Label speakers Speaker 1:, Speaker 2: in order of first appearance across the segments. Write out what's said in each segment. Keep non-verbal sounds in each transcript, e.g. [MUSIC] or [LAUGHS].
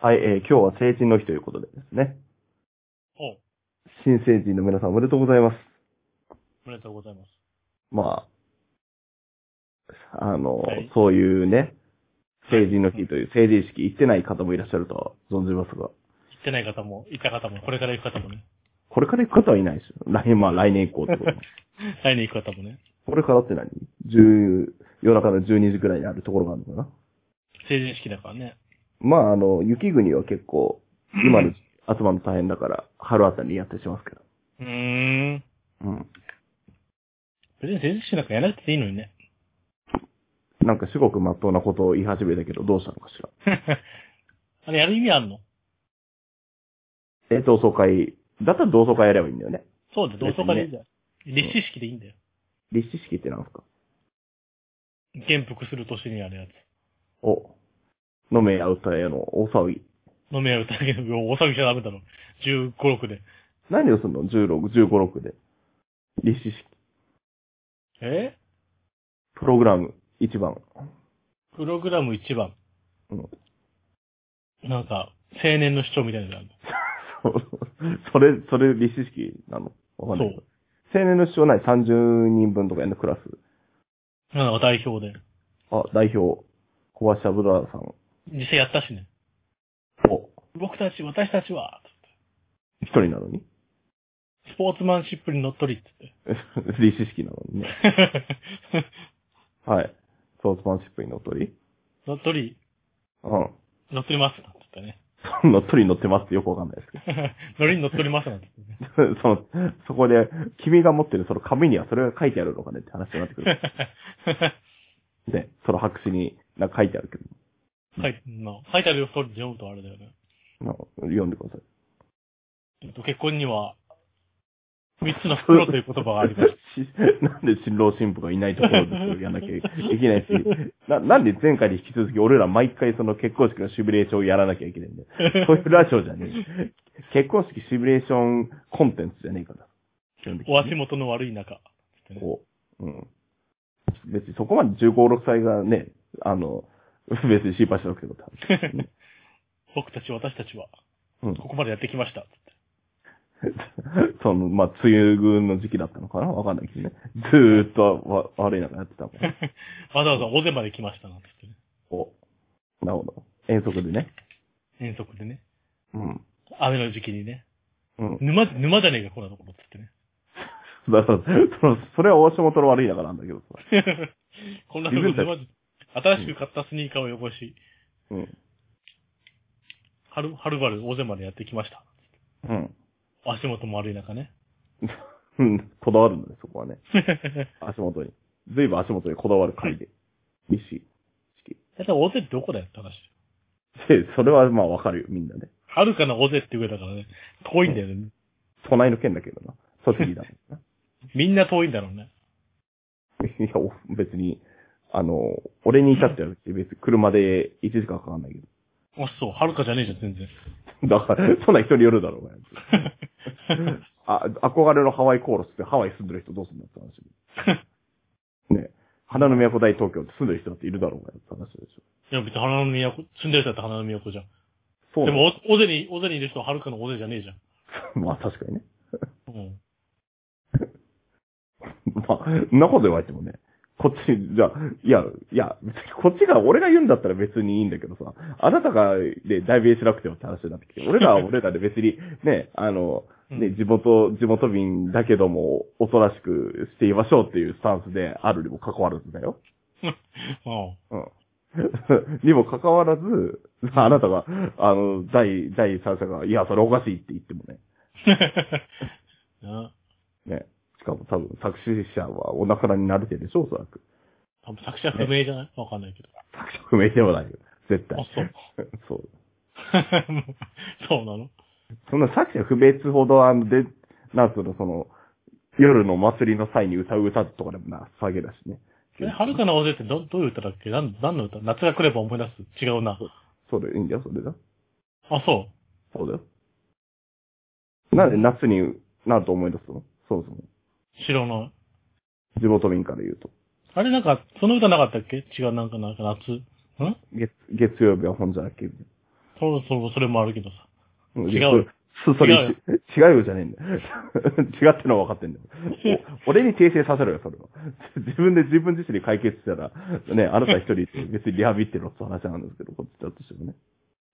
Speaker 1: はい、えー、今日は成人の日ということでですね。
Speaker 2: おう
Speaker 1: 新成人の皆さんおめでとうございます。
Speaker 2: おめでとうございます。
Speaker 1: まあ、あの、
Speaker 2: はい
Speaker 1: そういうね、成人の日という成人式行ってない方もいらっしゃるとは存じますが、
Speaker 2: 行ってない方も、行った方も、これから行く方もね。
Speaker 1: これから行く方はいないですよ。来まあ来年以降って
Speaker 2: [LAUGHS]
Speaker 1: こと。
Speaker 2: 来年行く方もね。
Speaker 1: これからって何 ?10、夜中の12時くらいにあるところがあるのかな
Speaker 2: 成人式だからね。
Speaker 1: まあ、あの、雪国は結構、今の集まるの大変だから、春あたりにやってしますけど。
Speaker 2: うーん。
Speaker 1: うん。
Speaker 2: 別に成人式なんかやらなくていいのにね。 [LAUGHS]
Speaker 1: なんか至極真っ当なことを言い始めたけど、どうしたのかしら。
Speaker 2: あれやる意味あんの
Speaker 1: え、同窓会、だったら同窓会やればいいんだよね。
Speaker 2: そうだよ、同窓会でいいんだよ。立志式でいいんだよ。
Speaker 1: 立志式ってなんですか
Speaker 2: 元服する年にやるやつ。
Speaker 1: お、飲めや歌えの大騒ぎ。
Speaker 2: 飲めや歌うけど、大騒ぎしちゃダメだろ。15、6で。
Speaker 1: 何をするの ?16、15、6で。立志式。
Speaker 2: え
Speaker 1: プログラム1番。 [LAUGHS]
Speaker 2: プログラム1番。
Speaker 1: うん
Speaker 2: なんか、青年の主張みたいなのがある
Speaker 1: そうそれ、それ立志式なのわかんないけど。青年の主張ない30人分とかやんのクラス。
Speaker 2: の。なんか代表で。
Speaker 1: あ、代表、小橋ブラザーさん。
Speaker 2: 実際やったしね。
Speaker 1: お、
Speaker 2: 僕たち、私たちは、
Speaker 1: 一人なのに [LAUGHS]
Speaker 2: スポーツマンシップに乗っ取りっつって。
Speaker 1: 立志式なのにね。 [LAUGHS] はい。ソースマンシップに乗っ取り
Speaker 2: 乗っ取り、
Speaker 1: うん。
Speaker 2: 乗っ取りますなんて言っ
Speaker 1: 乗っ取りに乗ってますってよくわかんないですけ
Speaker 2: たね。 [LAUGHS] 乗りに乗っ取りますなんて言ってね。
Speaker 1: ど。 [LAUGHS] その、そこで、君が持ってるその紙にはそれが書いてあるのかねって話になって
Speaker 2: [LAUGHS]
Speaker 1: くる。ね、その白紙になんか書いてあるけど
Speaker 2: はい、まあ、書いてある通りで読むとあれだよね。、
Speaker 1: まあ読んでください。
Speaker 2: えっと結婚には、三つの袋という言葉がありま
Speaker 1: [LAUGHS]
Speaker 2: し
Speaker 1: なんで新郎新婦がいないところでそれをやんなきゃいけないし、な、なんで前回に引き続き俺ら毎回その結婚式のシミュレーションをやらなきゃいけないんだよ。そういうラジオじゃねえ。結婚式シミュレーションコンテンツじゃねえから。
Speaker 2: た。お足元の悪い中。つってね
Speaker 1: こう、うん。別にそこまで15、6歳がね、あの、別に心配しなくても多分。
Speaker 2: 僕たち、私たちは、
Speaker 1: うん
Speaker 2: ここまでやってきました。つって
Speaker 1: [LAUGHS] その、まあ、梅雨軍の時期だったのかなわかんないけどね。ずーっとわ悪い中やってたもん。
Speaker 2: わざわざ大勢まで来ました。なんて言っ
Speaker 1: こう。なるほど。遠足でね。
Speaker 2: てね。遠足でね。
Speaker 1: うん。
Speaker 2: 雨の時期にね。
Speaker 1: うん。
Speaker 2: 沼、沼じゃねえか、こんなところ。つってね。
Speaker 1: だから、その、それは大下元の悪い中なんだけどさ。 [LAUGHS]
Speaker 2: こんなところ沼じ、新しく買ったスニーカーを汚し、
Speaker 1: うん。
Speaker 2: はる、はるばる大勢までやってきました。
Speaker 1: うん
Speaker 2: 足元も悪い中ね。
Speaker 1: うん。こだわるんだね、そこはね。足元に。ずいぶん足元にこだわる回で。立志式。
Speaker 2: だって大勢ってどこだよって話。
Speaker 1: で、それはまあわかるよ、みんなね。
Speaker 2: はるかな大勢って上だからね。遠いんだよね。
Speaker 1: 隣の県だけどな。栃木だもんな。
Speaker 2: みんな遠いんだろうね。
Speaker 1: [LAUGHS] いや、お別に、あの、俺に至っては別に車で1時間かかんないけ
Speaker 2: あ、そう、はるかじゃねえじゃん、全然。
Speaker 1: [LAUGHS] ど。だから、そんな人によるだろうが。あ、憧れのハワイコーロスってハワイ住んでる人どうすんだって話。
Speaker 2: [LAUGHS]
Speaker 1: ね。花の都大東京って住んでる人だっているだろうがって話でしょ。
Speaker 2: いや、別に花の都、住んでる人だって花の都じゃん。
Speaker 1: そう
Speaker 2: で
Speaker 1: なの
Speaker 2: も、お大勢に、大勢にいる人ははるかの大勢じゃねえじゃん。
Speaker 1: [LAUGHS] まあ確かにね。
Speaker 2: うん。
Speaker 1: まあ、そんなこと言われてもね。こっち、じゃあ、いや、いや、別にこっちが、俺が言うんだったら別にいいんだけどさ、あなたが、ね、代弁しなくてもって話になってきて、俺
Speaker 2: [LAUGHS]
Speaker 1: らは俺らで別に、ね、あの、
Speaker 2: う
Speaker 1: ね、
Speaker 2: ん
Speaker 1: 地元、地元民だけども、おとなしくしていましょうっていうスタンスであるにも関わらずだよ。
Speaker 2: うん。
Speaker 1: うん。 [LAUGHS] にも関わらず、あなたが、あの、第、第三者が、いや、それおかしいって言ってもね、
Speaker 2: な
Speaker 1: ね。しかも多分、作詞者はお腹に慣れてるでしょ、おそらく。
Speaker 2: 多分作者不明じゃないわかんないけど。
Speaker 1: 作詞不明ではないよ。絶対
Speaker 2: あ、。そう。
Speaker 1: [LAUGHS]
Speaker 2: [LAUGHS]
Speaker 1: そう。
Speaker 2: そうなの
Speaker 1: そんな作者不明つほど、あの、で、なんつうの、その、夜の祭りの際に歌う歌とかでもな、下げだしね。
Speaker 2: え、はるかの大勢ってど、どういう歌だっけなん、何の歌夏が来れば思い出す。違うな。
Speaker 1: それ、いいんだよ、それだ。
Speaker 2: あ、そ
Speaker 1: そうだよ。なんで夏になると思い出すのそもそも。
Speaker 2: う。知らない。
Speaker 1: 地元民から言うと。
Speaker 2: あれなんか、その歌なかったっけ違う、なんか、なんか夏。ん
Speaker 1: 月、月曜日は本じゃなきゃみたい
Speaker 2: そろそろそれもあるけどさ。
Speaker 1: うん
Speaker 2: 違うよ。
Speaker 1: そそれ、
Speaker 2: 違うよ
Speaker 1: 違うよじゃねえんだよ。 [LAUGHS] 違ってのは分かってんだよ。お俺に訂正させろよ、それは。 [LAUGHS] 自分で自分自身で解決したら、ね、あなた一人で別にリハビリってろって話なんですけど、こっちだとしてもね。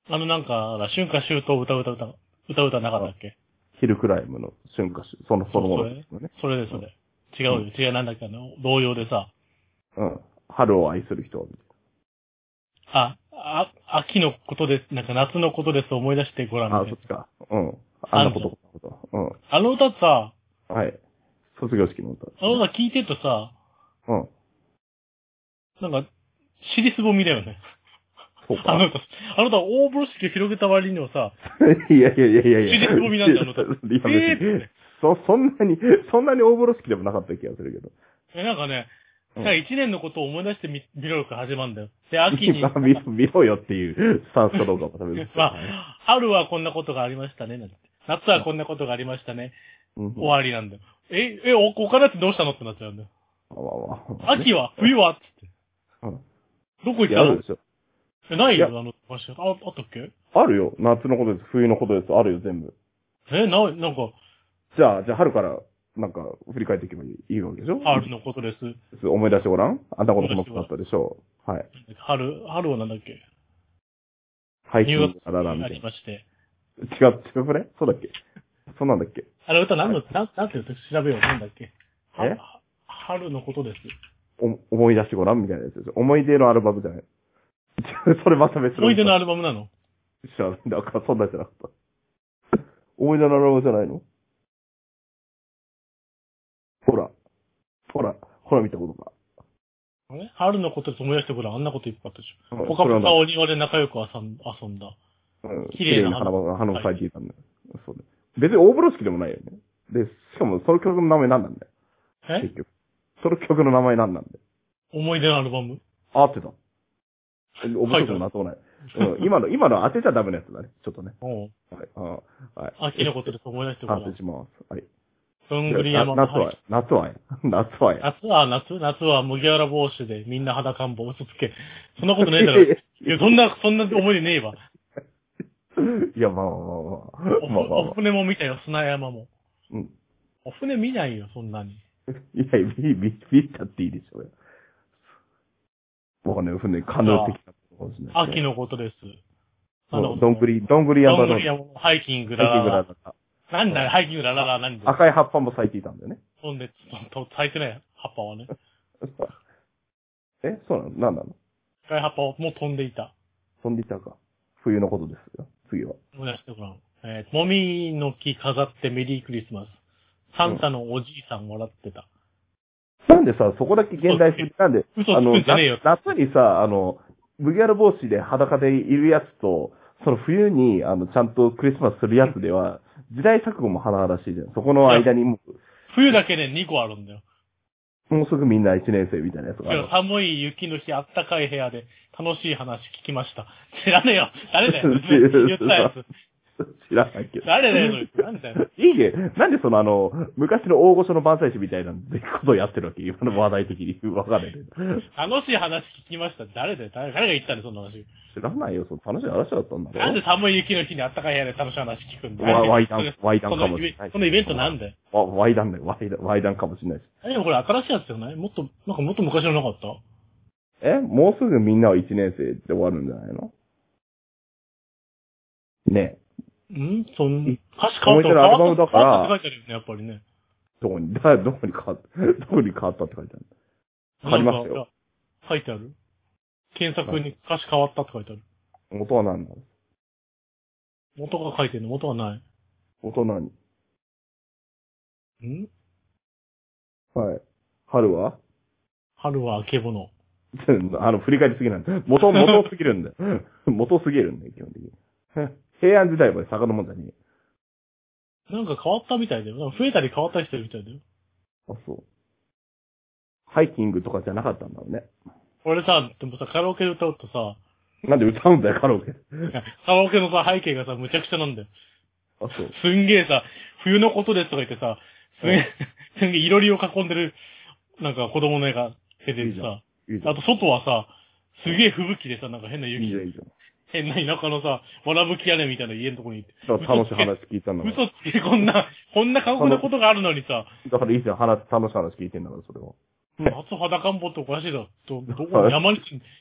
Speaker 2: あのなんか、春夏秋冬歌う歌う歌う、歌う歌なかったっけ
Speaker 1: ヒルクライムの瞬間、その、そのものですよね。
Speaker 2: それです、それ。違うよ、違う、なんだっけ、あの、同様でさ、
Speaker 1: うん。春を愛する人は
Speaker 2: あ、あ、秋のことです、なんか夏のことですと思い出してごらん
Speaker 1: あ
Speaker 2: み、たい
Speaker 1: そっ
Speaker 2: な。
Speaker 1: ちか。うん。あんなこと、こんなこ
Speaker 2: あの歌さ、
Speaker 1: と。うん。はい。卒業式の歌。
Speaker 2: あの歌聞いてるとさ、
Speaker 1: うん。
Speaker 2: なんか、尻すぼみだよね。
Speaker 1: そう
Speaker 2: あの
Speaker 1: か。
Speaker 2: 歌、あの歌、大風呂敷を広げた割にはさ、
Speaker 1: いやいやいやいやいや。
Speaker 2: 尻すぼみなんだあの歌
Speaker 1: いや別に
Speaker 2: えーって
Speaker 1: そ、そんなに、そんなに大風呂敷でもなかった気がするけど。
Speaker 2: えなんかね、
Speaker 1: う
Speaker 2: なんんか一年のことを思い出してみ、見ろよから始まるんだよ。で、秋に、
Speaker 1: まあ見ろ見ろよっていうスタンスかどうかも多分。
Speaker 2: まあ、春はこんなことがありましたね、なんて。夏はこんなことがありましたね。
Speaker 1: うん、
Speaker 2: 終わりなんだよ。え、え、お、お金ってどうしたのってなっちゃうんだよ。
Speaker 1: まあまあまあね
Speaker 2: 秋は冬はっつって。
Speaker 1: うん
Speaker 2: どこ行っ
Speaker 1: いや
Speaker 2: た
Speaker 1: あ
Speaker 2: の
Speaker 1: るでしょ。
Speaker 2: え、ない
Speaker 1: い、
Speaker 2: よあの、場所。あ、あったっけ
Speaker 1: あるよ。夏のことです。冬のことです。あるよ、全部。
Speaker 2: え、ない、なんか、
Speaker 1: じゃあ、じゃあ春から、なんか、振り返っていけばいいわけでしょ
Speaker 2: 春のことです。
Speaker 1: 思い出してごらんあんなこと細かかったでしょう。はい。
Speaker 2: 春、春はなんだっけ
Speaker 1: 配
Speaker 2: 入
Speaker 1: 信
Speaker 2: 学
Speaker 1: あらら
Speaker 2: に
Speaker 1: み
Speaker 2: な
Speaker 1: たい
Speaker 2: り
Speaker 1: な。
Speaker 2: まして。
Speaker 1: 違ってそれそうだっけそうなんだっけ
Speaker 2: あれ歌何の、なん、なんて言うの調べよう。なんだっけは
Speaker 1: え
Speaker 2: 春のことです。
Speaker 1: お思い出してごらんみたいなやつでしょ思い出のアルバムじゃない。 [LAUGHS] それまた別の。
Speaker 2: 思い出のア
Speaker 1: ル
Speaker 2: ルバムなの
Speaker 1: 知 [LAUGHS] らない。だからそんなんじゃなかった。思い出のアルバムじゃないのほら。ほら。ほら見たことか。
Speaker 2: あれ春のことです思い出してごらん。あんなこといっぱいあったでしょ。
Speaker 1: うん
Speaker 2: ぽか
Speaker 1: それは
Speaker 2: ぽ
Speaker 1: な
Speaker 2: かお庭で仲良く遊ん遊んだ。
Speaker 1: うん
Speaker 2: 綺麗な
Speaker 1: 花
Speaker 2: 花
Speaker 1: も、花も咲いていたんだよ。そうね。別に大風呂敷でもないよね。で、しかもその曲の名前何なんだよ。
Speaker 2: え
Speaker 1: 結局。その曲の名前何なんだよ。
Speaker 2: 思い出のアルバム
Speaker 1: 合ってた。面白くなそうない。うん、今の、今の当てちゃダメなやつだね。ちょっとね。
Speaker 2: おう
Speaker 1: はい。あはい。
Speaker 2: 秋のことです思い出してごら
Speaker 1: 当
Speaker 2: ん
Speaker 1: て。します。はい。
Speaker 2: どんぐり山の
Speaker 1: 夏
Speaker 2: 灰
Speaker 1: は、夏はや。 [LAUGHS] 夏はや。
Speaker 2: 夏は夏夏は麦わら帽子でみんな裸んぼ嘘つけ。そんなことねえだ
Speaker 1: [LAUGHS]
Speaker 2: ろ。いや、そんな、そんな思い出ねえわ。
Speaker 1: いや、まあまあまあ
Speaker 2: お
Speaker 1: まあ。まあまあま
Speaker 2: お
Speaker 1: あ。
Speaker 2: 船も見たよ、砂山も。
Speaker 1: うん。
Speaker 2: お船見ないよ、そんなに。
Speaker 1: いや、見、見、見たっていいでしょうよ。わかんない。船、カヌー的なことかもしれない、
Speaker 2: 秋のことです。
Speaker 1: そ
Speaker 2: あの
Speaker 1: う、どんぐり、どんぐり
Speaker 2: ど
Speaker 1: 山
Speaker 2: ん
Speaker 1: の
Speaker 2: ぐり山のハイキング
Speaker 1: 秋ぐら
Speaker 2: だ
Speaker 1: い。だった
Speaker 2: なんだよ、ハイキングだらら、なんで。
Speaker 1: 赤い葉っぱも咲いていたんだよね。
Speaker 2: 飛んで、と、と咲いてない葉っ
Speaker 1: [LAUGHS]
Speaker 2: ぱはね。
Speaker 1: え、そうなの何なの
Speaker 2: 赤い葉っぱはもう飛んでいた。
Speaker 1: 飛んでいたか。冬のことですよ。次は。
Speaker 2: 思い出してごらん。えーもみの木飾ってメリークリスマス。サンタのおじいさん笑ってた。
Speaker 1: なんでさ、そこだけ現代風になんで、
Speaker 2: 嘘
Speaker 1: あ
Speaker 2: つ
Speaker 1: の、
Speaker 2: くんじゃ
Speaker 1: な
Speaker 2: ねえよ。
Speaker 1: 夏にさ、あの、麦わら帽子で裸でいるやつと、その冬に、あの、ちゃんとクリスマスするやつでは、時代錯誤も甚だらしいじゃん。そこの間にも
Speaker 2: 冬だけで2個あるんだよ。
Speaker 1: う、もうすぐみんな1年生みたいなやつがある。
Speaker 2: 寒い雪の日、あったかい部屋で楽しい話聞きました。知らねえよ。
Speaker 1: [LAUGHS]
Speaker 2: 誰だよ。言ったやつ。
Speaker 1: 知らないけど。
Speaker 2: 誰だよ、それ。なんだよ。
Speaker 1: いいね。なんでそのあの、昔の大御所の万歳師みたいなことをやってるわけ今の話題的に。わかんないけど。
Speaker 2: 楽しい話聞きました。誰だよ。誰誰が言ったんだよ、そんな話。
Speaker 1: 知らないよ。その楽しい話だったんだろ
Speaker 2: なんで寒い雪の日にあったかい部屋で楽しい話聞くんだ
Speaker 1: わ
Speaker 2: よ。
Speaker 1: わいたんわいたん
Speaker 2: そ
Speaker 1: か
Speaker 2: の
Speaker 1: もしれ
Speaker 2: イ
Speaker 1: な
Speaker 2: ベ
Speaker 1: い
Speaker 2: そのイベントなんだよ。
Speaker 1: わ、ワイダンだよ。ワイダン、ワイダンかもしれないし。
Speaker 2: でもこれ新しいやつじゃないもっと、なんかもっと昔のなかった
Speaker 1: えもうすぐみんなは1年生で終わるんじゃないのねえ。
Speaker 2: んそん、歌詞
Speaker 1: 思
Speaker 2: 変わ
Speaker 1: い
Speaker 2: っ
Speaker 1: 出
Speaker 2: た
Speaker 1: のアルバムだから
Speaker 2: 変わったって書いてあるよね、やっぱりね。
Speaker 1: どこに、 [LAUGHS] だどこに変わった、どこに変わったって書いてある。変わりましたよ
Speaker 2: なんか。書いてある検索に歌詞変わったって書いてある。
Speaker 1: 元は何なの
Speaker 2: 元が書いてるの元はな
Speaker 1: 元は何
Speaker 2: い。ん
Speaker 1: はい。春は [LAUGHS]
Speaker 2: 春はあけぼの。
Speaker 1: あの、振り返りすぎなんだ。元、元すぎるんだ [LAUGHS] よ。元すぎるんだよ、基本的に。 [LAUGHS] 平安時代まで遡るもんじゃね
Speaker 2: なんか変わったみたいだよ。なんか増えたり変わったりしてるみたいだよ。
Speaker 1: え。あ、そう。ハイキングとかじゃなかったんだろうね。
Speaker 2: 俺さ、でもさ、カラオケで歌うとさ、 [LAUGHS]
Speaker 1: なんで歌うんだよ、カラオケ。
Speaker 2: カラオケのさ、背景がさ、むちゃくちゃなんだよ。
Speaker 1: あ、そう。
Speaker 2: すんげえさ、冬のことですとか言ってさ、すんげえ、 [LAUGHS] すんげえいろりを囲んでる、なんか子供の絵が出て
Speaker 1: いい
Speaker 2: て
Speaker 1: じ
Speaker 2: さ、
Speaker 1: ゃん。いいじゃ。
Speaker 2: あと外はさ、すげえ吹雪でさ、なんか変なん
Speaker 1: いい
Speaker 2: 雪
Speaker 1: じゃん、いいじゃん。
Speaker 2: 変な田舎のさ、わらぶき屋根みたいな家のとこに行って。
Speaker 1: だから楽しい話聞いたんだから。
Speaker 2: 嘘つけ、こんな、こんな過酷なことがあるのにさ、
Speaker 1: だからいいですよ、話、楽しい話聞いてんだから、それは。
Speaker 2: 夏裸んぼっておかしいだろ。ど、どこ、山に、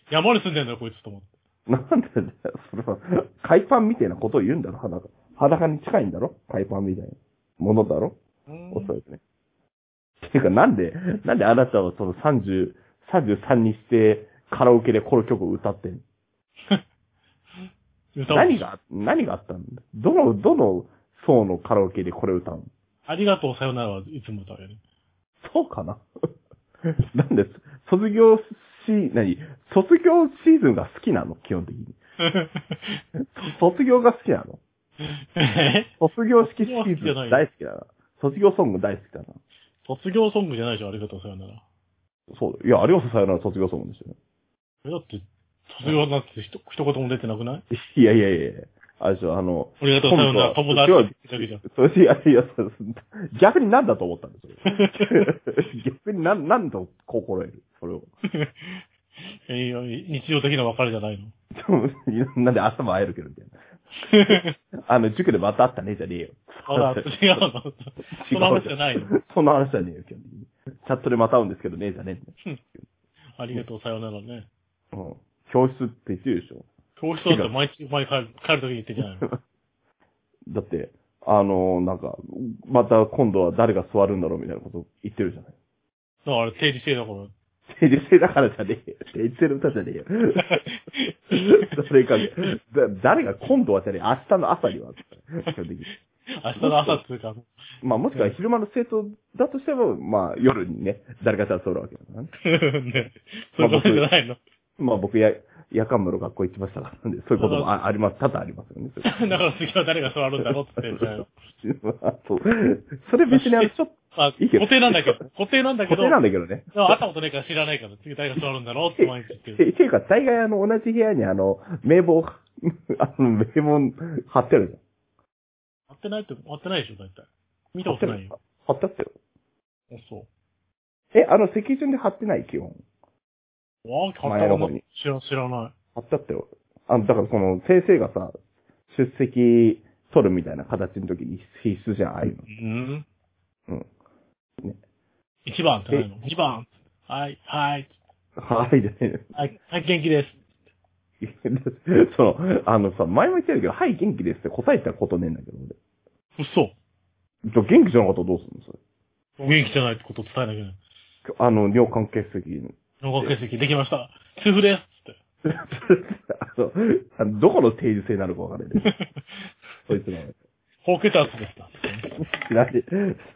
Speaker 2: 山に住んでんだよ、こいつと思って。
Speaker 1: なんでだよ、それは。海パンみたいなことを言うんだろ、裸。裸に近いんだろ海パンみたいなものだろおそらくね。ていうか、なんで、なんであなたはその30、33にしてカラオケでこの曲を歌ってんの
Speaker 2: 歌おう
Speaker 1: 何が、何があったんだどの、どの層のカラオケでこれ歌うの
Speaker 2: ありがとう、さよならはいつも歌うよね。
Speaker 1: そうかな [LAUGHS] なんで、卒業し、何卒業シーズンが好きなの基本的に。 [LAUGHS] 卒業が好きなの
Speaker 2: え
Speaker 1: 卒業式シーズン大好きだな。卒業ソング大好きだな。
Speaker 2: 卒業ソングじゃないでしょ、ありがとう、さよなら。
Speaker 1: そうだ。いや、ありがとうさよなら卒業ソングですよね。 [LAUGHS]
Speaker 2: えだって、卒業なんてひと一言も出てなくない
Speaker 1: いやいやいやいや。あれでしょ、あの、
Speaker 2: ありがとう、さよなら、友達だけじゃん。
Speaker 1: それいやいや、そう逆に何だと思ったんですよ。 [LAUGHS] 逆に何、何と心得るそれを。 [LAUGHS]
Speaker 2: えー日常的な別れじゃないの。
Speaker 1: でもなんで明日も会えるけど、みたい
Speaker 2: [LAUGHS]
Speaker 1: な。あの、塾でまた会ったね、じゃねえよ。
Speaker 2: まだ
Speaker 1: [LAUGHS]
Speaker 2: 違うの。その話じゃないの。
Speaker 1: そんな話じゃねえよ、基本的にチャットでまた会うんですけどね、じゃねえんだよ
Speaker 2: ありがとう、さよならね。
Speaker 1: うん。教室って言ってるでしょ。
Speaker 2: 教室だって毎日、毎回帰るときに言ってんじ
Speaker 1: [LAUGHS]
Speaker 2: ゃないの。
Speaker 1: だって、あのなんか、また今度は誰が座るんだろうみたいなこと言ってるじゃない。
Speaker 2: だからあれ、定時制だから。
Speaker 1: 定時制だからじゃねえよ。定時制の歌じゃねえよ。 [LAUGHS] それか、だ誰が今度はじゃねえ、明日の朝には。基本的に
Speaker 2: 明日の朝っていうか、
Speaker 1: まあもしくは昼間の生徒だとしても、まあ夜にね、誰かしら座るわけだからね。
Speaker 2: ね、そういうことじゃないの。
Speaker 1: まあ僕や、夜間部の学校行ってましたから、なんで、そういうこともああります、多々ありますよね。
Speaker 2: [LAUGHS]
Speaker 1: そういうこと
Speaker 2: だから次は誰が座るんだろうって言ってんじ
Speaker 1: [LAUGHS]
Speaker 2: ゃないの。
Speaker 1: そう。それ別にあの、ちょっと、
Speaker 2: まあ、
Speaker 1: いいけど
Speaker 2: 固定なんだけど、固定なんだけ
Speaker 1: 固
Speaker 2: ど、
Speaker 1: 定なんだけどね。
Speaker 2: でも会ったことないから知らないから、次誰が座るんだろうって毎日言って
Speaker 1: て
Speaker 2: る。
Speaker 1: ていうか、大概あの、同じ部屋にあの、名簿、 [LAUGHS] あの、名簿貼ってあるじ
Speaker 2: 会ってないって、会ってないでしょ、大体。見
Speaker 1: ゃ
Speaker 2: た
Speaker 1: ん。
Speaker 2: ことないよ。
Speaker 1: 貼ってあったよ。
Speaker 2: あそ
Speaker 1: え、あの、席順で貼ってない基本。
Speaker 2: う。わあ、買っ
Speaker 1: 前
Speaker 2: た
Speaker 1: の方
Speaker 2: こと
Speaker 1: に
Speaker 2: ない。知ら、知らない。
Speaker 1: 貼ってあったよ。あの、だからその、先生がさ、出席取るみたいな形の時に必須じゃん、ああいうの。 [LAUGHS]
Speaker 2: うん。
Speaker 1: うん。ね
Speaker 2: 一番ってないの二番。はい、はい、
Speaker 1: はい、じゃないの
Speaker 2: はい、はい、元気です。
Speaker 1: その、あのさ、前も言ってるけど、はい、元気ですって答えたことねえんだけど、俺。
Speaker 2: 嘘。
Speaker 1: じゃあ元気じゃなかったらどうすんのそれ。
Speaker 2: 元気じゃないってことを伝えなきゃいけない。
Speaker 1: あの、尿管結石 [LAUGHS] の。
Speaker 2: 脳学欠席できました。痛風です。って。
Speaker 1: あのあの、どこの定時制なのかわからないけど。
Speaker 2: [LAUGHS]
Speaker 1: そいつらは。
Speaker 2: 高血圧でした。
Speaker 1: [LAUGHS] なんで、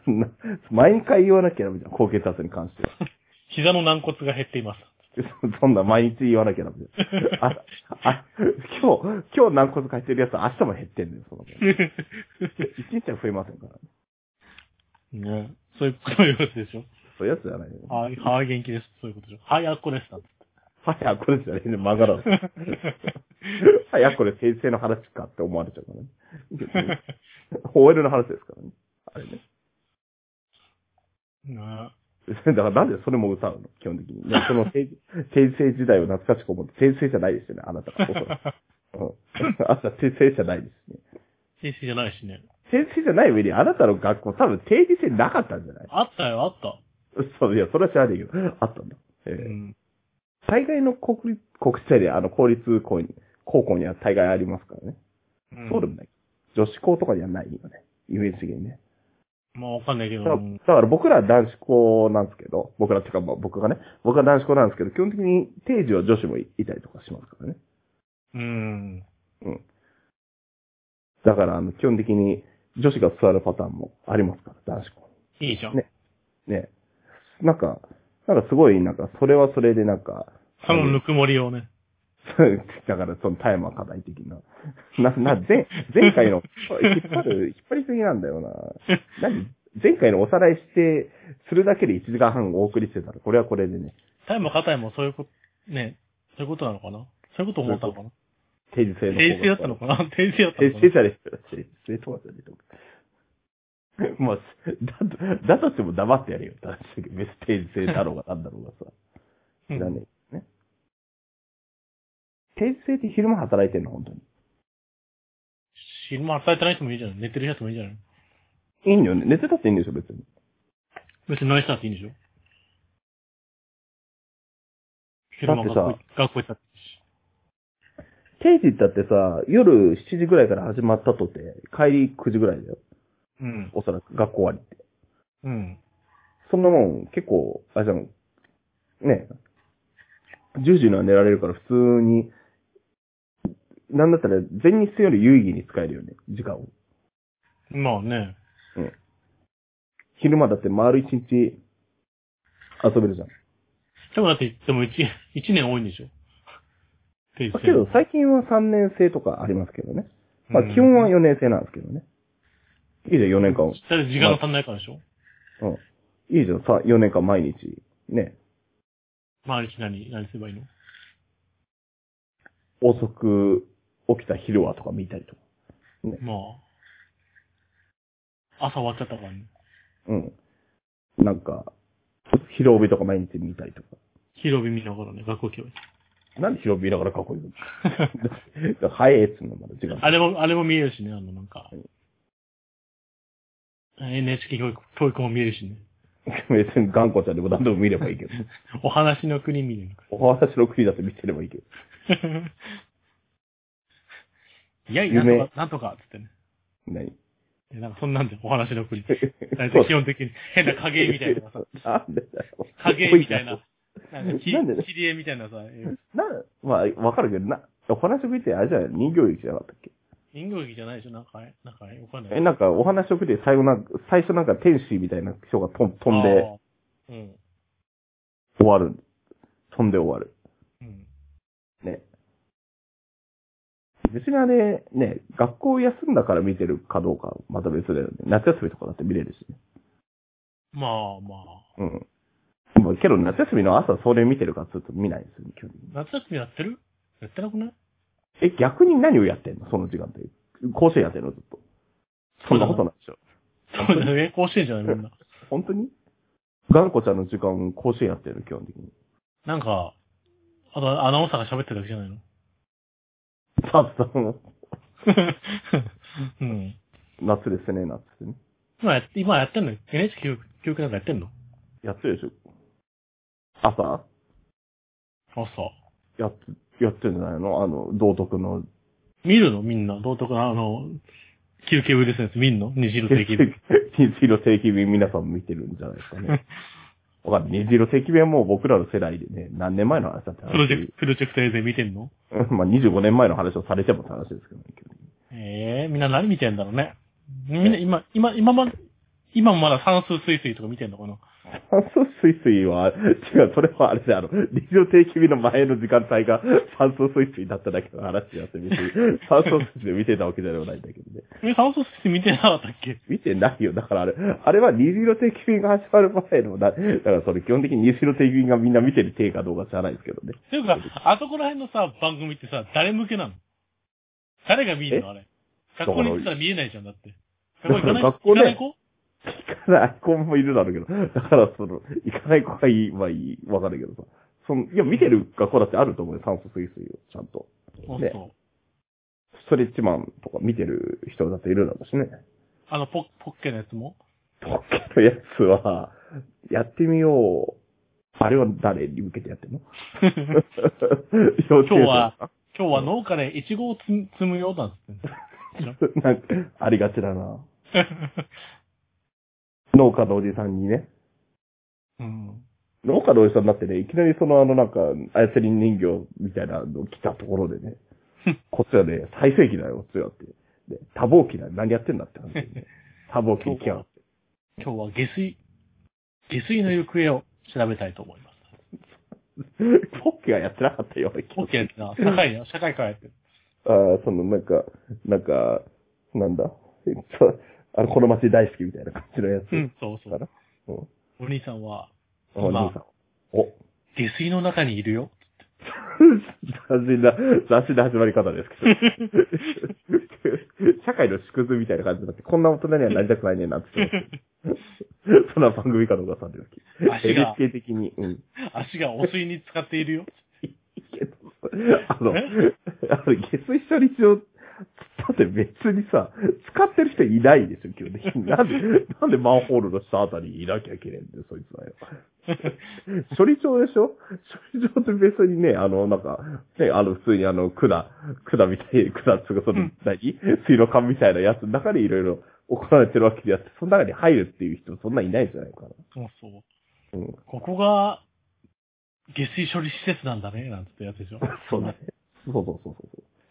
Speaker 1: そんな、毎回言わなきゃダメじゃん、高血圧に関しては。 [LAUGHS]
Speaker 2: 膝の軟骨が減っています。
Speaker 1: そんな毎日言わなきゃダメじゃん。あ、あ、今日、今日軟骨変えてるやつは明日も減ってんだよ、その。一日は増えませんから。
Speaker 2: [LAUGHS] ねそういう、そういうことでしょ。
Speaker 1: そういうやつじゃないよ。
Speaker 2: はい、はい、元気です。そういうことでしょ。はい、あっこです。だって
Speaker 1: はい、あ、これじゃねえね、曲がらん。はい、あ、これ先生の話かって思われちゃうからね。OL の話ですからね。あれね。
Speaker 2: [LAUGHS] ね
Speaker 1: だからなんでそれも歌うの基本的に。ね、その定時定時制時代を懐かしく思って、定時制じゃないですよね、あなたが。おそらくうん。 [LAUGHS] あなた定時制じゃないですね。
Speaker 2: 先生じゃないしね。
Speaker 1: 定時制じゃない上に、あなたの学校多分定時制なかったんじゃない
Speaker 2: あったよ、あった。
Speaker 1: そう、いや、それは知らないけど、あったんだ。ええ
Speaker 2: うん。
Speaker 1: 大概の国立、国立制で、あの、公立校に、高校には大概ありますからね。そうでもない。女子校とかにはないよね。イメージ的にね。
Speaker 2: まあ、わかんないけど。
Speaker 1: だ
Speaker 2: う
Speaker 1: から
Speaker 2: ん
Speaker 1: だから僕らは男子校なんですけど、僕らっていうかまあ僕がね、僕は男子校なんですけど、基本的に定時は女子もいいたりとかしますからね。
Speaker 2: うん。
Speaker 1: うん。だから、あの、基本的に女子が座るパターンもありますから、男子校
Speaker 2: いいじゃん。
Speaker 1: ねに。ね。なんか、なんかすごい、なんか、それはそれでなんか、
Speaker 2: そのぬくもりをね。
Speaker 1: そう [LAUGHS] だから、そのタイマー課題的な。な、な、前、前回の、引っ張る、引っ張りすぎなんだよな。何前回のおさらいして、するだけで1時間半お送りしてたら、これはこれでね、
Speaker 2: タイム硬いもそういうこと、ね、そういうことなのかなそういうこと思ったのかな
Speaker 1: 定時制の方が。
Speaker 2: 定時制だったのかな定時制だった
Speaker 1: 定
Speaker 2: の
Speaker 1: 時
Speaker 2: か
Speaker 1: 制
Speaker 2: な
Speaker 1: じゃねえよ定時制とかじゃねえと思う。まあ、だと、だとしても黙ってやれよ。だって、別に定時制だろうがなんだろうがさ。いらねえね。定時制って昼間働いてんの、本当に。
Speaker 2: 昼間働いてない人もいいじゃん。寝てる人もいいじゃん。
Speaker 1: いいんだよね。寝てたっていいんでしょ、別に。
Speaker 2: 別に何したっていいんでしょ昼間
Speaker 1: だって
Speaker 2: 学
Speaker 1: さ
Speaker 2: 校学校行ったっていいし。
Speaker 1: 定時だってさ、夜7時ぐらいから始まったとて、帰り9時ぐらいだよ。
Speaker 2: うん。
Speaker 1: おそらく、学校終わりって。
Speaker 2: うん。
Speaker 1: そんなもん、結構、あれじゃん、ねえ、10時には寝られるから普通に、なんだったら全日制より有意義に使えるよね、時間を。
Speaker 2: まあね。
Speaker 1: 昼間だって丸一日遊べるじゃん。
Speaker 2: でもだって、でも一、一年多いんでしょ定
Speaker 1: だ
Speaker 2: 時
Speaker 1: け
Speaker 2: 制
Speaker 1: ど最近は3年生とかありますけどね。まあ基本は4年生なんですけどね。いいじゃん、4年間。
Speaker 2: だって時間が足んないからでしょ
Speaker 1: うん。いいじゃん、さ、4年間毎日。ね。
Speaker 2: 毎日何、何すればいいの
Speaker 1: 遅く起きた昼はとか見たりとか。
Speaker 2: まあ。朝終わっちゃったからね。
Speaker 1: うん。なんか、昼帯とか毎日見たりとか。
Speaker 2: 広日見ながらね、学校行けばいい。
Speaker 1: なんで広尾見ながらかっこいいの
Speaker 2: [LAUGHS]
Speaker 1: だ早いっつうのまだ違う。
Speaker 2: あれも、あれも見えるしね、あの、なんか。NHK 教育教育も見えるしね。
Speaker 1: 別に頑固ちゃんでも何でも見ればいいけ
Speaker 2: [LAUGHS]
Speaker 1: ど。
Speaker 2: お話の国見れるか
Speaker 1: お話の国だって見てればいいけど。
Speaker 2: ら。 [LAUGHS] いやいや、
Speaker 1: 夢
Speaker 2: なんとか、なんとか、つってね。
Speaker 1: 何
Speaker 2: いやなんかそんなんで、お話の国。大
Speaker 1: そう
Speaker 2: 体基本的に変な影絵みたいなのがさ、
Speaker 1: [LAUGHS] なんでだよ。
Speaker 2: 影絵みた
Speaker 1: [LAUGHS]
Speaker 2: いな、なんかき
Speaker 1: なんでね
Speaker 2: 切り絵みたいなさ、
Speaker 1: な、まあ、わかるけどな。お話の国ってあれじゃない人形劇じゃなかったっけ
Speaker 2: 人形劇じゃないでしょなんか、なんか、わかんない。
Speaker 1: え、なんか、お話の国で最後なんか、最初なんか天使みたいな人がとん飛んで
Speaker 2: あー。うん。
Speaker 1: 終わる。飛んで終わる。
Speaker 2: うん。
Speaker 1: ね。別にあれ、ね、学校休んだから見てるかどうか、また別だよね。夏休みとかだって見れるしね。
Speaker 2: まあまあ。
Speaker 1: うん。まあ、けど夏休みの朝それ見てるかちょっと見ないですよね、基本的に
Speaker 2: 夏休みやってるやってなくない
Speaker 1: え、逆に何をやってんのその時間って。甲子園やってんのずっと。そんなことないでしょ。
Speaker 2: そうだね。甲子園じゃないみんな。
Speaker 1: 本当に頑固ちゃんの時間、甲子園やってるの、基本的に。
Speaker 2: なんか、あとアナウンサーが喋ってるだけじゃ [LAUGHS] ないの
Speaker 1: さあ、その、
Speaker 2: うん。
Speaker 1: 夏ですね、夏ってね。
Speaker 2: 今やって、今やってんの ?NHK 教育教育なんかやってんの
Speaker 1: やってるでしょ。朝
Speaker 2: あ、そう。
Speaker 1: やって、やってるんじゃないのあの、道徳の。
Speaker 2: 見るのみんな。道徳のあの、休憩ウイルスのやつ見んの虹色的に。
Speaker 1: 虹色定期便皆さん見てるんじゃないですか
Speaker 2: [LAUGHS]
Speaker 1: ね。わかんない。虹色定期便はもう僕らの世代でね、何年前の話だって話
Speaker 2: プロジェクト、プロジェクト映像見てんの
Speaker 1: うん [LAUGHS] まあ、25年前の話をされてもって話ですけどね。
Speaker 2: ええみんな何見てんだろうね。みんな今、今、今ま、今もまだ算数水水とか見てんのかな
Speaker 1: 酸素水水は、違う、それはあれで、あの、理事の定期日の前の時間帯が酸素水水だっただけの話やってみて、酸素水水で見てたわけではないんだけどね。
Speaker 2: え、算数水水見てなかったっけ
Speaker 1: 見てないよ。だからあれ、あれは虹色定期便が始まる前のだ、だからそれ基本的に虹色定期便がみんな見てる定かどうか知らないですけどね。
Speaker 2: ていうか、あそこら辺のさ、番組ってさ、誰向けなの誰が見るのあれ。学校に行ってたら見えないじゃん、だって。
Speaker 1: だから学校ね
Speaker 2: 行かない子
Speaker 1: 行かない子もいるだろうけど、だからその、行かない子がいい、まあいい、わかるけどさ。その、いや、見てる学校だってあると思うよ。酸素水水を、ちゃんと。
Speaker 2: そう
Speaker 1: ね
Speaker 2: そう。
Speaker 1: ストレッチマンとか見てる人だっているだろうしね。
Speaker 2: あの、ポッ、ポッケのやつも
Speaker 1: ポッケのやつは、やってみよう。あれは誰に向けてやって
Speaker 2: [LAUGHS]
Speaker 1: んの今
Speaker 2: 今日は。今日は農家でイチゴをつ積むようなんつって。
Speaker 1: なんか、ありがちだな。農家のおじさんにね。
Speaker 2: [LAUGHS] うん。 [LAUGHS]
Speaker 1: 農家のおじさんだってね、いきなりそのあのなんか、操り人形みたいなの来たところでね。
Speaker 2: [LAUGHS]
Speaker 1: こっちはね、最盛期だよ、こっちはって。で、多忙期だよ。何やってんだって話でね。多忙期に来やがって。 [LAUGHS]
Speaker 2: 今日は下水、下水の行方を調べたいと思います。
Speaker 1: ポッケはやってなかったよ、俺
Speaker 2: ポッケやってな、社会の、社会からやってる。
Speaker 1: ああ、その、なんか、なんか、なんだ、えっと、あの、この街大好きみたいな感じのやつ。
Speaker 2: うん、そうそ
Speaker 1: だ
Speaker 2: う。
Speaker 1: な。うん。
Speaker 2: お兄さんは、
Speaker 1: お
Speaker 2: まあ
Speaker 1: 兄さん。お。
Speaker 2: 下水の中にいるよ。
Speaker 1: [LAUGHS] 斬新な、斬新な始まり方ですけど。社会の縮図みたいな感じになって、こんな大人にはなりたくないねんなって言ってます。そんな番組かどうかさんでる
Speaker 2: 足が
Speaker 1: NHK 的に、うん。
Speaker 2: 足がお水に浸かっているよ。
Speaker 1: いいけど、あの、あの
Speaker 2: え、
Speaker 1: 下水処理場、だって別にさ、使ってる人いないですよ、基本的に。なんで、 [LAUGHS] なんでマンホールの下あたりにいなきゃいけねえんだよ、そいつはよ。処理場でしょ処理場って別にね、あの、なんか、ね、あの、普通にあの、管、管みたい、管つうか、その、何水路管みたいなやつの中でいろいろ行われてるわけであって、その中に入るっていう人そんないないんじゃないかな。
Speaker 2: そうそう。
Speaker 1: うん。
Speaker 2: ここが、下水処理施設なんだね、なんつってやつでしょ。
Speaker 1: [LAUGHS] そうだね。そうそうそうそう。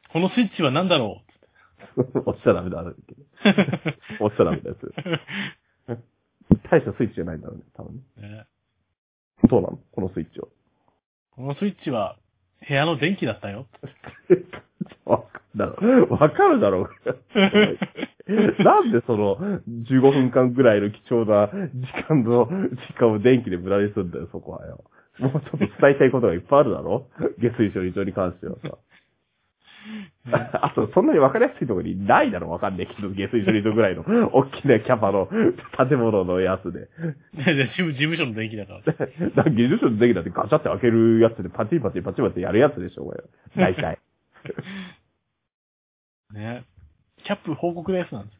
Speaker 2: このスイッチは何だろ
Speaker 1: [LAUGHS] 押しちゃダメだ、あれ。押しちゃダメだやつ。大したスイッチじゃないんだろうね、多分ね。
Speaker 2: う、 [LAUGHS] ね
Speaker 1: そうなのこのスイッチは。
Speaker 2: このスイッチは、部屋の電気だったよ。 [LAUGHS]
Speaker 1: わかるだろ。わかるだろう。なんでその、15分間ぐらいの貴重な時間の、時間を電気で無駄にするんだよ、そこはよ。もうちょっと伝えたいことがいっぱいあるだろ下水処理場に関してはさ。あと、そんなにわかりやすいところにないだろ、わかんないけど、下水処理場ぐらいの、大きなキャパの建物のやつで。
Speaker 2: ねね事務事務所の電気だか
Speaker 1: だ [LAUGHS]
Speaker 2: ら。
Speaker 1: から技術の時だってガチャって開けるやつでパチンパチンパチンパチンやるやつでしょ、これ。大体。 [LAUGHS]
Speaker 2: ね。キャップ報告ですなんつって。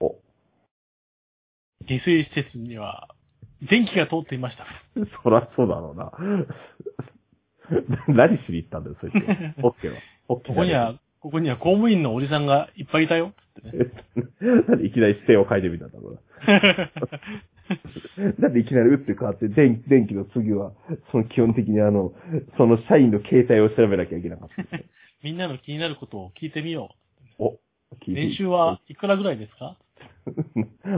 Speaker 1: お。
Speaker 2: 下水施設には、電気が通っていました。
Speaker 1: そらそうだろうな。 [LAUGHS] 何しに行ったんだよ、そいつ。
Speaker 2: [LAUGHS]
Speaker 1: オッケーは。オッケー
Speaker 2: ここには、ここには公務員のおじさんがいっぱいいたよ。つってね。
Speaker 1: [LAUGHS] なんでいきなり姿勢を変えてみたんだろうな。なんでいきなり打って変わって、電電気の次は、その基本的にあの、その社員の携帯を調べなきゃいけなかった。
Speaker 2: みんなの気になることを聞いてみよ
Speaker 1: お、聞
Speaker 2: う。
Speaker 1: いて
Speaker 2: 年収はいくらぐらいですか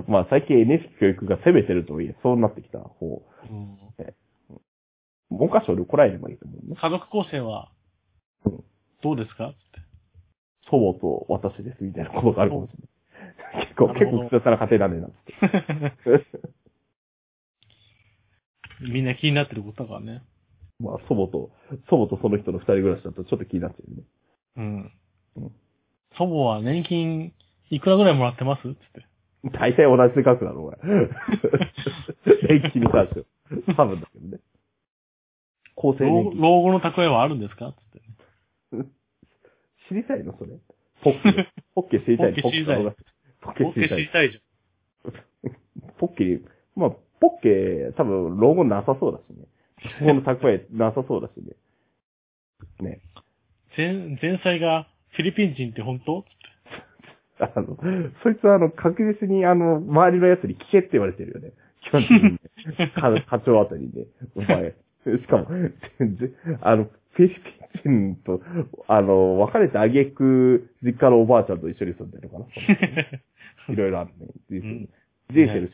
Speaker 1: まあ最近 NHK 教育が攻めてるとはいえ、そうなってきた方。
Speaker 2: うん
Speaker 1: 文科省で怒られればいいと思うね。
Speaker 2: 家族構成は
Speaker 1: うん、
Speaker 2: どうですかつって
Speaker 1: 祖母と私ですみたいなことがあるかもしれない。結構、
Speaker 2: [LAUGHS] な
Speaker 1: 結
Speaker 2: るほど
Speaker 1: 構複雑な家庭なんでな。
Speaker 2: [LAUGHS] みんな気になってることだからね。
Speaker 1: [LAUGHS] まあ、祖母と、祖母とその人の二人暮らしだとちょっと気になっちゃうね。
Speaker 2: うん
Speaker 1: うん。
Speaker 2: 祖母は年金いくらぐらいもらってますつって。
Speaker 1: 大体同じ額だろ、お前。
Speaker 2: [LAUGHS]
Speaker 1: 年金に関しては。多分だけどね。厚生
Speaker 2: 老
Speaker 1: 年金。
Speaker 2: 老後の蓄えはあるんですかつって。
Speaker 1: 知りたいのそれ。ポッ
Speaker 2: [LAUGHS]
Speaker 1: ケ。ポッケ知りたいの
Speaker 2: ポッケ知りたい
Speaker 1: ポッケ
Speaker 2: 儲
Speaker 1: 知
Speaker 2: け
Speaker 1: り
Speaker 2: 知
Speaker 1: たい
Speaker 2: りたいじ
Speaker 1: の。ポッケに、まあ、ポッケ、多分、老後なさそうだしね。老後の蓄えなさそうだしね。ね。
Speaker 2: ゃん。前、前妻がフィリピン人って本当つって
Speaker 1: あの、そいつはあの、確実にあの、周りのやつに聞けって言われてるよね。基本的にね。
Speaker 2: [LAUGHS]
Speaker 1: か課長あたりで。お前。しかも、全然、あの、フィリピン人と、あの、別れてあげく、実家のおばあちゃんと一緒に住んでるのかな。いろいろあるね。人生
Speaker 2: うん
Speaker 1: 人生のし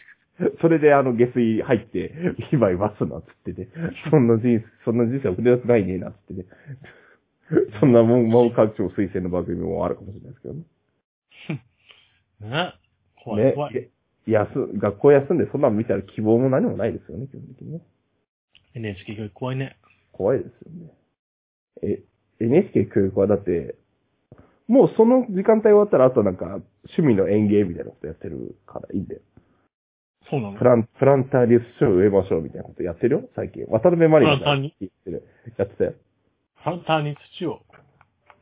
Speaker 1: それであの、下水入って、今いますな、つってね。そんな人生、そんな人生送りたくないね、な、つってね。そんなもん、文科省推薦の番組もあるかもしれないですけどね。
Speaker 2: [LAUGHS] ね。怖
Speaker 1: ね
Speaker 2: い、怖い。
Speaker 1: やす、学校休んでそんなの見たら希望も何もないですよね、基本的にね。
Speaker 2: NHK 教育怖いね。
Speaker 1: 怖いですよね。え、NHK 教育はだって、もうその時間帯終わったら、あとなんか、趣味の園芸みたいなことやってるからいいんだよ。
Speaker 2: そうなの
Speaker 1: プラン、プランターリストを植えましょうみたいなことやってるよ、最近。渡辺マリナ
Speaker 2: プラ
Speaker 1: さ
Speaker 2: ンター
Speaker 1: ん
Speaker 2: に
Speaker 1: 言ってる。やってたよ。
Speaker 2: ハンターに土を。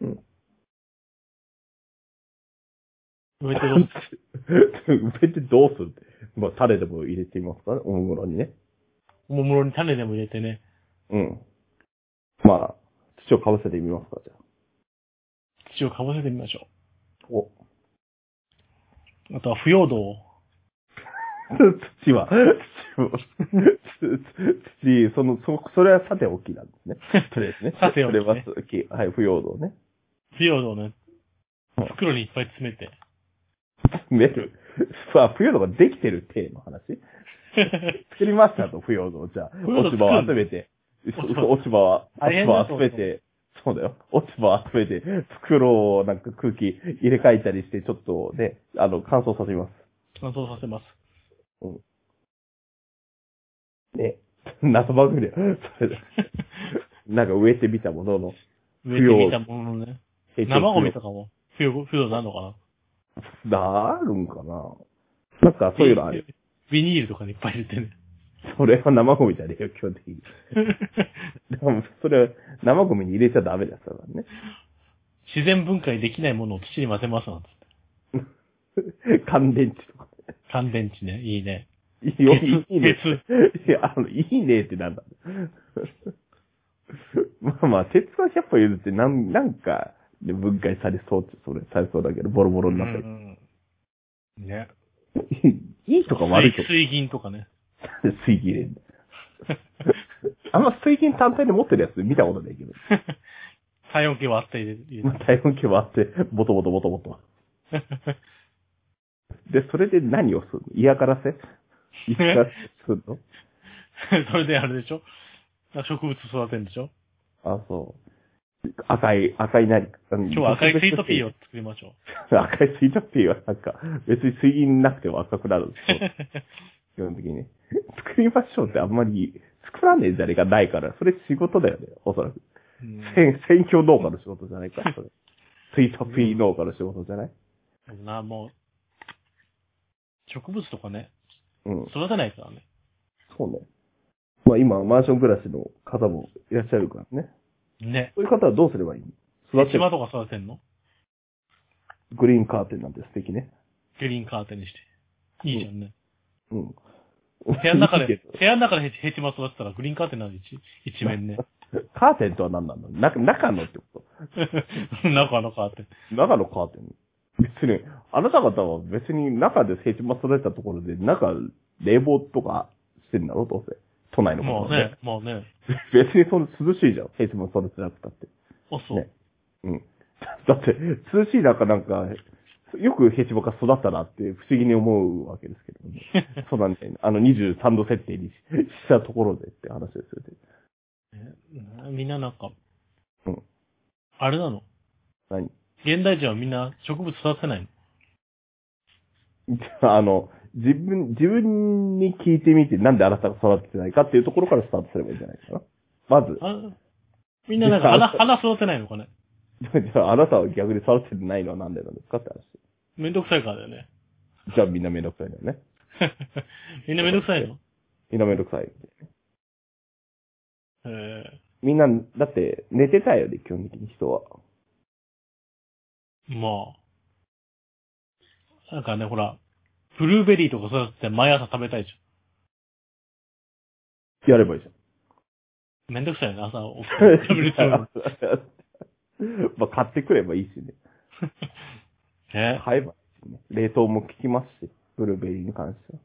Speaker 1: うん
Speaker 2: 植えてる。
Speaker 1: 植えてどうするって。まあ、種でも入れていますかね、おもむろにね。
Speaker 2: おもむろに種でも入れてね。
Speaker 1: うん。まあ、土をかぶせてみますか、じゃあ。
Speaker 2: 土をかぶせてみましょ
Speaker 1: お。
Speaker 2: う。あとは腐葉土を。
Speaker 1: 土は、土を、土、その、そ、それはさておきなんですね。とりあえずね。
Speaker 2: さておきね
Speaker 1: それはさておき。はい、不要道ね。
Speaker 2: 腐葉土をね
Speaker 1: うん、
Speaker 2: 袋にいっぱい詰
Speaker 1: [LAUGHS]
Speaker 2: めて。
Speaker 1: メル。さあ、不要道ができてる体の話作りましたと、不要道。じゃあ、
Speaker 2: 腐葉土
Speaker 1: 落ち葉を集めて、
Speaker 2: 落ち葉
Speaker 1: 落ち葉は、
Speaker 2: 大
Speaker 1: 落ち
Speaker 2: 変
Speaker 1: 葉
Speaker 2: だ
Speaker 1: を
Speaker 2: と
Speaker 1: 集
Speaker 2: 思う
Speaker 1: めて、そうだよ。落ち葉を集めて、袋をなんか空気入れ替えたりして、ちょっとね、あの、乾燥させます。
Speaker 2: 乾燥させます。
Speaker 1: ね。謎番組だよ。それでなんか植えてみたものの、
Speaker 2: 植えてみたもののね。
Speaker 1: 生
Speaker 2: 生ゴミとかも腐葉腐葉土なのかな
Speaker 1: なるんかななんかそういうのある。
Speaker 2: ビニールとかにいっぱい入れてね。 [LAUGHS]
Speaker 1: それは生ゴミじゃねえよ、基本的に。 [LAUGHS] でも、それは生ゴミに入れちゃダメだったからね。 [LAUGHS]
Speaker 2: 自然分解できないものを土に混ぜますなんつって。
Speaker 1: 乾電池とか。
Speaker 2: 乾電池ね、いいね。
Speaker 1: いいよ、いいね
Speaker 2: 鉄。
Speaker 1: いや、あの、いいねってなんだ。 [LAUGHS] まあまあ、鉄は100歩譲って、なん、なんか、で分解されそうって、それ、されそうだけど、ボロボロになったり。
Speaker 2: うんね。
Speaker 1: いいとか悪いと
Speaker 2: 水
Speaker 1: か、
Speaker 2: 水銀とかね。 [LAUGHS]
Speaker 1: 水銀入れんだ。あんま水銀単体で持ってるやつ見たことないけど。
Speaker 2: 体温計割って入れ
Speaker 1: [LAUGHS]
Speaker 2: る
Speaker 1: まあ、体温計割って、ボトボトボトボト。で、それで何をするの嫌が
Speaker 2: [LAUGHS]
Speaker 1: らせ嫌がらせするの
Speaker 2: [LAUGHS] それであれでしょ植物育てるんでしょ
Speaker 1: あ、そう。赤い、赤い何か。今
Speaker 2: 今日は赤いスイートピーを作りましょ
Speaker 1: [LAUGHS]
Speaker 2: う。
Speaker 1: 赤いスイートピーはなんか、別に水銀なくても赤くなるんですよ。 [LAUGHS] 基本的に [LAUGHS] ね。作りましょうってあんまり、作らねえじゃねえかないから、それ仕事だよね、おそらく。
Speaker 2: うん
Speaker 1: 選、選挙農家の仕事じゃないから、それ。 [LAUGHS] スイートピー農家の仕事じゃない
Speaker 2: でもな、もう、植物とかね、
Speaker 1: うん。
Speaker 2: 育てないからね。
Speaker 1: そうね。まあ今、マンション暮らしの方もいらっしゃるからね。
Speaker 2: ね。
Speaker 1: そういう方はどうすればいいの育て
Speaker 2: 島とか育てんの
Speaker 1: グリーンカーテンなんて素敵ね。
Speaker 2: グリーンカーテンにして。いいじゃんね。
Speaker 1: うん。
Speaker 2: 部屋の中
Speaker 1: いい
Speaker 2: で
Speaker 1: け、
Speaker 2: 部屋の中でヘチマ育てたらグリーンカーテンなんで一一面ね。 [LAUGHS]
Speaker 1: ど [LAUGHS] カーテンとは何なんだろう中、中のってこと
Speaker 2: 中のカーテン。
Speaker 1: 中のカーテン。別に、あなた方は別に中でヘチマ育てたところで、中、冷房とかしてんだろどうせ。都内の
Speaker 2: ま
Speaker 1: こ
Speaker 2: あ
Speaker 1: と、
Speaker 2: ね、まあね。
Speaker 1: [LAUGHS] 別にそんな涼しいじゃん。ヘチマ育てなくたって。
Speaker 2: あ、そう。
Speaker 1: ねうん。 [LAUGHS] だって、涼しい中なんか、よくヘチマが育ったなって不思議に思うわけですけど
Speaker 2: [LAUGHS]
Speaker 1: ね。そうなんだよね。あの23度設定にししたところでって話ですよね。
Speaker 2: ねみんななんか、
Speaker 1: うん
Speaker 2: あれなの
Speaker 1: 何
Speaker 2: 現代人はみんな植物育てないの
Speaker 1: じ [LAUGHS] ゃあ、あの、自分、自分に聞いてみて、なんであなたが育ててないかっていうところからスタートすればいいんじゃないかな。まず、 [LAUGHS]
Speaker 2: あみんななんか花、花育てないのかね
Speaker 1: じゃあ、あなたは逆に育ててないのはなんでなんですかって話。
Speaker 2: めんどくさいからだよね。
Speaker 1: じゃあ、みんなめんどくさいんだよね。
Speaker 2: [LAUGHS] みんなめんどくさいの
Speaker 1: みんなめんどくさい。
Speaker 2: え
Speaker 1: みんな、だって、寝てたいよね、基本的に人は。
Speaker 2: えまあ。なんかね、ほら、ブルーベリーとか育てて毎朝食べたいじ
Speaker 1: やればいいじゃん。
Speaker 2: ゃん。めんどくさいよね、朝起きて食べる人も
Speaker 1: [LAUGHS] まあ、買ってくればいいしね。
Speaker 2: ね。
Speaker 1: 買えばいい [LAUGHS] しね。冷凍も効きますし、ブルーベリーに関しては。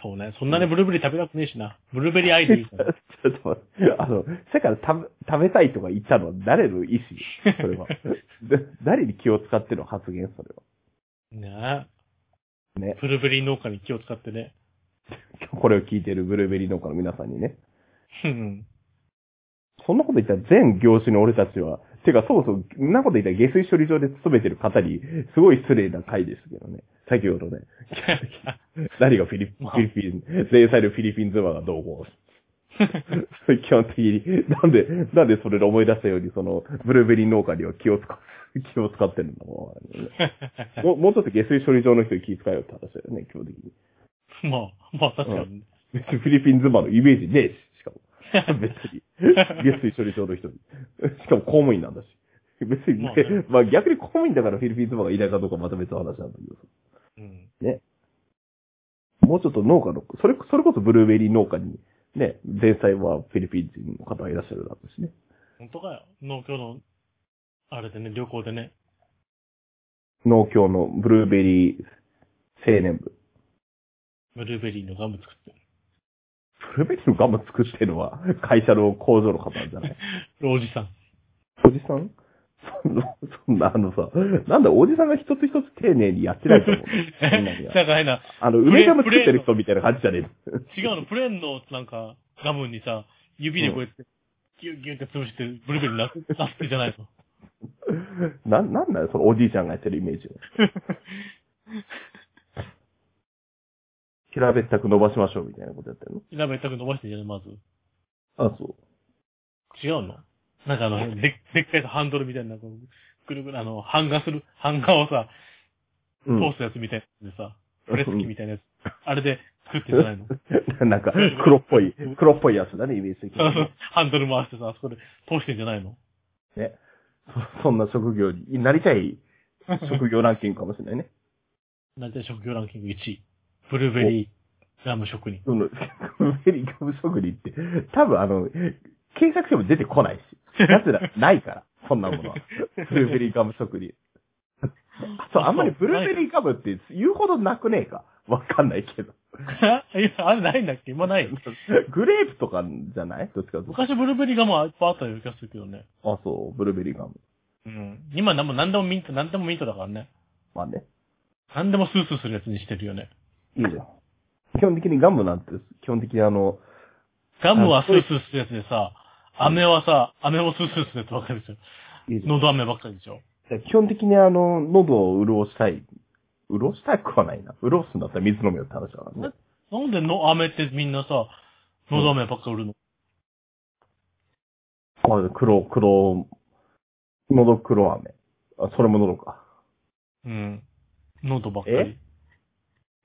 Speaker 2: そうね。そんなにブルーベリー食べたくねえしな。ブルーベリーアイディーから。
Speaker 1: [LAUGHS] ちょっと待って、あの、世界で食べ、食べたいとか言ったのは誰の意思それは。で誰に気を使っての発言それは。
Speaker 2: [LAUGHS]
Speaker 1: [LAUGHS]
Speaker 2: ね
Speaker 1: ね。
Speaker 2: ブルーベリー農家に気を使ってね。
Speaker 1: これを聞いてるブルーベリー農家の皆さんにね。 [LAUGHS]
Speaker 2: うん
Speaker 1: そんなこと言ったら全業種の俺たちは、てかそもそも、そんなこと言ったら下水処理場で勤めてる方に、すごい失礼な回ですけどね。先ほどね。何がフィリフ
Speaker 2: まあ
Speaker 1: ィリピン、前菜のフィリピン妻がどうこう。 [LAUGHS] 基本的に、なんで、なんでそれで思い出したように、その、ブルーベリー農家には気を使う、 [LAUGHS] 気を使ってるのももう、もうちょっと下水処理場の人に気遣えよって話だよね、基本的に。
Speaker 2: まあ、まあ確かにね。
Speaker 1: 別 [LAUGHS] にフィリピン妻のイメージねえし、しかも。 [LAUGHS] 別に。下水処理場の人に。 [LAUGHS] しかも公務員なんだし。別にね、まあ逆に公務員だからフィリピン妻がいないかどうかまた別の話なんだけど。
Speaker 2: うん
Speaker 1: もうちょっと農家の、それ、それこそブルーベリー農家に、ね、前菜はフィリピン人の方がいらっしゃるだろうしね。
Speaker 2: 本当かよ。農協の、あれでね、旅行でね。
Speaker 1: 農協のブルーベリー青年部。
Speaker 2: ブルーベリーのガム作ってる。
Speaker 1: ブルーベリーのガム作ってるのは会社の工場の方なんじゃない
Speaker 2: おじさん。
Speaker 1: おじさんそんな、そんなあのさ、なんだ、おじさんが一つ一つ丁寧にやってないと思う。そんなには
Speaker 2: なんか変な、
Speaker 1: あの、梅ガム作ってる人みたいな感じじゃねえ。
Speaker 2: 違うの、プレーンのなんか、ガムにさ、指でこうやって、ギュッギュッって潰して、ブルーベリーになって、なってじゃないの。
Speaker 1: な、なんだよ、そのおじいちゃんがやってるイメージを。
Speaker 2: [LAUGHS]
Speaker 1: 平べったく伸ばしましょうみたいなことやってるの
Speaker 2: 平べったく伸ばしてんじゃないまず。
Speaker 1: あ、そう。
Speaker 2: 違うのなんかあの、ででっかいハンドルみたいな、こうぐるぐる、あの、版画する、版画をさ、
Speaker 1: う
Speaker 2: 通
Speaker 1: ん。
Speaker 2: すやつみたいなやつでさ、プレス機みたいなやつ。あれで、作ってんじゃないの
Speaker 1: [LAUGHS]
Speaker 2: [LAUGHS]
Speaker 1: なんか、黒っぽい、黒っぽいやつだね、イメージ的
Speaker 2: あ
Speaker 1: に
Speaker 2: [LAUGHS] の。ハンドル回してさ、あそこで通してんじゃないの
Speaker 1: ね。そそんな職業になりたい職業ランキングかもしれないね。
Speaker 2: なりたい職業ランキング1位。ブルーベリーガム職人。
Speaker 1: その、 [LAUGHS] ベリガム職人って、多分あの、検索しても出てこないし。やつら、ないから、そんなも [LAUGHS] のは。ブルーベリーガム職人。あそう、あんまりブルーベリーガムって言うほどなくねえか。わかんないけど。
Speaker 2: い [LAUGHS] やあれないんだっけ今ない。
Speaker 1: グレープとかじゃないどっちかというと。
Speaker 2: 昔ブルーベリーガムはいっぱいあったような気がするけどね。
Speaker 1: あ、そう、ブルーベリーガム。
Speaker 2: うん。今なんも何でもミント、何でもミントだからね。
Speaker 1: まあね。
Speaker 2: 何でもスースーするやつにしてるよね。
Speaker 1: いいじゃん。基本的にガムなんて、基本的にあの、
Speaker 2: ガムはスースーするやつでさ、飴はさ、飴もスースーするやつばっかりですよ。
Speaker 1: いいじゃん
Speaker 2: 喉飴ばっかりでしょ。
Speaker 1: 基本的にあの、喉を潤したい。潤したくはないな。潤すんだったら水飲めよって話だからね。
Speaker 2: なんでの飴ってみんなさ、喉飴ばっかり売るの、
Speaker 1: まあ、黒、黒、喉黒飴。あ、それも喉か。
Speaker 2: うん。喉ばっかり。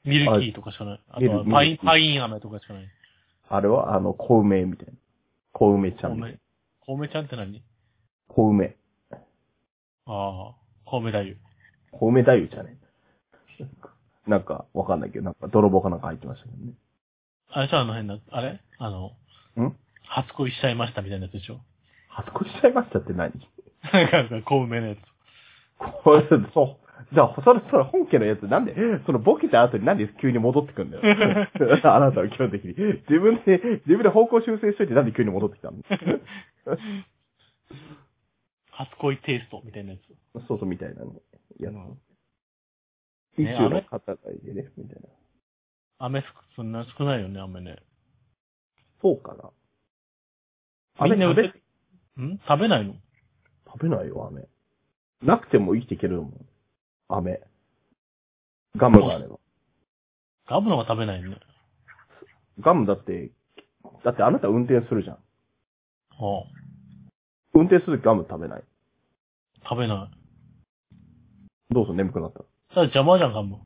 Speaker 2: ミルキーとかしかない。あ
Speaker 1: ミ
Speaker 2: と
Speaker 1: ル
Speaker 2: はパ
Speaker 1: ミ
Speaker 2: イ
Speaker 1: ル
Speaker 2: ン、
Speaker 1: キー
Speaker 2: パイン飴とかしかない。
Speaker 1: あれは、あの、小梅みたいな。小梅ちゃん
Speaker 2: コ
Speaker 1: みたいな。
Speaker 2: メ、コメちゃんって何
Speaker 1: 小梅。
Speaker 2: ああ、コメだよ。
Speaker 1: 小梅太夫じゃねえ。なんか、わかんないけど、なんか、泥棒かなんか入ってましたけどね。
Speaker 2: あれさ、あの変な、あれあの、
Speaker 1: ん
Speaker 2: 初恋しちゃいましたみたいなやつでしょ
Speaker 1: 初恋しちゃいましたって何
Speaker 2: なんか、コメのやつ。
Speaker 1: これ、そう。じゃあ、それ、それ本家のやつ、なんで、そのボケた後になんで急に戻ってくんだよ。 [LAUGHS] あなたは基本的に。自分で、自分で方向修正しといてなんで急に戻ってきたの
Speaker 2: 初恋テイストみたいなやつ。
Speaker 1: そうそう、みたいなね。いや、一
Speaker 2: ね
Speaker 1: 種の戦いでね、みたいな。
Speaker 2: 飴すそんな少ないよね、飴ね。
Speaker 1: そうかな。
Speaker 2: み
Speaker 1: 飴
Speaker 2: んな
Speaker 1: 食
Speaker 2: 売って
Speaker 1: べ、
Speaker 2: ん食べないの
Speaker 1: 食べないよ、飴。なくても生きていけるもん。飴。ガムがあれば。
Speaker 2: ガムの方が食べないよね。
Speaker 1: ガムだって、だってあなた運転するじゃん。
Speaker 2: あ
Speaker 1: 運転する時ガム食べない。
Speaker 2: あ、食べない。
Speaker 1: どうぞ眠くなった。い
Speaker 2: ただ邪魔じゃん、ガム。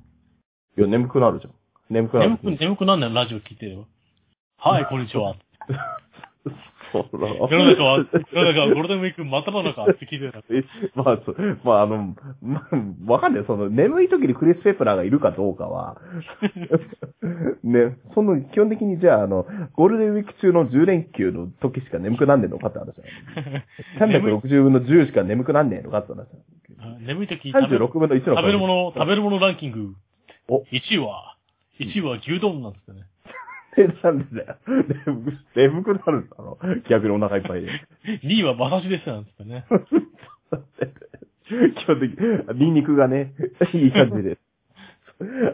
Speaker 1: や、眠くなるじゃん。眠くなる
Speaker 2: 眠。く、眠くなんないのラジオ聞いてれば。はい、こんにち [LAUGHS] は。
Speaker 1: そうだ
Speaker 2: 世の中は、世の中はゴールデンウィーク真っ只中って聞いてた。
Speaker 1: え [LAUGHS] まあ、そうまあ、あの、まあ、わかんない。その、眠い時にクリス・ペプラーがいるかどうかは、 [LAUGHS] ね、その、基本的にじゃあ、あの、ゴールデンウィーク中の10連休の時しか眠くなんねえのかって話だよ。360分の10しか眠くなんねえのかって話だよ。
Speaker 2: 眠い時食べる
Speaker 1: 36分の1の
Speaker 2: 食べるもの、食べるものランキング。
Speaker 1: お
Speaker 2: 1位は、1位は牛丼なんですよね。
Speaker 1: べ [LAUGHS] なんでだよ。眠く眠くなるだろ。逆にお腹いっぱいで。
Speaker 2: 2位は馬刺しですなんですよ [LAUGHS] ね。
Speaker 1: 基本的に、ニンニクがね、 [LAUGHS] いい感じです。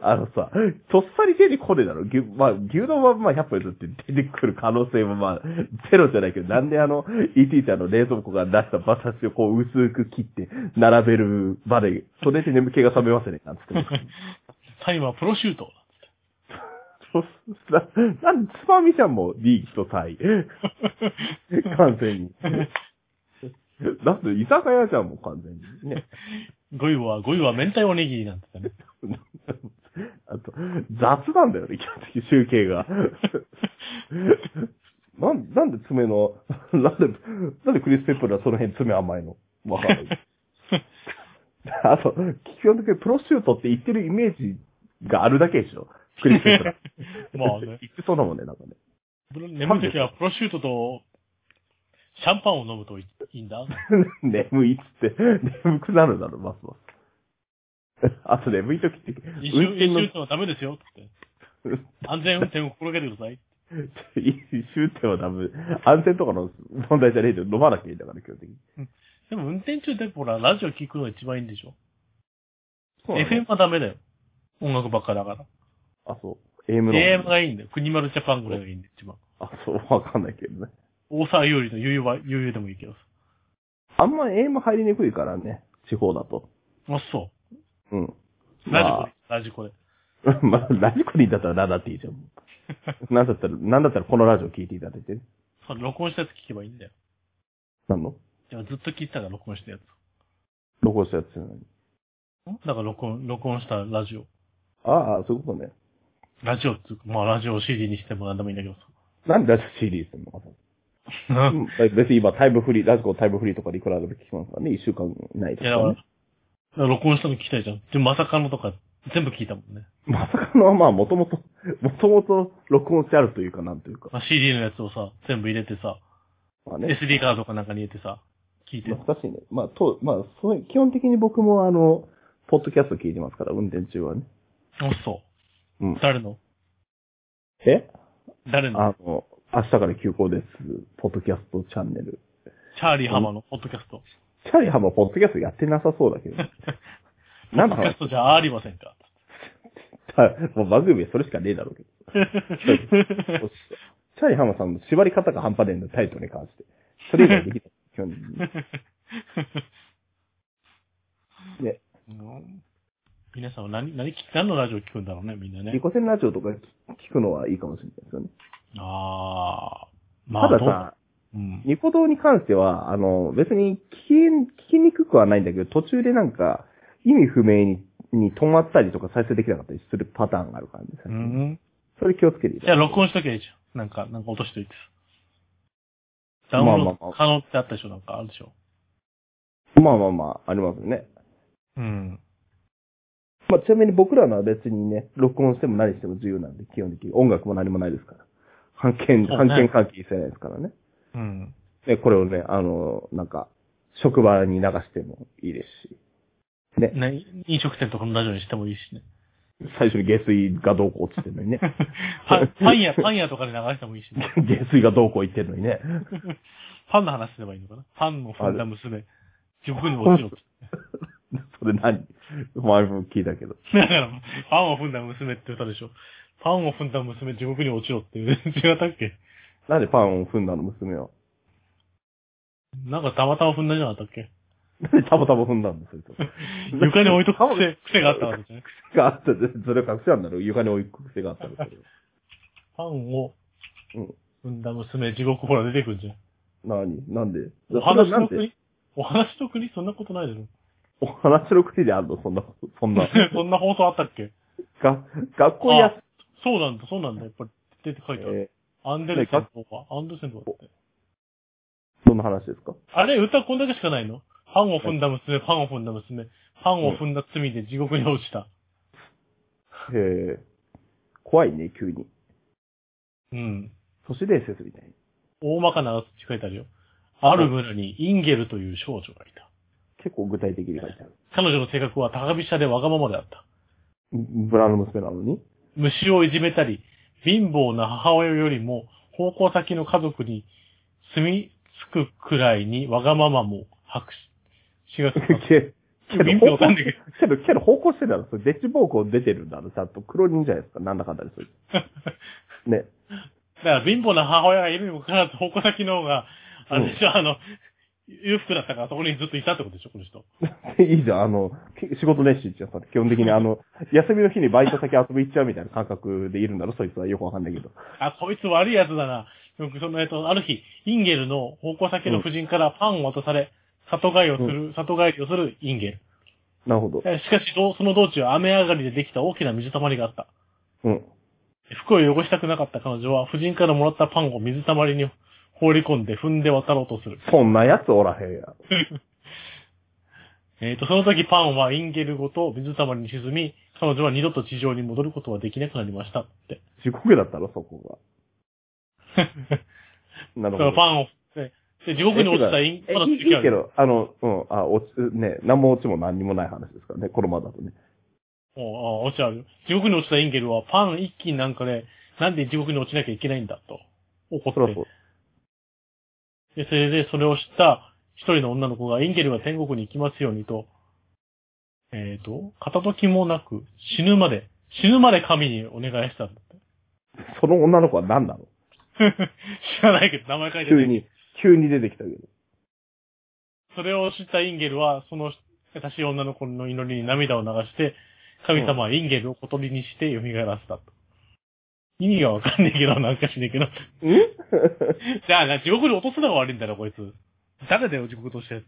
Speaker 1: あのさ、とっさに出てこねえだろ。牛、まあ、牛丼はまあ100歩譲って出てくる可能性もまあ、ゼロじゃないけど、なんであの、ET ちゃんの冷蔵庫が出した馬刺しをこう薄く切って並べるまで、それで眠気が覚めますね、なんつって。 [LAUGHS]
Speaker 2: 3位はプロシュート。
Speaker 1: そな、なん、つまみちゃんも D 一体。完全に。だって、居酒屋じゃんもう完全に。ね。
Speaker 2: 5位は、5位は明太おにぎりなんですよね。
Speaker 1: あと、雑なんだよね、基本的に集計
Speaker 2: [LAUGHS]
Speaker 1: が。なん、なんで爪の、なんで、なんでクリス・ペップルはその辺爪甘いのわかん
Speaker 2: [LAUGHS]
Speaker 1: ない。あと、基本的にプロシュートって言ってるイメージがあるだけでしょ。クリス・ペップルは。
Speaker 2: [LAUGHS]
Speaker 1: [LAUGHS]
Speaker 2: まあね。
Speaker 1: 言ってそうだもんね、なんかね。 [LAUGHS]
Speaker 2: 眠い時はプロシュートと、シャンパンを飲むといいんだ。
Speaker 1: 眠いっつって、眠くなるだろ、ますます。 [LAUGHS] あと眠い時って、
Speaker 2: 一
Speaker 1: 運転
Speaker 2: 周、一
Speaker 1: の
Speaker 2: 周ってはダメですよ。って。安全運転を心がけてくだ
Speaker 1: [LAUGHS]
Speaker 2: さい。
Speaker 1: [LAUGHS] 一周ってはダメ。安全とかの問題じゃねえじゃん。飲まなきゃいいんだから、基本的に。
Speaker 2: でも運転中でほら、ラジオ聞くのが一番いいんでしょ
Speaker 1: そうなの
Speaker 2: ?FM はダメだよ。音楽ばっかだから。
Speaker 1: あ、そう。AM の。
Speaker 2: AM がいいんだよ。国丸ジャパンぐらいがいいんだよ、一番。
Speaker 1: あ、そう、わかんないけどね。
Speaker 2: 大沢優里の悠々は、悠々でもいいけどさ。
Speaker 1: あんま AM 入りにくいからね。地方だと。
Speaker 2: あ、そ
Speaker 1: うん。 [LAUGHS]
Speaker 2: う。ラジコで、ラジコで。
Speaker 1: まあ、まあ、ラジコにだったらラだっていいじゃん。
Speaker 2: [LAUGHS]
Speaker 1: なんだったら、なんだったらこのラジオ聞いていただいてね。
Speaker 2: それ録音したやつ聞けばいいんだよ。
Speaker 1: なんの
Speaker 2: でもずっと聞いてたから、録音したやつ。
Speaker 1: 録音したやつじゃない
Speaker 2: だから録音、録音したラジオ。
Speaker 1: ああ、そういうことね。
Speaker 2: ラジオっていうか、まあラジオを CD にしても何でもいいんだけどさ。
Speaker 1: なんでラジオ CD するのかなうん別に今タイムフリー、ラジコタイムフリーとかでいくらでも聞きますからね、一週間以内とか、
Speaker 2: [LAUGHS] いや、だから、だ
Speaker 1: ね
Speaker 2: か。ら録音したの聞きたいじゃん。で、まさかのとか、全部聞いたもんね。
Speaker 1: まさかのはまあ、もともと、もともと録音してあるというか、なんというか。
Speaker 2: まあ、CD のやつをさ、全部入れてさ、
Speaker 1: まあね。
Speaker 2: SD カードかなんかに入れてさ、聞いて。
Speaker 1: 難しいね。まあ、と、まあ、そういう、基本的に僕もあの、ポッドキャスト聞いてますから、運転中はね。
Speaker 2: あ、そ
Speaker 1: うん
Speaker 2: う。。誰の
Speaker 1: え
Speaker 2: 誰の
Speaker 1: あの、明日から休校です。ポッドキャストチャンネル。
Speaker 2: チャーリー・ハマのポッドキャスト。
Speaker 1: チャリハもポッドキャストやってなさそう
Speaker 2: [LAUGHS]
Speaker 1: だけど。
Speaker 2: ポ
Speaker 1: な
Speaker 2: ッ
Speaker 1: ん
Speaker 2: ド
Speaker 1: か
Speaker 2: キ、ャストじゃありません
Speaker 1: [LAUGHS]
Speaker 2: か。
Speaker 1: もう番組はそれしかねえだろうけど。
Speaker 2: [LAUGHS]
Speaker 1: チャリハマさんの縛り方が半端ねえんだよ、タイトルに関して。それ以外できない。基本的にね、
Speaker 2: うん皆さんは何、何聞、何のラジオ聞くんだろうね、みんな
Speaker 1: リ
Speaker 2: ね。
Speaker 1: コセンラジオとか聞くのはいいかもしれないですよね。
Speaker 2: ああ。ま
Speaker 1: ただ
Speaker 2: あ、どう
Speaker 1: さ、
Speaker 2: うん。
Speaker 1: ニコ動に関しては、あの、別に聞き、聞きにくくはないんだけど、途中でなんか、意味不明に、に止まったりとか再生できなかったりするパターンがあるからね。最近
Speaker 2: うん。
Speaker 1: それ気をつけていた
Speaker 2: じゃあ、
Speaker 1: だ
Speaker 2: 録音しときゃいいじゃん。なんか、なんか落としといてさ。ダ
Speaker 1: まあ
Speaker 2: ウン
Speaker 1: まあまあ
Speaker 2: ロード可能ってあったでしょ、なんかあるでしょ。
Speaker 1: きまあまあまあ、ありますね。
Speaker 2: うん。
Speaker 1: まあ、ちなみに僕らのは別にね、録音しても何しても自由なんで、基本的に。音楽も何もないですから。判権、
Speaker 2: そう
Speaker 1: 判
Speaker 2: ね
Speaker 1: 権関係一切ないですからね。
Speaker 2: うん。
Speaker 1: で、これをね、あの、なんか、職場に流してもいいですし。
Speaker 2: ね、飲食店とかのラジオにしてもいいしね。
Speaker 1: 最初に下水がどうこうって言ってんのに
Speaker 2: [LAUGHS]
Speaker 1: ね。
Speaker 2: パンパン屋、パン屋とかで流してもいいしね。
Speaker 1: 下水がどうこう言ってんのにね。
Speaker 2: パンの話すればいいのかなパンの踏んだ娘。地獄に落ちろ。
Speaker 1: それ何前も聞いたけど。
Speaker 2: だから、パンを踏んだ娘って歌でしょ。パンを踏んだ娘、地獄に落ちろっていう。違ったっけ
Speaker 1: なんでパンを [LAUGHS] 踏んだの娘は。
Speaker 2: なんかたまたま踏んだんじゃなかったっけ
Speaker 1: なんでタバタバ踏んだんですよ。
Speaker 2: [LAUGHS] 床に置いとく
Speaker 1: タバ
Speaker 2: 癖、癖があったわけじゃない
Speaker 1: があったで、それ隠しあんだろ床に置く癖があったんだけ
Speaker 2: [LAUGHS]
Speaker 1: ど。
Speaker 2: パンを
Speaker 1: うん。
Speaker 2: 踏んだ娘、地獄ほら出てくるじゃん。
Speaker 1: 何なんで
Speaker 2: お話
Speaker 1: なん
Speaker 2: の
Speaker 1: で
Speaker 2: 国お話の国そんなことないだろ。
Speaker 1: お話の国であるのそんな、そ
Speaker 2: [LAUGHS]
Speaker 1: んな。
Speaker 2: そんな放送あったっけ
Speaker 1: が、学校やす、
Speaker 2: そうなんだ、そうなんだ。やっぱり出て書いてある。
Speaker 1: え
Speaker 2: アンデルセンとか、アンデルセンとかって。
Speaker 1: ーどんな話ですか
Speaker 2: あれ、歌こんだけしかないのパンを踏んだ娘、パンを踏んだ娘、パンを踏んだ罪で地獄に落ちた。
Speaker 1: えー、怖いね、急に。
Speaker 2: うん。
Speaker 1: 都市伝説みたいに。
Speaker 2: 大まかなって書いてあるよ。ある村にインゲルという少女がいた。
Speaker 1: 結構具体的に書いてある。
Speaker 2: 彼女の性格は高飛車でわがままであった。
Speaker 1: ブラの娘なのに
Speaker 2: 虫をいじめたり、貧乏な母親よりも、奉公先の家族に住み着くくらいにわがままも白しがつ
Speaker 1: [LAUGHS] けけ
Speaker 2: 意
Speaker 1: ど、
Speaker 2: 味わ
Speaker 1: 方
Speaker 2: かん
Speaker 1: 向
Speaker 2: ないけど、
Speaker 1: [LAUGHS] けど、けど方向してたら、それ、デッチ暴行出てるんだろ、ちゃんと。黒人じゃないですか、なんだかんだ
Speaker 2: [LAUGHS]
Speaker 1: でそれ。ね。 [LAUGHS]
Speaker 2: だから貧乏な母親がいるにもかかわらず、奉公先の方が、あれでしょ、あの、裕福だったからそこにずっといたってことでしょ、この人。
Speaker 1: いいじゃん、あの、き仕事熱心ってやつだって基本的にあの、休みの日にバイト先遊び行っちゃうみたいな感覚でいるんだろ、そいつはよくわかんないけど。
Speaker 2: あ、こいつ悪いやつだな。よくその、えっと、ある日、インゲルの奉公先の夫人からパンを渡され、里帰りをする、里帰りをするインゲル。
Speaker 1: なるほど。
Speaker 2: えしかし、どうその道中、雨上がりでできた大きな水たまりがあった。
Speaker 1: うん。
Speaker 2: 服を汚したくなかった彼女は、夫人からもらったパンを水たまりに放り込んで踏んで渡ろうとする。
Speaker 1: そんなやつおらへんや。
Speaker 2: えっ、と、その時パンはインゲルごと水たまりに沈み、彼女は二度と地上に戻ることはできなくなりましたって。
Speaker 1: 地獄だったろ、そこが。なる
Speaker 2: だか
Speaker 1: ほ
Speaker 2: ら
Speaker 1: ど。
Speaker 2: パンを、で、で地獄に落ちたイン
Speaker 1: え、
Speaker 2: ゲル。
Speaker 1: いいいいけど、あの、うん、あ、落ち、ね、何も落ちも何にもない話ですからね、このままだとね。
Speaker 2: おうあ落ちあるよ。地獄に落ちたインゲルはパン一斤なんかで、なんで地獄に落ちなきゃいけないんだと。怒
Speaker 1: そ
Speaker 2: っ
Speaker 1: らそう
Speaker 2: て。。で、それでそれを知った一人の女の子が、インゲルは天国に行きますようにと、えっ、と、片時もなく死ぬまで、死ぬまで神にお願いしたんだ [LAUGHS] って。
Speaker 1: その女の子は何なの
Speaker 2: 知らないけど、名前書いてな
Speaker 1: 急
Speaker 2: い。
Speaker 1: に、急に出てきたけど。
Speaker 2: それを知ったインゲルは、その優しい女の子の祈りに涙を流して、神様はインゲルを小鳥にして蘇らせたと。意味がわかんねえけど、なんかしねえけど。 [LAUGHS]
Speaker 1: ん
Speaker 2: じゃあな、地獄に落とすのが悪いんだろ、こいつ。誰だよ、地獄落としたやつ。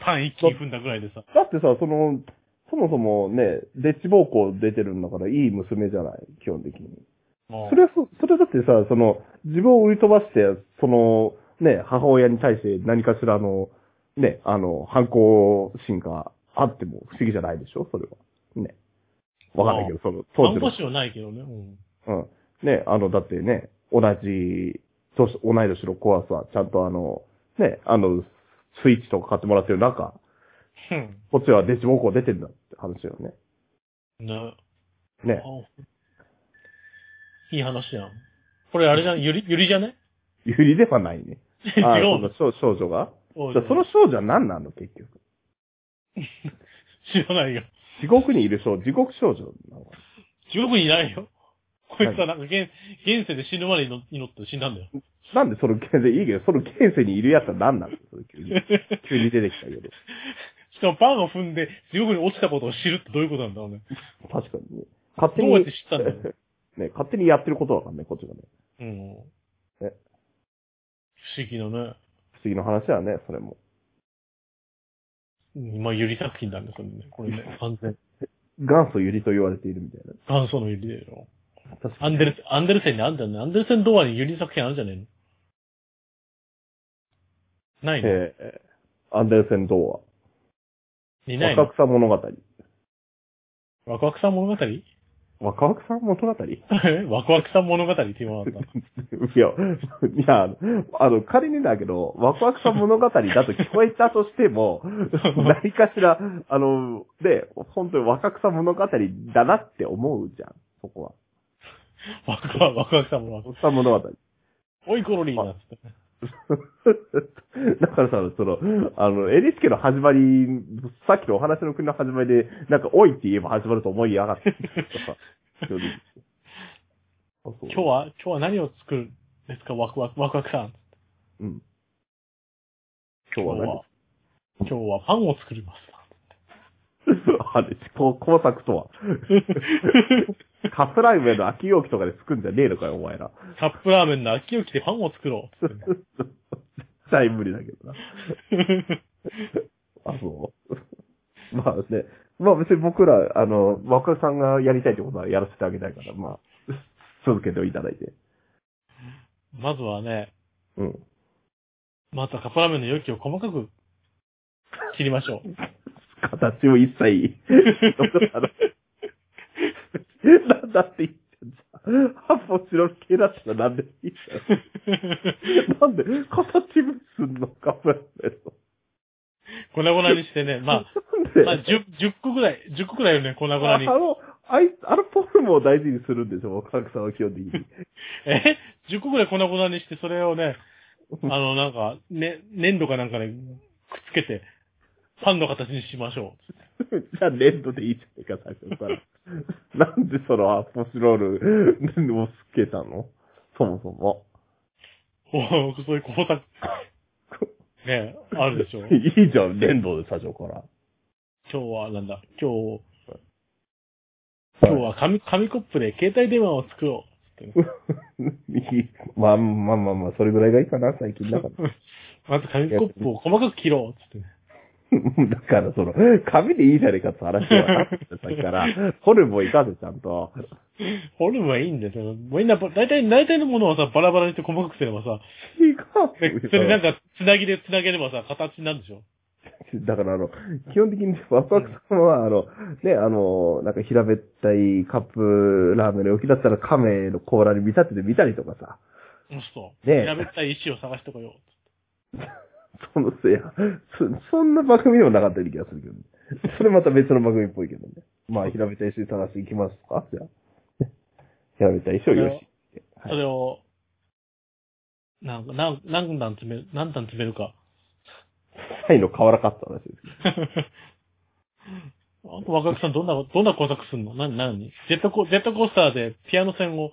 Speaker 2: パン一気に踏んだぐらいでさ。
Speaker 1: だってさ、その、そもそもね、でっち暴行出てるんだからいい娘じゃない、基本的に。
Speaker 2: もう
Speaker 1: それはそ、それだってさ、その、自分を売り飛ばして、その、ね、母親に対して何かしらの、ね、あの、反抗心があっても不思議じゃないでしょそれは。ね。わかんないけど、その、当時
Speaker 2: 看
Speaker 1: の
Speaker 2: 護。師はないけどね。うん。
Speaker 1: うん。ね、あの、だってね、同じ、年同い年の子はさ、ちゃんとあの、ね、あの、スイッチとか買ってもらってる中、
Speaker 2: うん
Speaker 1: こっちはデジモン校出てんだって話だよね。
Speaker 2: ね。
Speaker 1: ね。
Speaker 2: いい話やん。これあれじゃん、ゆり、ゆりじゃね
Speaker 1: ゆりではない
Speaker 2: [LAUGHS]
Speaker 1: ね。
Speaker 2: 違
Speaker 1: あそうの少少女が
Speaker 2: そう
Speaker 1: じ
Speaker 2: だ
Speaker 1: ゃあ
Speaker 2: よ
Speaker 1: その少女は何なの結局。
Speaker 2: 知らないよ。
Speaker 1: 地獄にいる少女、地獄少女なのか
Speaker 2: 地獄にいないよ。こいつはなんか現、現世で死ぬまで祈祈って死んだんだよ。 [LAUGHS]
Speaker 1: ななんでその現世、いいけど、その現世にいるやつは何なのそれ急に。急に出てきたけど。
Speaker 2: しかもパンを踏んで地獄に落ちたことを知るってどういうことなんだろうね。
Speaker 1: 確かにね。勝手
Speaker 2: ど
Speaker 1: に。
Speaker 2: うやって知ったんだろうね。
Speaker 1: [LAUGHS] ね、勝手にやってることわかんない、こっちがね。
Speaker 2: うん。
Speaker 1: え
Speaker 2: 不思議なね。
Speaker 1: 不思議な話だね、それも。
Speaker 2: 今、ゆり作品なんですよね。これ
Speaker 1: [LAUGHS]
Speaker 2: ね、完全。
Speaker 1: 元祖ゆりと言われているみたいな。
Speaker 2: 元祖のゆりだよ。
Speaker 1: 確か
Speaker 2: ア
Speaker 1: に。
Speaker 2: ンデルセン、アンデルセンにあんじゃんね。アンデルセン童話にゆり作品あるんじゃねえのないの
Speaker 1: えー、アンデルセン童
Speaker 2: いな
Speaker 1: 話。
Speaker 2: いの
Speaker 1: 若草物語。
Speaker 2: ワクワクさん物語 [LAUGHS] え
Speaker 1: 若草物語い
Speaker 2: ワクワクさん物語って言
Speaker 1: [LAUGHS]
Speaker 2: わなかった。
Speaker 1: や、いや、あのあの、仮にだけど、ワクワクさん物語だと聞こえたとして
Speaker 2: [LAUGHS]
Speaker 1: も、何かしら、あの、で、本当に若草物語だなって思うじゃん、そこは。
Speaker 2: ワクワク、ワクワクさん物語。
Speaker 1: 若草物語。
Speaker 2: おい、コロリーなっつって。
Speaker 1: だからさ、その、あの、NHK の始まり、さっきのお話の国の始まりで、なんか、おいって言えば始まると思いやが
Speaker 2: [LAUGHS]
Speaker 1: って。あそう
Speaker 2: 今日は、今日は何を作るんですかワクワク、ワクワクさん。
Speaker 1: うん。今日は何
Speaker 2: 今日はパンを作ります。
Speaker 1: あれ、こう工作とは。カスライメの空き容器とかで作んじゃねえのかよ、お前ら。
Speaker 2: カップラーメンの秋きでパンを作ろ
Speaker 1: [LAUGHS]
Speaker 2: うっつって。
Speaker 1: 絶対無理だけどな。あ、そう。まあね。まあ別に僕ら、あの、若さんがやりたいってことはやらせてあげたいから、まあ、続けていただいて。
Speaker 2: まずはね、
Speaker 1: うん。
Speaker 2: まずはカップラーメンの容器を細かく切りましょう。
Speaker 1: 形を一切、 [LAUGHS] あのなんだって言ってんじゃん。発泡スチロール系だったらなんでもいいじ [LAUGHS] ゃん。なんで、形にすんのか、プラネット。
Speaker 2: 粉々にしてね、ま
Speaker 1: なん
Speaker 2: あ、
Speaker 1: で、
Speaker 2: まあ、10、10個ぐらい、10個ぐらいよね、粉々
Speaker 1: あ
Speaker 2: に。
Speaker 1: の、あいあのフォルムを大事にするんでしょ、若さんは基本的に。
Speaker 2: え ?10 個ぐらい粉々にして、それをね、あの、なんか、ね、粘土かなんかね、くっつけて、パンの形にしましょ
Speaker 1: [LAUGHS]
Speaker 2: う。
Speaker 1: じゃあ、粘土でいいじゃないか、最初から。 [LAUGHS] なんでその発泡スチロールをつけたのそもそも。
Speaker 2: こうそういう工作、ね、あるでしょ。
Speaker 1: いいじゃん、粘土で最初から。
Speaker 2: 今日は、なんだ、今日、今日は紙、紙コップで携帯電話を作ろう。つってね
Speaker 1: まあまあまあまあ、それぐらいがいいかな、最近だから。
Speaker 2: [LAUGHS] まず紙コップを細かく切ろう。つってね。
Speaker 1: [LAUGHS] だから、その、紙でいいじゃねえかって話はなってた [LAUGHS] から、ホルモンいかせちゃんと。
Speaker 2: フォルムはいいんだよ。みんな、大体、大体のものはさ、バラバラにして細かくすればさ、
Speaker 1: 違う
Speaker 2: でそれなんか、つなぎでつなげればさ、形になるでしょ。
Speaker 1: [LAUGHS] だから、あの、基本的に [LAUGHS] ワクワクさんは、あの、ね、あの、なんか平べったいカップラーメンの容器だったら亀の甲羅に見立ててみたりとかさ、
Speaker 2: うんそう。
Speaker 1: ねえ
Speaker 2: 平べったい石を探してこよ
Speaker 1: そのせいや、そ、そんな番組でもなかったような気がするけどね。 [LAUGHS] それまた別の番組っぽいけどね。まあ、平べったい石探していきますかじゃあ。 [LAUGHS] 平べったい石をよし。
Speaker 2: う。
Speaker 1: はい
Speaker 2: それを、なんか、なん何段詰める、何段詰めるか。 [LAUGHS]
Speaker 1: サイの変わらかった話ですけ
Speaker 2: あと、若くさん、どんな、どんな工作すんの何、何ジェットコ、ジェットコースターでピアノ線を、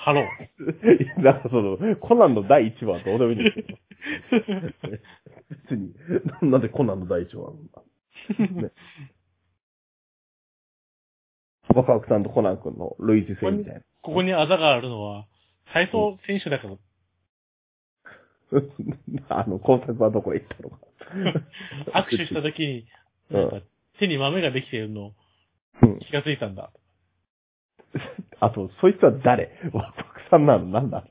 Speaker 2: 張ろう。
Speaker 1: ど。いや [LAUGHS] なんかその、コナンの第1話はどうでもいいんですけど。別に、ななんでコナンの第一話なんだ。ねワクワクさんとコナン君の類似性みたいな。
Speaker 2: ここにあざがあるのは、体操選手だから、
Speaker 1: あの、工作はどこへ行ったのか。
Speaker 2: 握手した時に、
Speaker 1: うん
Speaker 2: なんか、手に豆ができているのを
Speaker 1: うん。
Speaker 2: 気がついたんだ。 [LAUGHS]
Speaker 1: あと、そいつは誰ワクワクさんなの何なの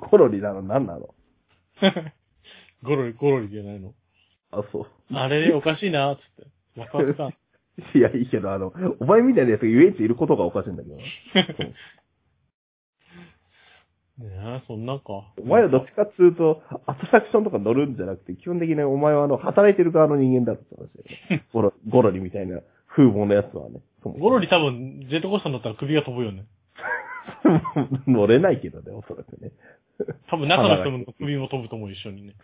Speaker 1: コロリなの何なの
Speaker 2: ゴロリ、ゴロリじゃないの。
Speaker 1: あ、そ
Speaker 2: あれ、おかしいな、つって。ワクワクさん。
Speaker 1: う。いや、いいけど、あの、お前みたいなやつが遊園地いることがおかしいんだけどな。
Speaker 2: ねえ、そんなんか。
Speaker 1: お前はどっちかっつうと、アトラクションとか乗るんじゃなくて、基本的にお前はあの、働いてる側の人間だって話だよ
Speaker 2: [LAUGHS]
Speaker 1: ね。ゴロゴロリみたいな風貌のやつはね。
Speaker 2: ゴロリ多分、ジェットコースター乗ったら首が飛ぶよね。
Speaker 1: 乗れないけどね、おそらくね。 [LAUGHS]
Speaker 2: 多分中の人の首も飛ぶと思う、一緒にね。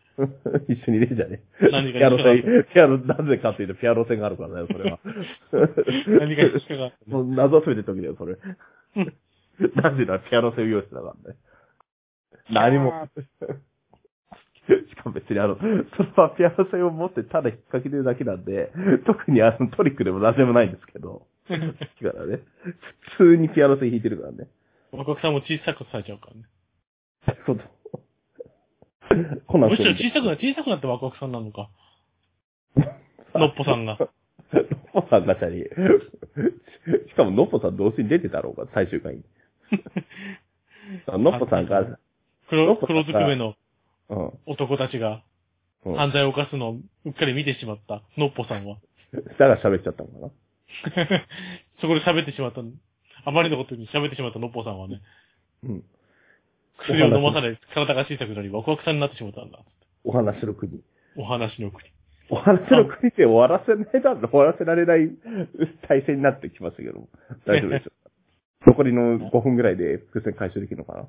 Speaker 1: 一緒にねじゃね。
Speaker 2: 何か
Speaker 1: ピアノ
Speaker 2: 一緒に
Speaker 1: 線、ピアノ、なぜかっていうとピアノ線があるからね、それは。
Speaker 2: 何か一緒が。
Speaker 1: もう謎すめて解けだよ、それ。なぜならピアノ専用室だからね。何も。しかも別にあの、それはピアノ線を持ってただ引っ掛けてるだけなんで、特にあのトリックでも何でもないんですけど。だからね、普通にピアノ線弾いてるからね。
Speaker 2: ワクワクさんも小さくされちゃうからね。
Speaker 1: そうこんなん
Speaker 2: むしろ
Speaker 1: んで
Speaker 2: 小さくな、小さくなってワクワクさんなのか。のっぽさんが。
Speaker 1: ノッポさんがチャリ。しかもノッポさんどうせに出てたろうが、最終回
Speaker 2: [LAUGHS]
Speaker 1: に。ノッポさんが、
Speaker 2: 黒、
Speaker 1: のっぽさん
Speaker 2: 黒
Speaker 1: が
Speaker 2: ずくめの
Speaker 1: うん。
Speaker 2: 男たちが
Speaker 1: うん
Speaker 2: 犯罪を犯すのをうっかり見てしまった、のっぽさんは。 [LAUGHS]
Speaker 1: だから喋っちゃったのかな。
Speaker 2: そこで喋ってしまった、あまりのことに喋ってしまったのっぽさんはね、
Speaker 1: うん。
Speaker 2: 薬を飲まされ、体が小さくなり、ワクワクさんになってしまったんだ。
Speaker 1: お話の国。
Speaker 2: お話の国。
Speaker 1: お話の国で終わらせないだろ、終わらせられない体制になってきましたけども。大丈夫ですよ。残りの5分ぐらいで伏線回収できるのかな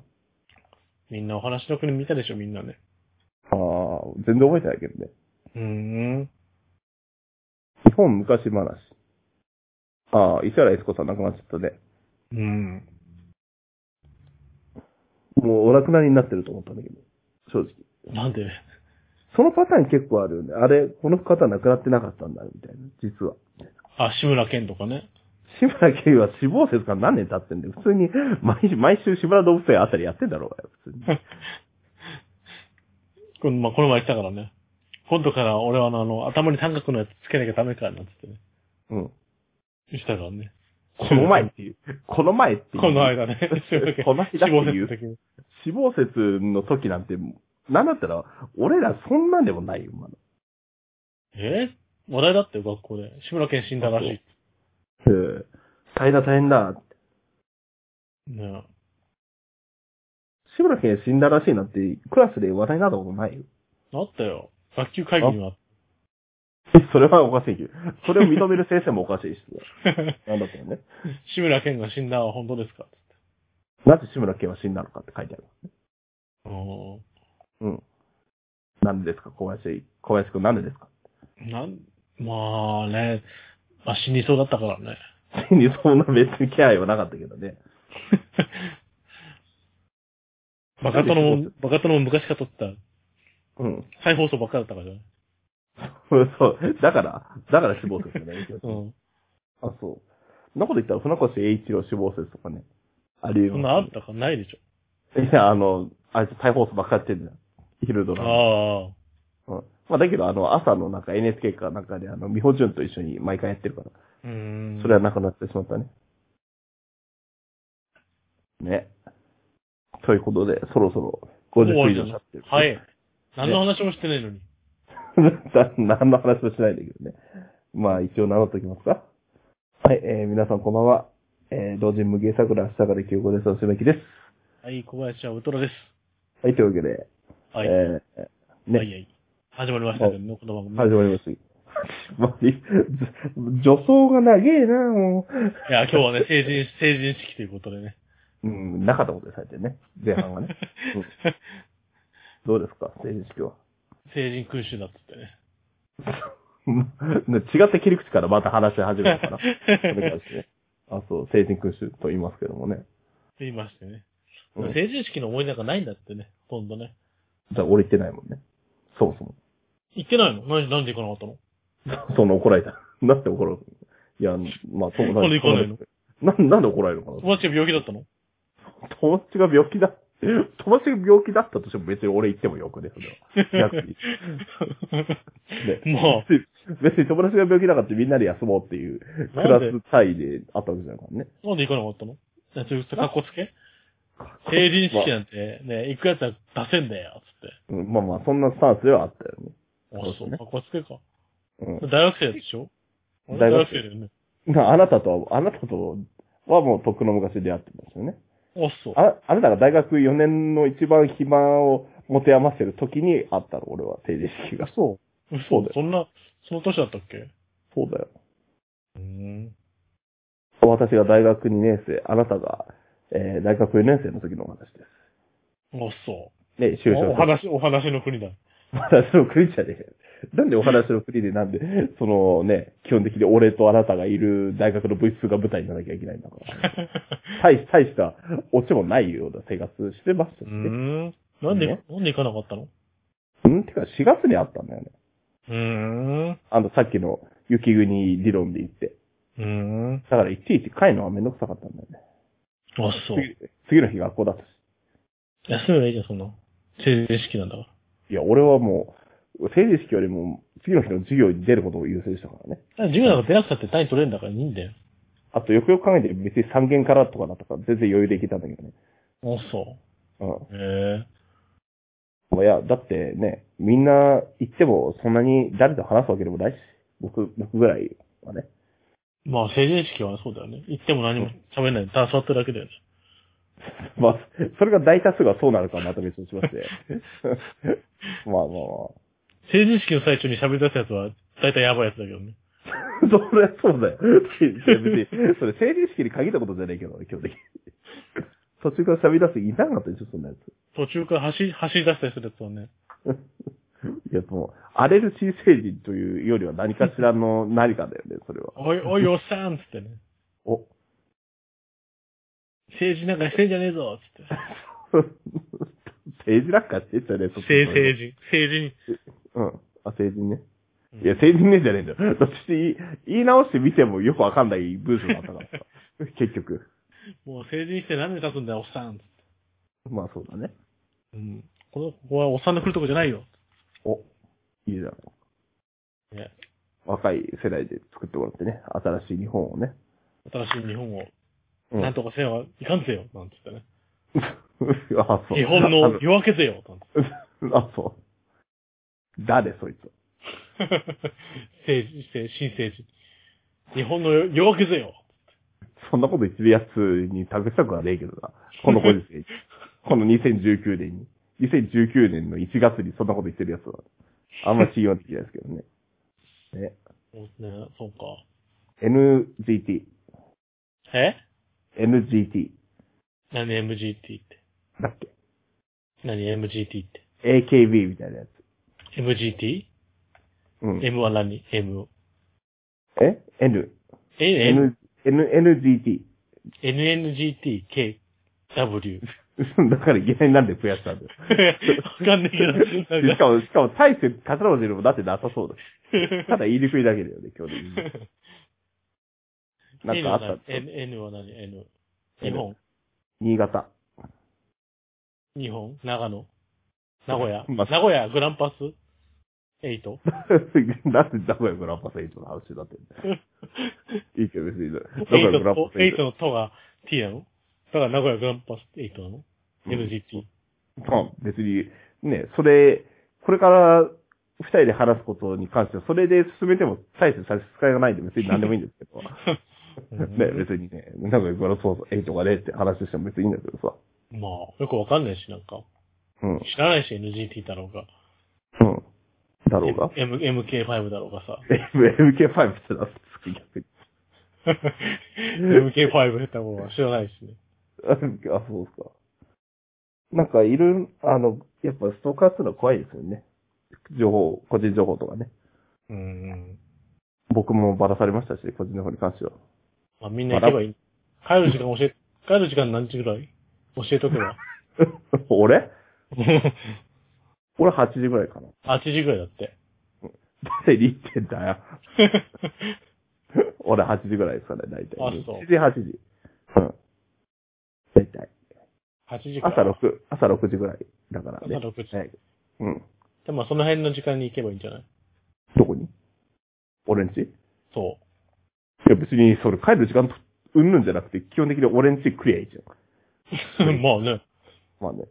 Speaker 2: みんなお話の国見たでしょ、みんなね。
Speaker 1: ああ、全然覚えてないけどね。
Speaker 2: うーん。
Speaker 1: 日本昔話。ああ、石原悦子さん亡くなっちゃったね。
Speaker 2: うん。
Speaker 1: もうお亡くなりになってると思ったんだけど。正直。
Speaker 2: なんで
Speaker 1: そのパターン結構あるよね。あれ、この方亡くなってなかったんだ、みたいな。実は。
Speaker 2: あ、志村けんとかね。
Speaker 1: 志村けんは死亡説から何年経ってんだよ。普通
Speaker 2: [LAUGHS]
Speaker 1: に毎週、毎週志村動物園あたりやってんだろうがよ、普通に。
Speaker 2: この,、まあ、この前言ってたからね。今度から俺はあの、あの頭に三角のやつつけなきゃダメか、なんつってね。
Speaker 1: うん。
Speaker 2: 言ってたからね。
Speaker 1: この前っていう。この前っていう。
Speaker 2: この間 [LAUGHS] ね。志村けん
Speaker 1: [LAUGHS] この間って
Speaker 2: 死亡
Speaker 1: いう。
Speaker 2: 説の時に。
Speaker 1: 死亡説の時なんて、なんだったら、俺らそんなんでもないよ、まだ。
Speaker 2: え話題だったよ、学校で。志村けん死んだらしい。
Speaker 1: へえ大変だ、大変だ。
Speaker 2: ねえ
Speaker 1: 志村けん死んだらしいなんて、クラスで話題になったことないよ。
Speaker 2: あったよ。学級会議に [LAUGHS] は。
Speaker 1: それはおかしいけど。それを認める先生もおかしい
Speaker 2: [LAUGHS]
Speaker 1: し。なんだったよね。
Speaker 2: 志村けんが死んだは本当ですかつって
Speaker 1: なぜ志村けんは死んだのかって書いてある。
Speaker 2: お
Speaker 1: うん。なんでですか、小林、小林くんなんでですか
Speaker 2: ーなん、まあね。まあ死にそうだったからね。
Speaker 1: 死にそんな別に気配はなかったけどね。
Speaker 2: [LAUGHS] バカ殿も、バカ殿も昔から撮ってた
Speaker 1: うん。
Speaker 2: 再放送ばっかだったからじゃない
Speaker 1: そう。だから、だから死亡説だね。
Speaker 2: うん。
Speaker 1: あ、そう。そんなこと言ったら、船越英一郎死亡説とかね。ありえま
Speaker 2: そん
Speaker 1: す
Speaker 2: なあったかないでし
Speaker 1: いや、あの、あいつ再放送ばっかやってんじゃん。昼ド
Speaker 2: ょ。
Speaker 1: ラ。
Speaker 2: あ
Speaker 1: うん。まあ、だけど、あの、朝のなんか NHK かなんかで、あの、美穂潤と一緒に毎回やってるから。
Speaker 2: あ。うーん。
Speaker 1: それはなくなってしまったね。ね。ということで、そろそろ50分以上経ってる。
Speaker 2: は。い。何の話もしてないのに。
Speaker 1: [LAUGHS] 何の話もしないんだけどね。まあ、一応名乗っておきますか。はい、えー、皆さんこんばんは。えー、同人無芸桜、明日から休校です。おしめきです。
Speaker 2: はい、小林はウトラです。
Speaker 1: はい、というわけで、
Speaker 2: はい。
Speaker 1: えー、ね、
Speaker 2: はいはい。始まりましたけどね、この番組。
Speaker 1: 始まりました。まあいず女装が長えな、も
Speaker 2: いや、今日はね、成人、成人式ということでね。
Speaker 1: う。うん、なかったことでされてね。前半はね。うんどうですか、成人式は。
Speaker 2: [LAUGHS] 成人君主だっつってね。
Speaker 1: [LAUGHS] うん違った切り口からまた話し始めたから。それから
Speaker 2: [LAUGHS]
Speaker 1: ですね。あ、そう、成人君主と言いますけどもね。
Speaker 2: 言いましてね。
Speaker 1: うん
Speaker 2: 成人式の思い出なんかないんだってね、ほとんどね。
Speaker 1: だから俺行ってないもんね。そもそ
Speaker 2: [LAUGHS]
Speaker 1: も。
Speaker 2: 行ってないのなんで、なんで行かなかったの
Speaker 1: そんな怒られた。なんで怒られたいや、まあ、友達
Speaker 2: なんで行かないの
Speaker 1: [LAUGHS] なんなんで怒られるのかな
Speaker 2: 友達が病気だったの
Speaker 1: 友達が病気だっ友達が病気だったとしても別に俺行ってもよくね、それは。
Speaker 2: [LAUGHS]
Speaker 1: 逆にで
Speaker 2: も
Speaker 1: 別に友達が病気だからってみんなで休もうっていうク
Speaker 2: なん
Speaker 1: ラ
Speaker 2: で
Speaker 1: ス単位であったわけじゃないからね。
Speaker 2: う、なんで行かなかったのえそういう格好つけ成人式なんて、ね、行くやつは出せんだよ、つって。
Speaker 1: うんまあまあ、そんなスタンスではあったよね。
Speaker 2: あ
Speaker 1: そう、ですね
Speaker 2: 格好つけか。
Speaker 1: うん
Speaker 2: 大学生でしょ俺
Speaker 1: 大学
Speaker 2: 大学
Speaker 1: 生
Speaker 2: 生だよね。
Speaker 1: まあ、あなたとは、あなたとはもうとっくの昔出会ってますよね。
Speaker 2: あ、そう。
Speaker 1: あ、あなたが大学4年の一番暇を持て余してる時にあったの、俺は、定時式が。そう。そうだ
Speaker 2: 嘘
Speaker 1: よ
Speaker 2: そんな、その年だったっけ
Speaker 1: そうだよ。
Speaker 2: うん。
Speaker 1: 私が大学2年生、あなたが、えー、大学4年生の時のお話で
Speaker 2: あ、そ
Speaker 1: す。ね、
Speaker 2: う。
Speaker 1: 就
Speaker 2: お
Speaker 1: 職
Speaker 2: お話、お話の国だ。
Speaker 1: お話の国じゃねえよ。なんでお話の国でなんで、そのね、基本的に俺とあなたがいる大学の部室が舞台にならなきゃいけないんだから。大し大したオチもないような生活してました
Speaker 2: う
Speaker 1: し、ね。
Speaker 2: ん。 [LAUGHS] なんで、
Speaker 1: ね
Speaker 2: なんで行かなかったの
Speaker 1: うん、てか4月にあったんだよね。
Speaker 2: うん。
Speaker 1: あの、さっきの雪国理論で言って。
Speaker 2: うん。
Speaker 1: だからいちいち帰るのはめんどくさかったんだよね。
Speaker 2: あ、そう。
Speaker 1: 次次の日学校だったし。
Speaker 2: 休めばいいじゃん、そんな。成人式なんだから。
Speaker 1: いや、俺はもう、成人式よりも、次の日の授業に出ることを優先したからね。
Speaker 2: 授業なんか出なくたって単位取れるんだからいいんだよ。
Speaker 1: あと、よくよく考えて別に3限からとかだったから全然余裕でいけたんだけどね。
Speaker 2: あ、そ
Speaker 1: うん。
Speaker 2: う。へ
Speaker 1: いや、だってね、みんな行ってもそんなに誰と話すわけでもないし、僕、僕ぐらいはね。 [LAUGHS]
Speaker 2: え。まあ、成人式はそうだよね。行っても何も喋んないで、ただ座ってるだけだよね。
Speaker 1: まあ、それが大多数がそうなるかはまた別にしま
Speaker 2: [LAUGHS]
Speaker 1: して。まあまあま
Speaker 2: 成人式の最中に喋り出すやつは、大体やばいやつだけどね。
Speaker 1: あ。 [LAUGHS] それはそうだよ。別に、それ成人式に限ったことじゃないけどね、基本的に。途中から喋り出すいなかったでしょ、そんなやつ。
Speaker 2: 途中から走り、走り出したりするやつはね。
Speaker 1: いや、もう、荒れる新成人というよりは何かしらの何かだよね、それは。
Speaker 2: おい、おい、おっさんっつっ
Speaker 1: [LAUGHS]
Speaker 2: てね。
Speaker 1: お、
Speaker 2: 政治なんかしてんじゃねえぞっつって。
Speaker 1: 政治なんかしてたよね、そっち
Speaker 2: 成、成人。成人。
Speaker 1: うん。あ、成人ね。
Speaker 2: うん
Speaker 1: いや、成人ねじゃねえんだよ。だって言い、言い直してみてもよくわかんない文章だったからさ。
Speaker 2: [LAUGHS]
Speaker 1: 結局。
Speaker 2: もう成人して何年経つんだよ、おっさんっつって。
Speaker 1: まあそうだね。
Speaker 2: うん。この、ここはおっさんの来るとこじゃないよ。
Speaker 1: お、いいじゃん。
Speaker 2: ね。
Speaker 1: 若い世代で作ってもらってね、新しい日本をね。
Speaker 2: 新しい日本を、
Speaker 1: うん
Speaker 2: なんとかせんはいかんぜよ、なんつってね。
Speaker 1: [LAUGHS] あ、そう。
Speaker 2: 日本の夜明けぜよ、なんつって。
Speaker 1: あ。 [LAUGHS] あ、そう。誰、そいつ。
Speaker 2: 政治、政治新政治。日本の夜明けぜよ。
Speaker 1: そんなこと言ってるやつに託したくはねえけどな。このご時
Speaker 2: [LAUGHS]
Speaker 1: 世。この2019年に。2019年の1月にそんなこと言ってるやつは。あんま信用できないですけどね。ね。
Speaker 2: ね、そうか。
Speaker 1: NGT。
Speaker 2: え
Speaker 1: NGT。
Speaker 2: 何 MGT って。
Speaker 1: だっけ
Speaker 2: 何 MGT って。
Speaker 1: ?AKB みたいなやつ。
Speaker 2: MGT?M
Speaker 1: うん。
Speaker 2: は何 ?M。
Speaker 1: え ?N。
Speaker 2: え、M、
Speaker 1: N、N、NGT。
Speaker 2: NNGT、K、W。
Speaker 1: [LAUGHS] だからいきなりなんで増やしたんだよ。
Speaker 2: わかんないけど、な
Speaker 1: し
Speaker 2: んか
Speaker 1: かも、しかも、大して勝ら文字でもだってなさそう
Speaker 2: [LAUGHS]
Speaker 1: だし。ただ言いにくいだけだよね、今日で。なん
Speaker 2: N
Speaker 1: か
Speaker 2: は
Speaker 1: あっ
Speaker 2: 何
Speaker 1: た。
Speaker 2: N N は何 ?N。日本
Speaker 1: 新潟。 [LAUGHS]
Speaker 2: 日本長野名古屋
Speaker 1: ま
Speaker 2: 名
Speaker 1: あ
Speaker 2: 古屋グランパス ?8?
Speaker 1: なんで名古屋グランパスエイトの話になってんだいいけど別に。名古屋
Speaker 2: 8
Speaker 1: グラ
Speaker 2: の
Speaker 1: ンパ
Speaker 2: と
Speaker 1: スエイ
Speaker 2: 8
Speaker 1: ト。
Speaker 2: のとが T なのだから名古屋グランパス8なの
Speaker 1: うん
Speaker 2: ?NGT。
Speaker 1: まあ別に、ね、それ、これから二人で話すことに関しては、それで進めても大して差し支えがないんで別に何でもいいんですけど。
Speaker 2: [LAUGHS] うん
Speaker 1: ね、別にね、名古屋グランパスエイトがねって話しても別にいいんだけどさ。
Speaker 2: まあ、よくわかんないし、なんか。
Speaker 1: うん。
Speaker 2: 知らないし、NGT だろうが。
Speaker 1: うん。だろうが。。
Speaker 2: M、MK5 だろうがさ
Speaker 1: MK5 [LAUGHS] ってなって逆に。
Speaker 2: MK5 下手もは知らないしね。
Speaker 1: あ、そうですか。なんか、いろいろ、あの、やっぱストーカーするのは怖いですよね。情報、個人情報とかね。
Speaker 2: うん。
Speaker 1: 僕もばらされましたし、個人情報に関しては。 [LAUGHS]
Speaker 2: まあみんな行けばいい。帰る時間教え、 [LAUGHS] 帰る時間何時ぐらい教えと
Speaker 1: [LAUGHS]
Speaker 2: けば。
Speaker 1: 俺俺8時ぐらいかな。
Speaker 2: 8時ぐらい
Speaker 1: [LAUGHS]
Speaker 2: だって。
Speaker 1: 誰に言ってんだよ。 [LAUGHS] 俺8時ぐらいですからね、大体。
Speaker 2: あそう
Speaker 1: 7時、8時。うん。大体。
Speaker 2: 8時から。
Speaker 1: 朝6、朝6時ぐらいだからね。
Speaker 2: 朝6時。
Speaker 1: はい。うん。
Speaker 2: で、まあその辺の時間に行けばいいんじゃない
Speaker 1: どこに俺んちい
Speaker 2: そ
Speaker 1: や別に、それ帰る時間と、うんぬんじゃなくて、基本的に俺んちクリアいいじゃん。
Speaker 2: う。
Speaker 1: うん
Speaker 2: まあね。
Speaker 1: まあね。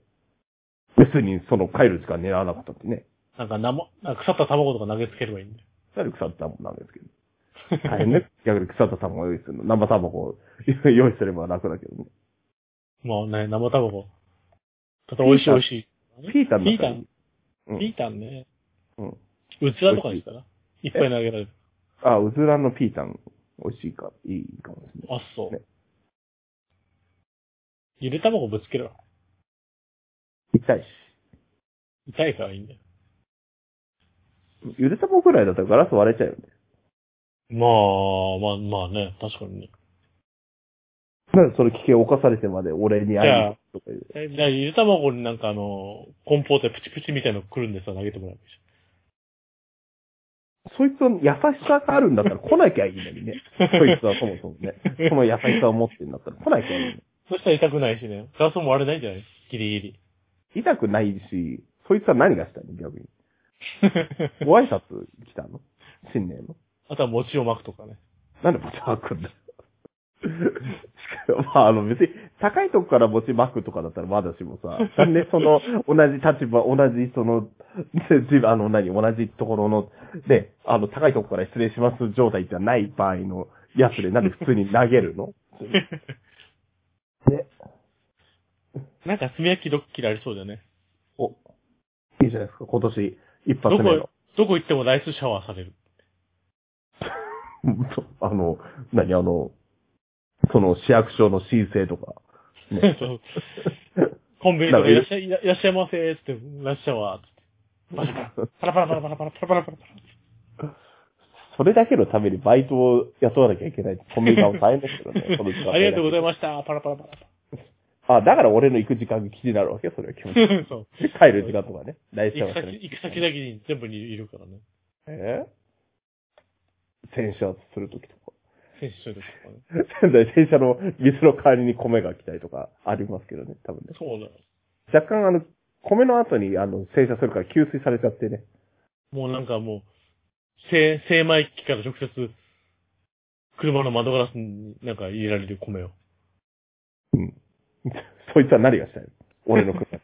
Speaker 1: 別に、その帰る時間狙わなかったってね。
Speaker 2: なんか生、なんか腐った卵とか投げつければいいんだよ。
Speaker 1: 腐る腐ったもんなんですけど。大
Speaker 2: [LAUGHS]
Speaker 1: 変ね。逆に腐った卵を用意するの。生卵を用意すれば楽だけどね。
Speaker 2: まあね、生卵。ただ美味しい美味しい。
Speaker 1: ピータン
Speaker 2: ピ
Speaker 1: だ
Speaker 2: ー
Speaker 1: った
Speaker 2: タ
Speaker 1: ら
Speaker 2: ン。
Speaker 1: うん
Speaker 2: ピータンね。
Speaker 1: うん。
Speaker 2: 器とかにしたらいっぱい投げられる。
Speaker 1: あ、うずらのピータン、美味しいか、いいかもしれない。
Speaker 2: あ、そう
Speaker 1: ね。
Speaker 2: ゆで卵ぶつけろ。
Speaker 1: 痛いし。
Speaker 2: 痛いからいいんだよ。
Speaker 1: ゆで卵ぐらいだったらガラス割れちゃうよね。
Speaker 2: まあ、まあ、まあね、確かにね。
Speaker 1: なんでその危険を犯されてまで俺に会いに行くとかいう。
Speaker 2: えじゃあ、ゆで卵になんかあの、梱包ってプチプチみたいなの来るんでさ、投げてもらうでし
Speaker 1: そいつの優しさがあるんだったら来なきゃいいのに
Speaker 2: [LAUGHS]
Speaker 1: ね。そいつはそもそもね。その優しさを持ってるんだったら来なきゃいいのに。
Speaker 2: ょ。そしたら痛くないしね。ガラスも割れないんじゃないギリギリ。
Speaker 1: 痛くないし、そいつは何がしたいの逆に。ご挨拶来たの新年の。
Speaker 2: あとは餅を巻くとかね。
Speaker 1: なんで餅巻くんだよしかも、まあ、あの別に、高いとこから餅巻くとかだったらまだしもさ、なんでその、同じ立場、同じその、自分あの、何、同じところの、で、あの、高いとこから失礼します状態じゃない場合のやつで、なんで普通に投げるのね、
Speaker 2: なんか炭焼きドッキリありそうだよね。
Speaker 1: お、いいじゃないですか、今年、一
Speaker 2: ど
Speaker 1: 発
Speaker 2: こ
Speaker 1: 目の。、
Speaker 2: どこ行ってもライスシャワーされる。
Speaker 1: [LAUGHS] あの、何、あの、その、市役所の申請とか。ね
Speaker 2: そうコンビニとかいらっしゃい、いらいらっしゃいませーっつって、ライスシャワーっつって。バシャパラパラパラパラパラパラパラパラパラ。
Speaker 1: それだけのためにバイトを雇わなきゃいけない。コメントも大変ですけど
Speaker 2: [LAUGHS]
Speaker 1: ね。この時間
Speaker 2: ありがとうござい
Speaker 1: ま
Speaker 2: ました。パラパラパラパ
Speaker 1: す。あ、だから俺の行く時間が気になるわけそれは気持ち。
Speaker 2: ラ。そう。
Speaker 1: 帰る時間とかね。来週
Speaker 2: 行
Speaker 1: は
Speaker 2: く先、行く先々に全部にいるからね。
Speaker 1: え洗車するときとか。
Speaker 2: 選手とかね。
Speaker 1: 現在洗車の水の代わりに米が来たりとかありますけどね、多分ね。
Speaker 2: そうだよ。
Speaker 1: 若干あの、米の後にあの、洗車するから吸水されちゃってね。
Speaker 2: もうなんかもう、精、精米機から直接、車の窓ガラスになんか入れられる米を。
Speaker 1: うん。そいつは何がしたいの俺の車。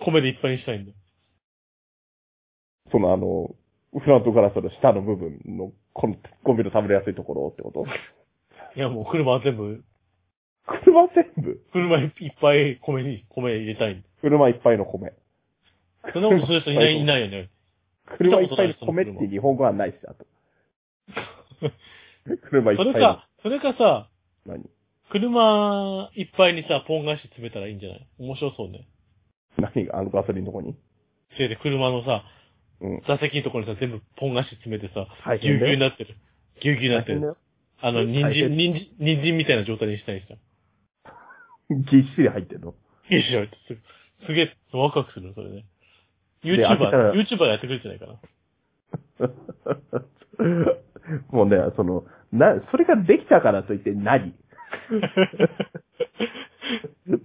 Speaker 2: 米でいっぱいにしたいんだよ。
Speaker 1: そのあの、フロントガラスの下の部分の、このゴミの食べやすいところって
Speaker 2: [LAUGHS]
Speaker 1: こと
Speaker 2: いやもう車は全部、
Speaker 1: 車全部
Speaker 2: 車いっぱい米に、米入れたいんだよ。
Speaker 1: 車いっぱいの米。
Speaker 2: そんなことする人いない、いないよ [LAUGHS] ね。
Speaker 1: 車いっぱいの米って日本語はないし、あと。車いっ
Speaker 2: それ
Speaker 1: ぱいの
Speaker 2: か、それかさ、
Speaker 1: 何
Speaker 2: 車いっぱいにさ、ポン菓子詰めたらいいんじゃない面白そうね。
Speaker 1: 何があのガソリンのとこに
Speaker 2: 違う違う車のさ、
Speaker 1: うん。
Speaker 2: 座席のところにさ、全部ポン菓子詰めてさ、
Speaker 1: 大
Speaker 2: ぎゅう
Speaker 1: 変
Speaker 2: ぎ
Speaker 1: だ
Speaker 2: ゅうに
Speaker 1: よ。
Speaker 2: なってる。ぎゅうぎゅうになってる。
Speaker 1: よ。
Speaker 2: あの、人
Speaker 1: 大
Speaker 2: 参、
Speaker 1: 変
Speaker 2: 人参、人参みたいな状態にしたいじゃん。
Speaker 1: ぎっしり入ってるの。 [LAUGHS]
Speaker 2: いいじゃん。すすげえ、ワクワクするの、それね。
Speaker 1: で開けた
Speaker 2: YouTuber、
Speaker 1: ら
Speaker 2: YouTuber がやってくれるんじゃないかな。
Speaker 1: もうね、その、な、それができたからといって何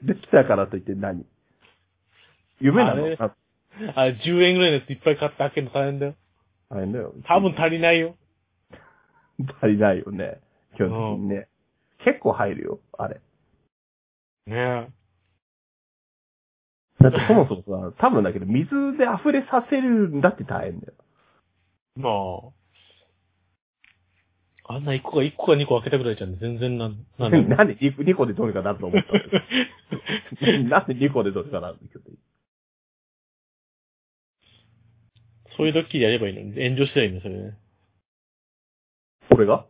Speaker 1: できたからといって何夢な
Speaker 2: あれ
Speaker 1: のあ
Speaker 2: あ、10円ぐらいのやついっぱい買って開けるの大変だよ。
Speaker 1: 大変だよ。
Speaker 2: 多分足りないよ。
Speaker 1: 足りないよね。基本的にね。結構入るよ、あれ。
Speaker 2: ね
Speaker 1: だってそもそもさ、多分だけど、水で溢れさせるんだって大変だよ。
Speaker 2: え。まあ。あんな1個か1個か2個開けたぐらいじゃん。全然なん、なんだよ
Speaker 1: [LAUGHS] なんで 2, 個でどうにかなると思ったんだよ
Speaker 2: [LAUGHS]
Speaker 1: なんで2個でどうにかなるんだよ
Speaker 2: そういうドッキリやればいいのに。炎上してないんだ、それね。
Speaker 1: 俺が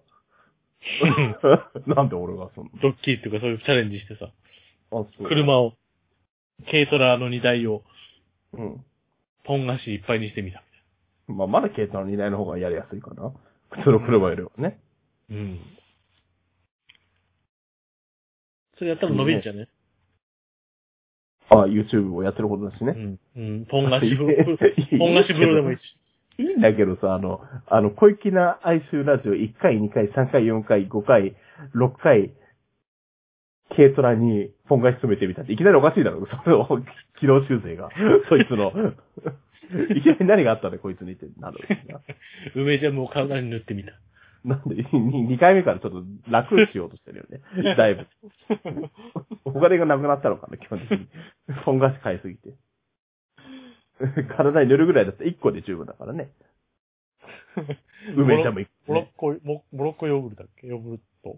Speaker 1: [LAUGHS] なんで俺がそん
Speaker 2: ドッキリっていうかそういうチャレンジしてさ、
Speaker 1: な。あ、そう。
Speaker 2: 車を、軽トラの荷台を、
Speaker 1: うん。
Speaker 2: ポン菓子いっぱいにしてみた。
Speaker 1: まあ、まだ軽トラの荷台の方がやりやすいかな。普通の車よりはね。
Speaker 2: うん。それやったら伸びるじゃね
Speaker 1: あ YouTube をやってることだし
Speaker 2: う
Speaker 1: ね。
Speaker 2: ん。うん。ポン菓子風呂。
Speaker 1: [LAUGHS] いい
Speaker 2: ポン菓子風呂でもいいし。
Speaker 1: いいんだけどさ、あの、あの、小粋な哀愁ラジオ1回、2回、3回、4回、5回、6回、軽トラに損害進めてみたって、いきなりおかしいだろ、その軌道修正が。そいつの。いきなり何があったんだ、こいつにってなる。
Speaker 2: 梅ジャムを体に塗ってみた。
Speaker 1: なんで、2回目からちょっと楽しようとしてるよね。だいぶ。お金がなくなったのかな、基本的に。損害し買いすぎて。体に塗るぐらいだったら1個で十分だからね。 [LAUGHS] 梅ジャム1個
Speaker 2: モロッ
Speaker 1: ね、
Speaker 2: コ、モモロッコヨーグルだっけヨーグルト。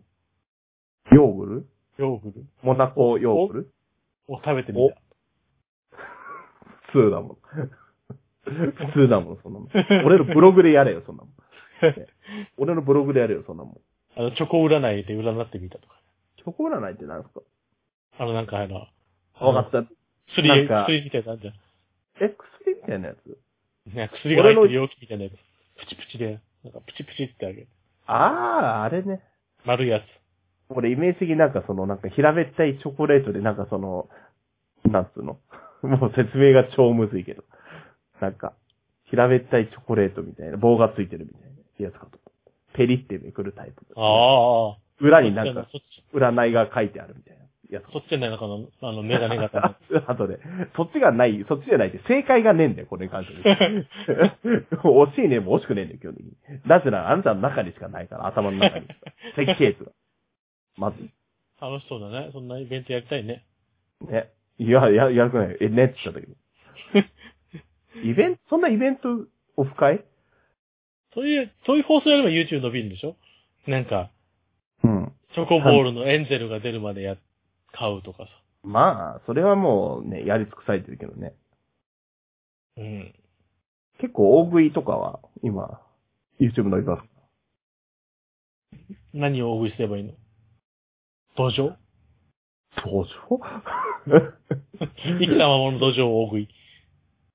Speaker 1: ヨーグル
Speaker 2: ヨーグル
Speaker 1: モナコヨーグル
Speaker 2: を食べてみた。
Speaker 1: 普通だもん。普通だもん、そんなもん。俺のブログでやれよ、そん [LAUGHS] なもん。ね俺のブログでやれよ、そんなもん。
Speaker 2: [LAUGHS] あの、チョコ占いで占ってみたとか。
Speaker 1: チョコ占いって何すか
Speaker 2: あの、なんかあの、
Speaker 1: わかった。
Speaker 2: 薬、
Speaker 1: なんか
Speaker 2: 薬みたいなのあんじゃん。
Speaker 1: え、薬みたいなやつ
Speaker 2: ね、薬が入ってる容器みたいなやつ。プチプチで、なんかプチプチってあげる。
Speaker 1: あー、あれね。
Speaker 2: 丸いやつ。
Speaker 1: 俺、イメージ的になんかその、なんか平べったいチョコレートで、なんかその、なんつうの。もう説明が超むずいけど。なんか、平べったいチョコレートみたいな、棒がついてるみたいなやつかと。ペリってめくるタイプ。
Speaker 2: ああ。
Speaker 1: 裏になんか、
Speaker 2: そっち、
Speaker 1: 占いが書いてあるみたいなやつ。
Speaker 2: そっちじゃないのかな、あの、メガネ型の。
Speaker 1: [LAUGHS] あとで、そっちがない、そっちじゃないって正解がねえんだよ、これに関して [LAUGHS] は。惜しいねも惜しくねえんだよ、基本的に。なぜなら、あなたの中にしかないから、 [LAUGHS] 頭の中にしか。設計図が。まず、
Speaker 2: 楽しそうだね。そんなイベントやりたいね。
Speaker 1: ね。いや、や、やるくない。え、ねって言ったんだけど。イベント、そんなイベント、オフ会
Speaker 2: そういう、そういう放送やれば YouTube 伸びるんでしょなんか、
Speaker 1: うん。
Speaker 2: チョコボールのエンゼルが出るまでや、買うとかさ。
Speaker 1: まあ、それはもうね、やり尽くされてるけどね。
Speaker 2: うん。
Speaker 1: 結構大食いとかは、今、YouTube 伸びます。
Speaker 2: 何を大食いすればいいの土
Speaker 1: [LAUGHS]
Speaker 2: 壌
Speaker 1: 登場
Speaker 2: 生きたままの土壌を大食い。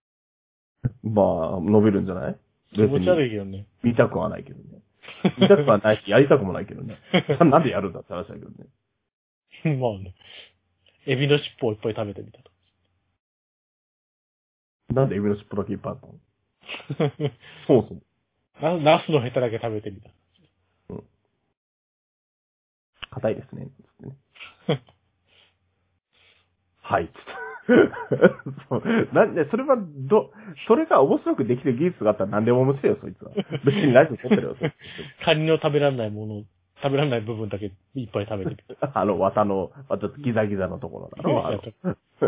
Speaker 1: [LAUGHS] まあ、伸びるんじゃない
Speaker 2: 気持ち悪いけどね。
Speaker 1: 見たくはないけどね。見
Speaker 2: [LAUGHS]
Speaker 1: たくはないし、やりたくもないけど [LAUGHS] ね。ななんでやるんだって話だけどね。
Speaker 2: まあね。エビの尻尾をいっぱい食べてみたと。
Speaker 1: なんでエビの尻尾だけいっぱいあったのそもそも。
Speaker 2: なナスのヘタだけ食べてみた。
Speaker 1: 硬いです [LAUGHS] ね。つってねはい。そうなんで、それは、ど、それが面白くできる技術があったら何でも面白いよ、そいつは。別にライス取ってるよ、そい
Speaker 2: [LAUGHS] カニの食べられないものを、食べられない部分だけいっぱい食べてみた。
Speaker 1: つあの、綿の、綿ギザギザのところだろ。あ [LAUGHS] の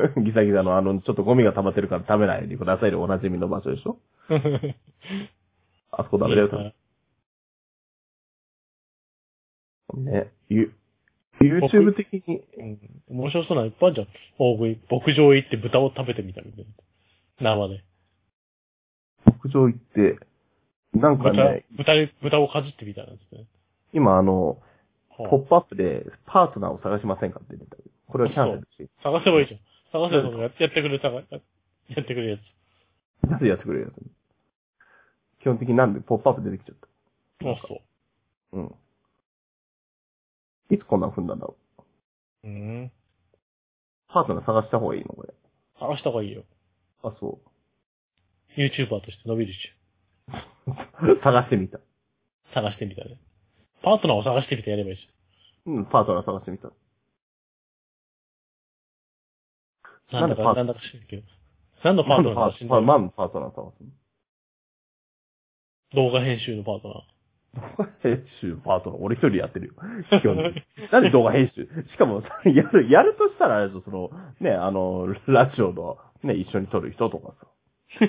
Speaker 2: 食
Speaker 1: ギザギザのあの、ちょっとゴミが溜まってるから食べないでくださいでおなじみの場所でしょ [LAUGHS] あそこダメだよ、多分ね、ゆ、YouTube 的に、
Speaker 2: うん。面白そうなのいっぱいあるじゃん。大食い。牧場行って豚を食べてみたみたいな。生で。
Speaker 1: 牧場行って、なんか
Speaker 2: 豚、
Speaker 1: ね、
Speaker 2: 豚、豚をかじってみたなんですね。
Speaker 1: 今あの、
Speaker 2: ほう
Speaker 1: ポップアップでパートナーを探しませんかって出たけど、これはキャンセルだし、
Speaker 2: 探せばいいじゃん。探せばそのややってくれる、探やってくれるや
Speaker 1: なぜやってくれるやつ基本的になんでポップアップ出てきちゃっ
Speaker 2: つ。そうそ
Speaker 1: た。うん。いつこんなん踏んだんだろ
Speaker 2: う。うん。
Speaker 1: う。パートナー探した方がいいのこれ。
Speaker 2: 探した方がいいよ。
Speaker 1: あ、そ
Speaker 2: YouTuber として伸びるし。
Speaker 1: う。 [LAUGHS] 探してみた。
Speaker 2: 探してみたね。パートナーを探してみてやればいいし。
Speaker 1: うん、パートナー探してみた。な
Speaker 2: なん
Speaker 1: で
Speaker 2: んだ
Speaker 1: パ
Speaker 2: か、
Speaker 1: ート
Speaker 2: なんだか知らんけど。何のパートナーか知んない。
Speaker 1: 何のパートナー探すの
Speaker 2: 動画編集のパートナー。
Speaker 1: 動画編集パートナー、俺一人でやってるよ。基本的に。なんで動画編集しかも、やる、やるとしたらあれですよその、ね、あの、ラジオの、ね、一緒に撮る人とかさ。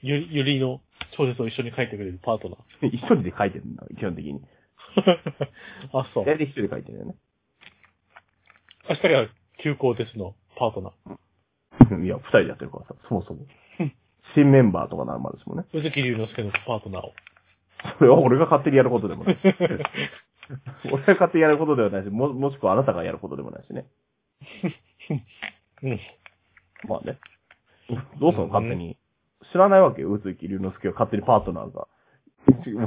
Speaker 2: ゆり、ゆりの小説を一緒に書いてくれるパートナー。
Speaker 1: 一人で書いてるんだ、基本的に。 [LAUGHS]
Speaker 2: あ、そう。
Speaker 1: 大体一人で書いてるよね。
Speaker 2: 明日から休校ですのパートナー。
Speaker 1: いや、二人でやってるからさ、そもそも。新メンバーとかならまだしもね。
Speaker 2: 宇月龍之介のパートナーを。
Speaker 1: それは俺が勝手にやることでもないし。 [LAUGHS] 俺が勝手にやることではないし、も、もしくはあなたがやることでもないしね。
Speaker 2: うん。
Speaker 1: [LAUGHS] まあね。どうすんの勝手に。知らないわけよ、宇津木龍之介を勝手にパートナーが。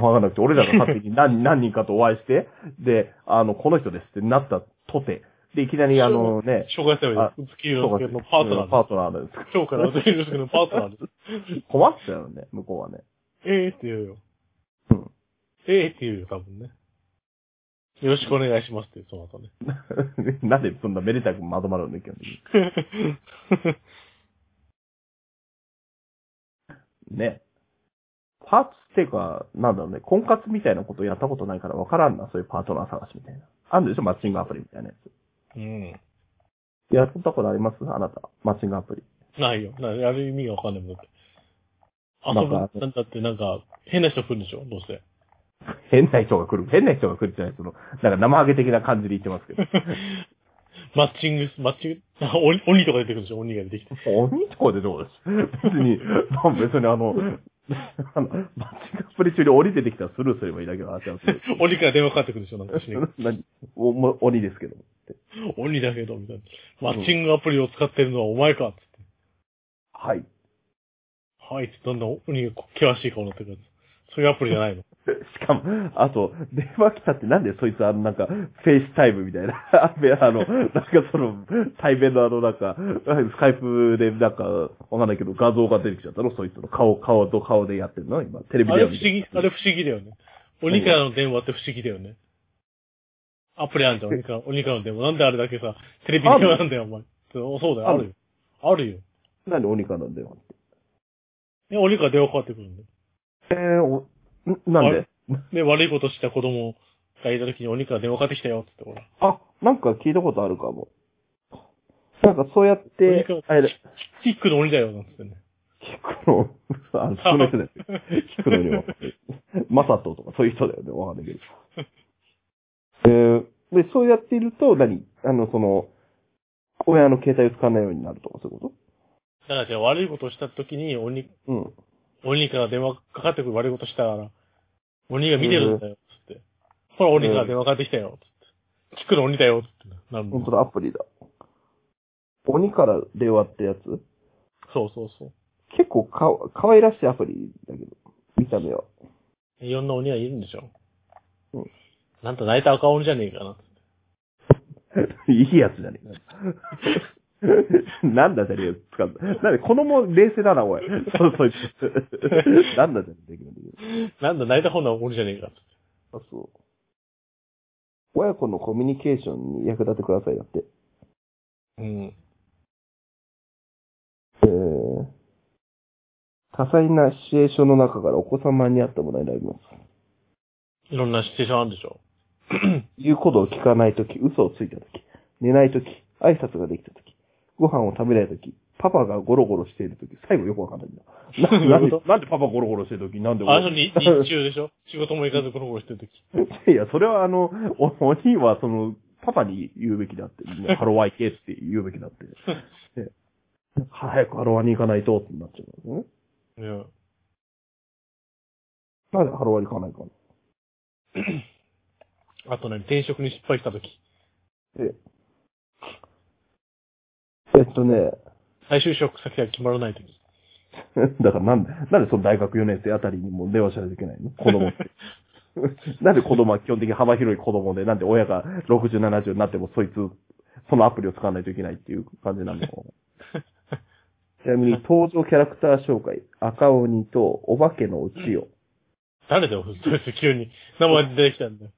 Speaker 1: わかんなくて、俺らが勝手に
Speaker 2: [LAUGHS]
Speaker 1: 何何人かとお会いして、で、あの、この人ですってなったとて、で、いきなりあのね、
Speaker 2: 紹介すればいいです。宇月龍之介のパートナ
Speaker 1: パ
Speaker 2: ーで。
Speaker 1: ートナーです
Speaker 2: 今日から宇月龍之介のパートナ
Speaker 1: [LAUGHS]
Speaker 2: ーです。
Speaker 1: す。困っちゃうよね、 [LAUGHS] 向こうはね。
Speaker 2: ええって言うよ。
Speaker 1: うん。
Speaker 2: ええって言うよ、多分ね。よろしくお願いしますって、その
Speaker 1: [LAUGHS]
Speaker 2: 後ね。
Speaker 1: なんでそんなめでたくまとまるんだけどね。パーツっていうか、なんだろうね、婚活みたいなことやったことないからわからんな、そういうパートナー探しみたいな。あるでしょマッチングアプリみたいなや
Speaker 2: うん。
Speaker 1: つ。やったことありますあなた。マッチングアプリ。 [LAUGHS]
Speaker 2: ないよ。なやる意味がわかんないもんだって。
Speaker 1: な
Speaker 2: 遊
Speaker 1: んか
Speaker 2: ぶ、なんだってなんか、変な人来るんでしょどうせ。
Speaker 1: 変な人が来る。変な人が来るじゃないその、なんか生ハゲ的な感じで言ってますけど。 [LAUGHS]
Speaker 2: [LAUGHS] マッチング、マッチング、 [LAUGHS] 鬼鬼とか出てくるんでしょ鬼が出てき [LAUGHS] て。
Speaker 1: 鬼とかでどうです別に、まあ別にあの、あの、マッチングアプリ中に鬼出てきたらスルーすればいいだけの話なんですけど。
Speaker 2: 鬼から電話かかってくるんでしょなん [LAUGHS] かしね
Speaker 1: 何おも鬼ですけど。
Speaker 2: 鬼だけど、みたいな。マッチングアプリを使ってるのはお前かっつって。
Speaker 1: はい。
Speaker 2: はいっつって、どんどん鬼が険しい顔になってくる。そういうアプリじゃないの。
Speaker 1: [LAUGHS] しかも、あと、電話来たってなんでそいつあのなんか、フェイスタイムみたいな、 [LAUGHS] あの、なんかその、対面のあのなんか、スカイプでなんか、わかんないけど画像が出てきちゃったのそいつの顔、顔と顔でやってるの今、テレビ
Speaker 2: あ
Speaker 1: で
Speaker 2: れ
Speaker 1: は見
Speaker 2: 不思
Speaker 1: てる
Speaker 2: 議、あれ不思議だよね。鬼からの電話って不思議だよね。アプリあんじゃん、鬼 [LAUGHS] から、鬼からの電話。なんであれだけさ、テレビ電話なんだよ、お前。そうそうだよ、あ
Speaker 1: あ
Speaker 2: るよ
Speaker 1: る。
Speaker 2: あるよ。
Speaker 1: なんで鬼かなんだよ。
Speaker 2: ね、鬼から電話かかってくるんだよ。
Speaker 1: えー、お、んなんで
Speaker 2: で、悪いことした子供がいた時に鬼から電話かかってきたよ、つって、ほら。
Speaker 1: あ、なんか聞いたことあるかも。なんかそうやっ
Speaker 2: 鬼
Speaker 1: て
Speaker 2: から、
Speaker 1: あれだ、
Speaker 2: キックの鬼だよ、なんつってね。
Speaker 1: 聞くの、あの、その人だよ。聞くのには。マサトとかそういう人だよね。わかんないけど。えー、で、そうやっていると何、あの、その、親の携帯を使わないようになるとかそういうこ
Speaker 2: だからじゃあ悪いことをした時に鬼、
Speaker 1: とうん。
Speaker 2: 鬼から電話かかってくる悪いことしたから、鬼が見てるんだよ、つって。ほら、鬼から電話かかってきたよ、つって。キックの鬼だよ、つって。なるんだ
Speaker 1: 本
Speaker 2: よ
Speaker 1: 当だ、アプリだ。鬼から電話ってやつ
Speaker 2: そうそうそう。
Speaker 1: 結構かわ、可愛らしいアプリだけど、見た目は。
Speaker 2: いろんな鬼がいるんでしょ。
Speaker 1: うん
Speaker 2: なんと泣いた赤鬼じゃねえかな。
Speaker 1: [LAUGHS] いいやつじゃねえか。なんだてねえ使うんだ。なんで、子供冷静だな、おい。そう、そいつ。なんだてねえ、できるできる。
Speaker 2: なんだ泣いた方の鬼じゃねえか。
Speaker 1: あ、そう。親子のコミュニケーションに役立てくださいだって。
Speaker 2: うん。
Speaker 1: えー、多彩なシチュエーションの中からお子様に合ったものを選びます。
Speaker 2: いろんなシチュエーションあるんでしょ。
Speaker 1: 言うことを聞かないとき、嘘をついたとき、寝ないとき、挨拶ができたとき、ご飯を食べないとき、パパがゴロゴロしているとき、最後よくわかんないんだ。ななんで、なんでパパゴロゴロしてるとき、なんで
Speaker 2: あのに、日中でしょ仕事も行かずゴロゴロしてるとき。
Speaker 1: いや、それはあの、お鬼はその、パパに言うべきだって、もうハロワイ系って言うべきだって。で早くハロワに行かないとってなっちゃうのね。
Speaker 2: うん。
Speaker 1: なんでハロワに行かないか
Speaker 2: あとね、転職に失敗したとき。
Speaker 1: な。ええっとね、 [LAUGHS]
Speaker 2: 再就職先が決まらないとき。
Speaker 1: だからなんで、なんでその大学4年生あたりにも電話しないといけないの子供って。なんで子供は基本的に幅広い子供で、なんで親が60、70になってもそいつ、そのアプリを使わないといけないっていう感じなんだ
Speaker 2: [LAUGHS]
Speaker 1: ろうちなみに登場キャラクター紹介、赤鬼とお化けのお千代。
Speaker 2: 誰だよ、 [LAUGHS] そいつ急に。名前出てきたんだよ。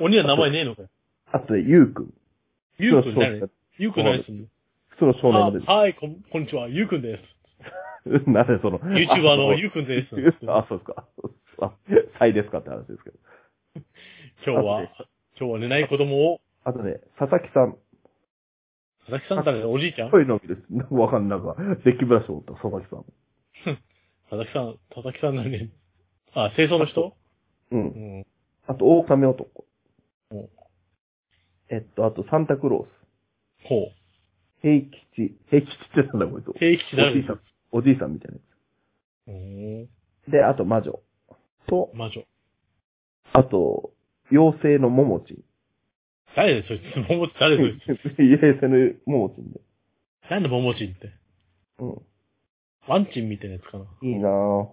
Speaker 2: 鬼は名前ねえのかよ。
Speaker 1: あとで、ゆうくん。
Speaker 2: ゆうくん誰
Speaker 1: 普
Speaker 2: ゆうくん何すんの
Speaker 1: 通の少年が出て
Speaker 2: あはい、こんこんにちは、ゆうくんです。
Speaker 1: くる。なんでその。
Speaker 2: YouTuber のゆうくんです。
Speaker 1: あ、そうですか。あ、才ですかって話ですけど。
Speaker 2: 今日は、今日は寝ない子供を、
Speaker 1: あとね、佐々木さん。
Speaker 2: 佐々木さんだね、おじいちゃん
Speaker 1: 声のみです。なんかわかんない。なんか、デッキブラシを持った佐々木さん。
Speaker 2: 佐々木さん、佐々木さん何あ、清掃の人
Speaker 1: う。
Speaker 2: うんん。
Speaker 1: あと、狼男
Speaker 2: お。
Speaker 1: えっと、あと、サンタクロース。
Speaker 2: ほ
Speaker 1: 平吉。平吉ってなんだこいつ。
Speaker 2: う。定期地
Speaker 1: お
Speaker 2: 誰
Speaker 1: じい
Speaker 2: です
Speaker 1: さん。おじいさんみたいなや
Speaker 2: うん。
Speaker 1: つ。で、あと、魔女。と、
Speaker 2: 魔女。
Speaker 1: あと、妖精のももちん。
Speaker 2: 誰でそいつ、ももち誰でそいつ。
Speaker 1: 妖精のももちんで。
Speaker 2: なんでももちんって。
Speaker 1: う
Speaker 2: ワンチンみたいなやつかな。
Speaker 1: ん。いいなぁ。っ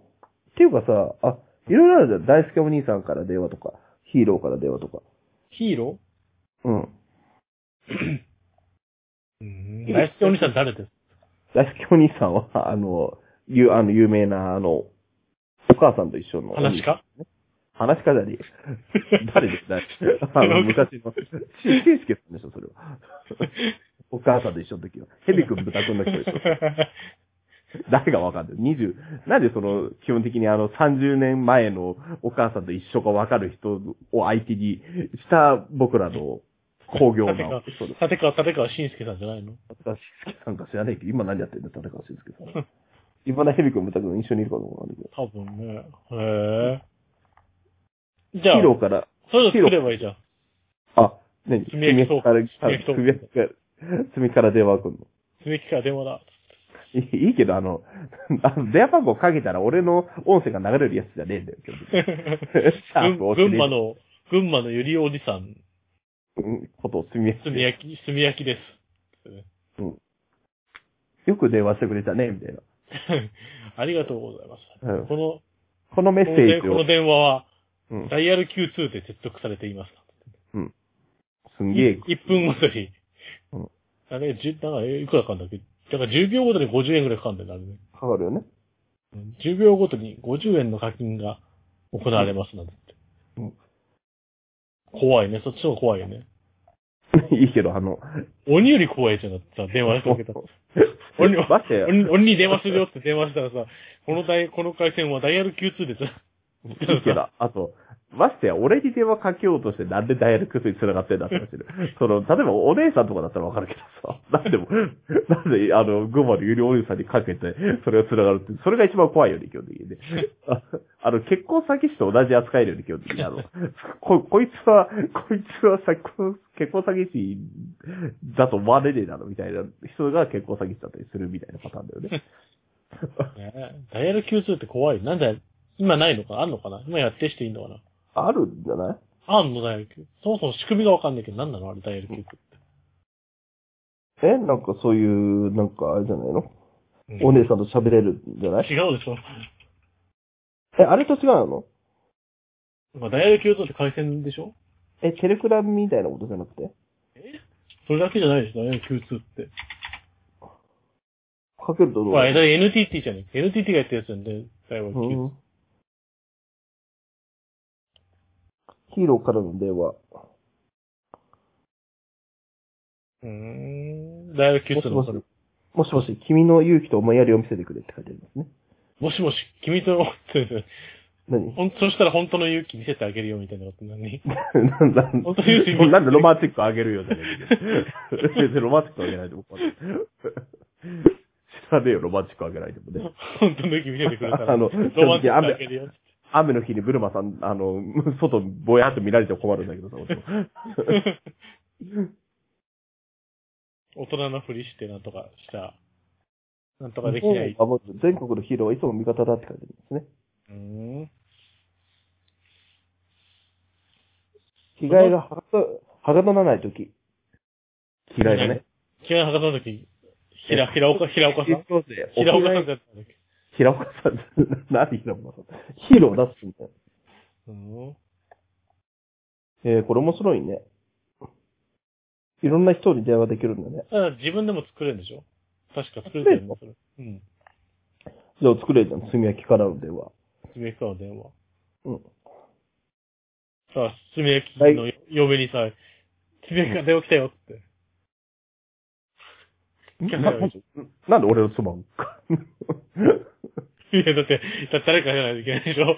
Speaker 1: ていうかさ、あ、いろいろあるじゃん。大輔お兄さんから電話とか、ヒーローから電話とか。
Speaker 2: ヒーロ
Speaker 1: うん。
Speaker 2: ーうん。大好きお兄さん誰です
Speaker 1: 大輔お兄さんは、あの、ゆ、あの、有名な、あの、お母さんと一緒の。
Speaker 2: 話か
Speaker 1: 話し方 [LAUGHS] に。誰ですかあの昔の。ケイスケさんでしょ、それ [LAUGHS] は。お母さんと一緒の時は。ヘビ君、豚君の人でしょ。誰がわかんない。20、なんでその、基本的にあの、30年前のお母さんと一緒かわかる人を相手にした僕らの工業
Speaker 2: 立川
Speaker 1: の、そうで、
Speaker 2: 立川、立川慎介さんじゃないの
Speaker 1: す。田中慎介さんか知らないけど、今何やってんだ、田中慎介 [LAUGHS] さん。今田ヘビ君、豚君一緒にいるかと思うんだけど。
Speaker 2: 多分ね。へえ。じゃあ
Speaker 1: ヒ、ロから、
Speaker 2: そういうの作ればいいじゃん。
Speaker 1: あ、何
Speaker 2: 積み上げトーク
Speaker 1: から、
Speaker 2: 積み上げトーク
Speaker 1: 積み上げから、積みから電話来んの。
Speaker 2: 鈴木から電話だ。
Speaker 1: いい [LAUGHS] いいけど、あの、あの電話番号かけたら俺の音声が流れるやつじゃねえんだよ、基本的に
Speaker 2: [LAUGHS]
Speaker 1: シャープ
Speaker 2: 群
Speaker 1: を押し
Speaker 2: 群
Speaker 1: て
Speaker 2: 馬の、群馬のゆりおじさん、
Speaker 1: うんことを積み上
Speaker 2: 炭
Speaker 1: げ
Speaker 2: 焼き、炭焼きです。 [LAUGHS]
Speaker 1: よく電話してくれたね、みたいな。
Speaker 2: ありがとうございます。
Speaker 1: うん
Speaker 2: この、
Speaker 1: このメッ
Speaker 2: こ
Speaker 1: セー
Speaker 2: の
Speaker 1: ジ
Speaker 2: 電この
Speaker 1: を、
Speaker 2: 電話は、
Speaker 1: うん、
Speaker 2: ダイヤル Q2 で接続されています。
Speaker 1: すんげえ、
Speaker 2: 1分ごとに
Speaker 1: うん。
Speaker 2: あれ、じゅなんか、えいくらかかんだっけだから10秒ごとに50円くらいかかんだよねあれね。
Speaker 1: かかるよね。 [LAUGHS]
Speaker 2: うん10秒ごとに50円の課金が行われますなんて。
Speaker 1: うん
Speaker 2: 怖いね。そっちの方が怖いよね。
Speaker 1: いいけど、あの、
Speaker 2: 鬼より怖いじゃん。だってさ、電話
Speaker 1: [LAUGHS]
Speaker 2: かけたら。俺には
Speaker 1: 待ってよ
Speaker 2: 鬼鬼に電話するよって電話したらさ、この台、この回線はダイヤル Q2 でさ、
Speaker 1: いいけど、あと、ましてや、俺に電話かけようとしてなんでダイヤルクスに繋がってんだって話で。その、例えばお姉さんとかだったらわかるけどさ、なんでも、なんで、あの、群馬のゆりお姉さんにかけて、それが繋がるって、それが一番怖いよね、基本的にね。ああの、結婚詐欺師と同じ扱いよね、基本的に。あの、こ、こいつは、こいつはさ、こ結婚詐欺師だと思われねえだろ、みたいな人が結婚詐欺師だったりするみたいなパターンだよね。
Speaker 2: ね [LAUGHS] ダイヤル Q2 って怖い。なんだよ。今ないのかなあんのかな今やってしていいのかな
Speaker 1: あるんじゃない
Speaker 2: あんのダイヤル Q。そもそも仕組みがわかんないけど、なんなのあれダイヤル Q2 って。
Speaker 1: えなんかそういう、なんかあれじゃないの
Speaker 2: うん
Speaker 1: お姉さんと喋れるんじゃない
Speaker 2: 違うでしょ。
Speaker 1: え、あれと違うの
Speaker 2: まあ、ダイヤル Q2 って回線でしょ
Speaker 1: え、テレクラみたいなことじゃなくて
Speaker 2: それだけじゃないでしょダイヤル Q2 って。
Speaker 1: かけるとどう
Speaker 2: ほら、
Speaker 1: な
Speaker 2: え
Speaker 1: る
Speaker 2: だから NTT じゃねえ。NTT がやってるやつなんで、ダイヤル
Speaker 1: う
Speaker 2: Q2。
Speaker 1: んヒーローからの電話。
Speaker 2: うーん。ダイヤル Q2 の
Speaker 1: もしもし、もしもし、君の勇気と思いやりを見せてくれって書いてありますね。
Speaker 2: もしもし、君と、
Speaker 1: 何 [LAUGHS]
Speaker 2: ほんそしたら本当の勇気見せてあげるよ、みたいなこと何
Speaker 1: なんだ、
Speaker 2: 本当に勇気見せて
Speaker 1: なんでロマンチックあげるよじゃねえけど別にロマンチックあげないと
Speaker 2: [LAUGHS]
Speaker 1: 思う。知らねえよ、ロマンチックあげないともね。
Speaker 2: 本当の勇気見せてくれたら。
Speaker 1: あの
Speaker 2: ロマンチックあげるよ。
Speaker 1: 雨の日にブルマさん、あの、 [LAUGHS] 外ぼやっと見られても困るんだけどさ、俺も
Speaker 2: 大人のふりしてなんとかした。なんとかできない。
Speaker 1: あもう全国のヒーローはいつも味方だって書いてありますね。
Speaker 2: うー
Speaker 1: 着
Speaker 2: ん。
Speaker 1: 替えがはがと、はがとならないとき。着替えがね。
Speaker 2: 昨日博多の時、ひら、ひらおか、ひらおかさん
Speaker 1: そうですね
Speaker 2: ひらおかさん
Speaker 1: お着替え
Speaker 2: だったんだっけ
Speaker 1: ひらおかさん。何ひらおかさん。ヒーロー出すんだよ。
Speaker 2: うーん。
Speaker 1: えー、これ面白いね。いろんな人に電話できるんだね。
Speaker 2: ただ自分でも作れるんでしょ確か作れてるんだ、それ。うん。
Speaker 1: じゃあ作れるじゃん。炭焼きからの電話。
Speaker 2: つみやきからの電話。
Speaker 1: うん。
Speaker 2: さあ、つみやきの
Speaker 1: は
Speaker 2: 嫁にさ、つみやきから電話来たよって。
Speaker 1: な
Speaker 2: や
Speaker 1: な
Speaker 2: [LAUGHS]
Speaker 1: んでなんで俺の妻を [LAUGHS]
Speaker 2: いや、だって、だって誰かじゃないといけないでしょ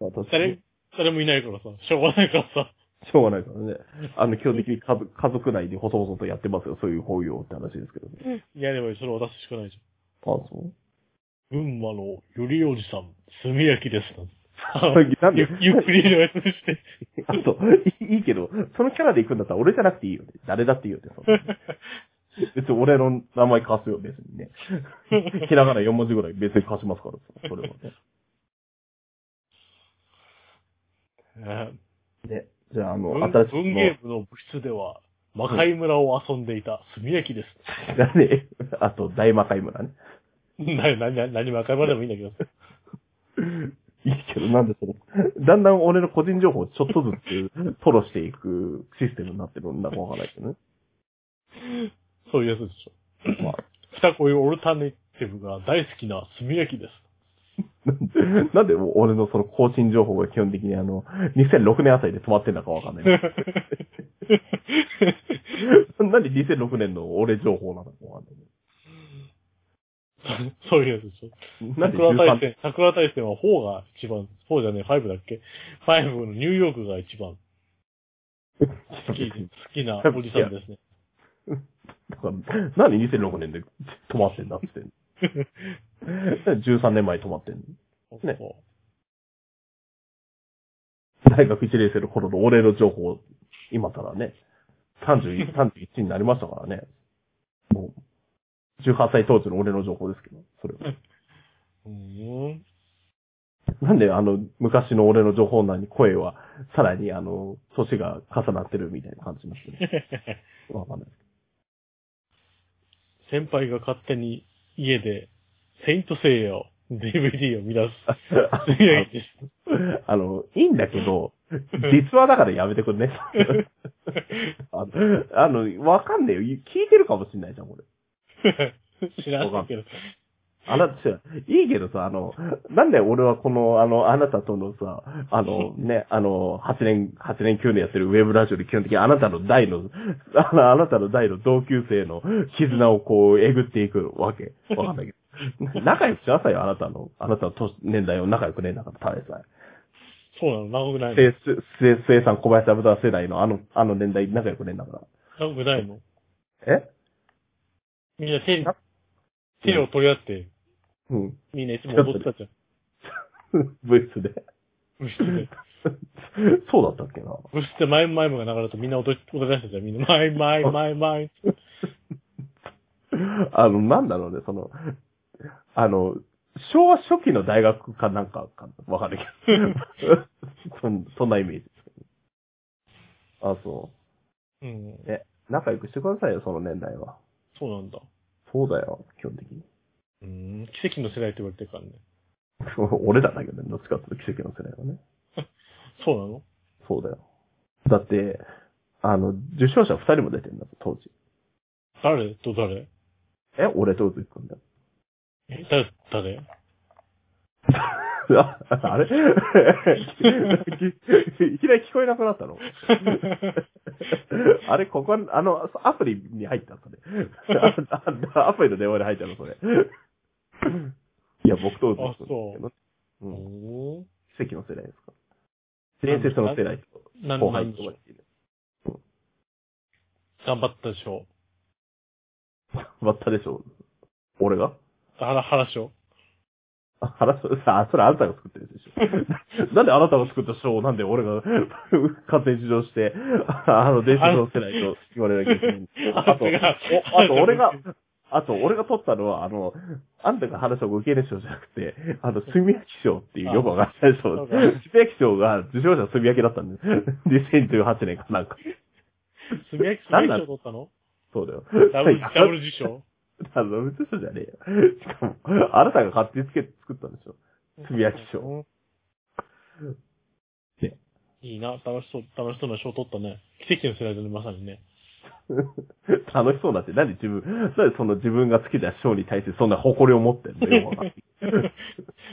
Speaker 1: 私
Speaker 2: 誰、誰もいないからさ、しょうがないからさ。
Speaker 1: しょうがないからね。あの、基本的に家族家族内で細々とやってますよ。そういう法要って話ですけどね。
Speaker 2: いや、でもそれ渡すしかないじ
Speaker 1: あ、そう
Speaker 2: ゃん。群馬のよりおじさん、炭焼きですなんて。
Speaker 1: なんで
Speaker 2: ゆゆっくりのやつ
Speaker 1: [LAUGHS]
Speaker 2: して。
Speaker 1: あと、いいいけど、そのキャラで行くんだったら俺じゃなくていいよね。 [LAUGHS] 誰だっていいよね。その別に俺の名前貸すよ、別にね。ひらがな4文字ぐらい別に貸しますからさ、それはね。
Speaker 2: ね
Speaker 1: ね。じゃあ、あの、
Speaker 2: 文
Speaker 1: 新しい
Speaker 2: 文芸部の部室では、魔界村を遊んでいた炭焼きです。
Speaker 1: だね。 [LAUGHS] あと、大魔界村ね。
Speaker 2: な、な、な、何魔界村でもいいんだけど。
Speaker 1: いいけど、なんでその、だんだん俺の個人情報をちょっとずつ吐露していくシステムになってるんだかわからないけどね。
Speaker 2: そ
Speaker 1: [LAUGHS]
Speaker 2: ういうやつでしょ。
Speaker 1: まあ、
Speaker 2: 二恋オルタネティブが大好きな炭焼きです。
Speaker 1: [LAUGHS] なんでもう俺のその更新情報が基本的にあの、2006年あたりで止まってんだかわかんない。 [LAUGHS] なんで2006年の俺情報なのかわかんない。
Speaker 2: [LAUGHS] そういうやつでしょ。
Speaker 1: なんで
Speaker 2: 桜大
Speaker 1: 13
Speaker 2: 戦、桜大戦は4が一番、4じゃねえ、5だっけ ?5 のニューヨークが一 [LAUGHS] 番好き、好きなおじさんですね。
Speaker 1: だからなんで2006年で止まってんだっつってんの ?13 年前に止まってんの
Speaker 2: そう
Speaker 1: ね大学1年生の頃の俺の情報、今からね、31、31になりましたからね。もう、18歳当時の俺の情報ですけど、それは。
Speaker 2: うーん。
Speaker 1: なんであの、昔の俺の情報欄に声は、さらにあの、年が重なってるみたいな感じになってる。わかんない。
Speaker 2: 先輩が勝手に家で、セイントセイヤを、DVD を見 [LAUGHS] 出す。いやいいです
Speaker 1: あの、いいんだけど、実話だからやめてくんね。あの、あのわかんねえよ。聞いてるかもしんないじゃん、これ。
Speaker 2: 知らないけど。
Speaker 1: あなた、いいけどさ、あの、なんで俺はこの、あの、あなたとのさ、あの、ね、あの、8年、8年9年やってるウェブラジオで基本的にあなたの代の、あのあなたの代の同級生の絆をこう、えぐっていくわけ。わかんないけど。仲良くしなさいよ、あなたの。あなたの年年代を仲良くねえんだから、たれさ
Speaker 2: そうなの、長くない
Speaker 1: い。
Speaker 2: の
Speaker 1: せい、せい、せいさん小林アブダ世代のあの、あの年代仲良くねえんだか
Speaker 2: 長くないの
Speaker 1: ら。え
Speaker 2: みんな手に、手を取り合って、
Speaker 1: うん。 [LAUGHS]
Speaker 2: みんないつも踊ってたじゃん。
Speaker 1: ブースで。
Speaker 2: 部室で。
Speaker 1: そうだったっけな。
Speaker 2: 部室でマイムマイムが流れるとみんな踊り、踊り出したじゃん。みんな、マイムマイムマイムマイム。
Speaker 1: あの、なんだろうね、その、あの、昭和初期の大学かなんかかわかんないけど。そんそんなイメージですけど。あ、そ
Speaker 2: うん。
Speaker 1: う。え、仲良くしてくださいよ、その年代は。
Speaker 2: そうなんだ。
Speaker 1: そうだよ、基本的に。 [LAUGHS]
Speaker 2: うん。奇跡の世代って言われてるからね。
Speaker 1: 俺らだけどね、どっちかっていうと奇跡の世代はね。
Speaker 2: そうなの
Speaker 1: そうだよ。だって、あの、受賞者二人も出てんだぞ、当時。
Speaker 2: 誰と誰
Speaker 1: え、俺とうずきくんだよ。 [LAUGHS]
Speaker 2: え、誰誰
Speaker 1: ああれ [LAUGHS] いきなり聞こえなくなったの [LAUGHS] あれ、ここ、あの、アプリに入ったの、そ
Speaker 2: [LAUGHS]
Speaker 1: れ。ああアプリの電話に入ったの、それ。いや、僕とうずきくん
Speaker 2: あ
Speaker 1: ですけど、うん、
Speaker 2: お
Speaker 1: 奇跡の世代ですか。伝説の世代と
Speaker 2: ーなん
Speaker 1: 後
Speaker 2: な
Speaker 1: 輩
Speaker 2: ん
Speaker 1: と呼ばれている。
Speaker 2: 頑張ったでしょ
Speaker 1: バッタでしょ俺が
Speaker 2: う。はら、はらしょ
Speaker 1: あ、話す、あ、それあなたが作ってるでしょ。なんであなたが作った賞をなんで俺が勝手に受賞して、あの、伝説の世代と言われなきゃいけないんだ
Speaker 2: う。
Speaker 1: あと、
Speaker 2: 違う
Speaker 1: おあと俺が、あと俺が取ったのは、あの、あんたが話を受け入れ賞じゃなくて、あの、炭焼き賞っていうよくわかんない賞。
Speaker 2: そ
Speaker 1: 炭
Speaker 2: うか
Speaker 1: 焼き賞が受賞者炭焼きだったんです。2018年かなんか。
Speaker 2: すみやき、すみやき賞取ったの
Speaker 1: そうだよ。
Speaker 2: ダブル、ダブル受賞
Speaker 1: あの、別にそうじゃねえよ。しかも、あなたが勝手につけて作ったんでしょ。すみやき賞ね
Speaker 2: いいな、楽しそう、楽しそうな賞取ったね。奇跡の世代だね、まさにね。
Speaker 1: [LAUGHS] 楽しそうだって、なんで自分、なんでその自分が好きな賞に対してそんな誇りを持ってんの
Speaker 2: [LAUGHS]
Speaker 1: よくわかんない、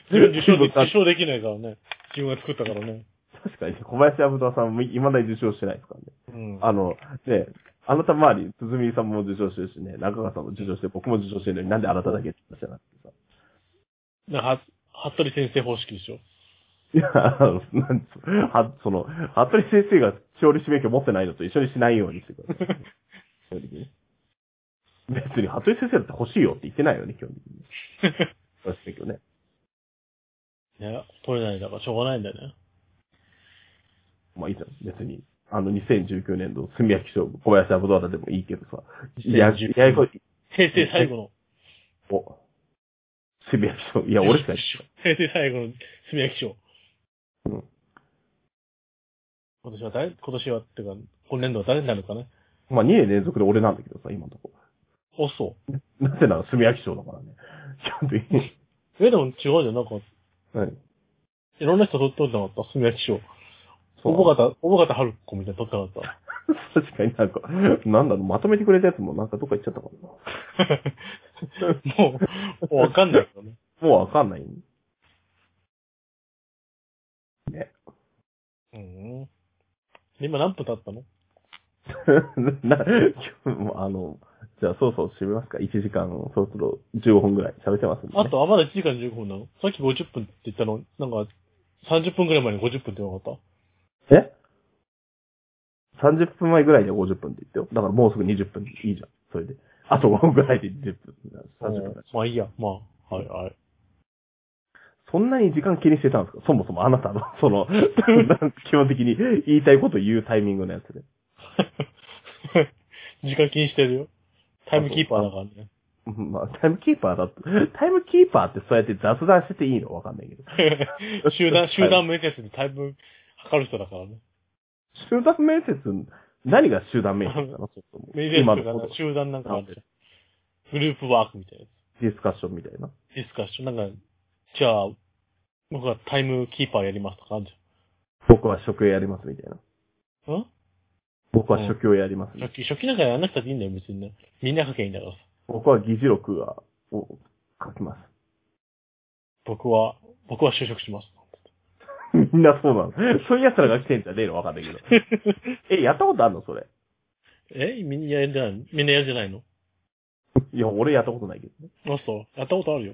Speaker 2: 自分受
Speaker 1: 自分
Speaker 2: 賞で、
Speaker 1: が
Speaker 2: 受賞できないからね。自分が作ったからね。
Speaker 1: 確かに、小林アブダさんも未だに受賞してないですからね。
Speaker 2: うん。
Speaker 1: あの、ね、あなた周り、鈴見さんも受賞してるしね、中川さんも受賞して、僕も受賞してるのになんであなただけって話じゃなくてさ。
Speaker 2: なんか、は服部先生方式でしょ。 [LAUGHS]
Speaker 1: いや、あの、なんつは、その、服部先生が調理師免許持ってないのと一緒にしないようにしてください。正直ね別に、服部先生だって欲しいよって言ってないよね、基本的に。調理師免許ね。
Speaker 2: ね、取れないんだからしょうがないんだよね。
Speaker 1: まあいいじゃん、別に。あの、2019年度、炭焼き賞、小林アブドアダでもいいけどさ。いや、ややこしい。
Speaker 2: 平成最後の。
Speaker 1: お。炭焼き賞。いや、俺
Speaker 2: [LAUGHS]
Speaker 1: しか
Speaker 2: 平成最後の炭焼き賞。
Speaker 1: うん
Speaker 2: 今年は誰、今年はっていうか、今年度は誰になるのかね。
Speaker 1: まあ2年連続で俺なんだけどさ、今のとこ。
Speaker 2: お、そ
Speaker 1: なぜなら炭焼き賞だからね。基本 [LAUGHS] 的に。
Speaker 2: う。え、でも違うじゃん。なんか、
Speaker 1: はい。
Speaker 2: いろんな人取取ってなかった炭焼き賞。
Speaker 1: そう
Speaker 2: 小方、小方春子みたいなの取ってなかっ
Speaker 1: 確かになんか、なんだろう、まとめてくれたやつもなんかどっか行っちゃったから [LAUGHS]
Speaker 2: た。もう、もうわかんないけどね。
Speaker 1: な。もうわかんない。 [LAUGHS] ね。
Speaker 2: うん。で、今何分経ったの
Speaker 1: な、今日もあの、じゃあそろそろ締めますか ?1 時間、そろそろ15分ぐらい喋ってますんで、ね。
Speaker 2: あとはまだ1時間15分なのさっき50分って言ったの、なんか、30分くらい前に50分って言わなかっ
Speaker 1: え ?30 分前ぐらいで50分って言ってよ。だからもうすぐ20分でいいじゃん。それで。あと5分ぐらいで10分。
Speaker 2: た
Speaker 1: 30分だし
Speaker 2: まあいいや、まあ、はい、はい。 [LAUGHS]
Speaker 1: そんなに時間気にしてたんですかそもそもあなたの、 [LAUGHS] その、基本的に言いたいこと言うタイミングのやつで。
Speaker 2: 時間気にしてるよ。タイムキーパーだからね。
Speaker 1: うんまあ、タイムキーパーだと、タイムキーパーってそうやって雑談してていいのわかんないけど。
Speaker 2: 集団、集団面接でタイム測る人だからね。
Speaker 1: 集団面接、何が集団面接なのちょっともう
Speaker 2: 面接
Speaker 1: 今
Speaker 2: と
Speaker 1: の
Speaker 2: か
Speaker 1: こ
Speaker 2: な
Speaker 1: と
Speaker 2: 集団なんかあるじゃん。グループワークみたいなや
Speaker 1: ディスカッションみたいな。
Speaker 2: つ。ディスカッション。なんか、じゃあ、僕はタイムキーパーやりますとかあるじ
Speaker 1: 僕は職業やりますみたいな。
Speaker 2: ゃん。ん
Speaker 1: 僕は職業やります、
Speaker 2: 初期、初期なんかやんなくたっていいんだよ、別にね。みんな書けばいいんだからさ。
Speaker 1: 僕は議事録はを書きます。
Speaker 2: [LAUGHS] 僕は、僕は就職します。
Speaker 1: みんなそうなの。そういう奴らが来てんじゃねえのわかんないけど。え、やったことあるのそれ。
Speaker 2: えみんなやるじゃないみんなやるじゃないの
Speaker 1: いや、俺やったことないけどね。
Speaker 2: あ、そう。やったことあるよ。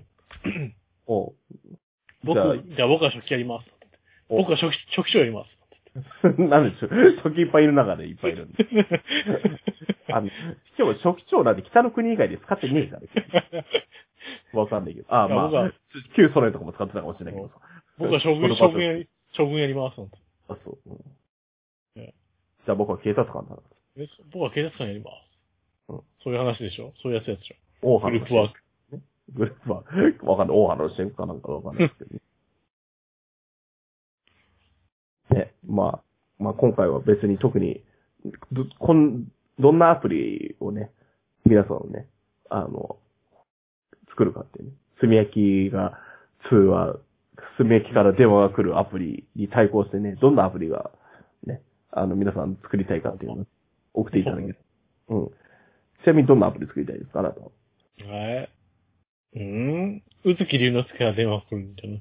Speaker 1: おう
Speaker 2: 僕、
Speaker 1: じゃあ
Speaker 2: じゃあ僕は初期やります。
Speaker 1: お
Speaker 2: 僕は初期、初期長やります。
Speaker 1: [LAUGHS] なんでしょ、初期いっぱいいる中でいっぱいいるんで。あの、今日初期長なんて北の国以外で使ってねえじゃん。わかんないけど。あ、
Speaker 2: いや
Speaker 1: ま
Speaker 2: 僕は
Speaker 1: あ、旧ソ連とかも使ってたかもしれないけどさ。
Speaker 2: 僕は将
Speaker 1: こ
Speaker 2: 軍、
Speaker 1: の
Speaker 2: 将軍やり、将軍やります。
Speaker 1: あ、そう。うん
Speaker 2: ね
Speaker 1: じゃあ僕は警察官だな。
Speaker 2: え僕は警察官やります。
Speaker 1: うん
Speaker 2: そういう話でしょそういうやつやつでし
Speaker 1: 大
Speaker 2: ょグ
Speaker 1: 原
Speaker 2: ループワーク。
Speaker 1: [LAUGHS] グループワーク。わかんない。大原のシェフかなんかわかんないですけどね。ね、まあ、まあ今回は別に特に、ど、こん、どんなアプリをね、皆さんをね、あの、作るかっていうね。炭焼きが、通話、炭焼きから電話が来るアプリに対抗してね、どんなアプリが、ね、あの、皆さん作りたいかっていうのを送っていただける。うん。ちなみにどんなアプリ作りたいですかあなたは。
Speaker 2: えうーん宇月龍之介から電話来るんじゃ
Speaker 1: [LAUGHS]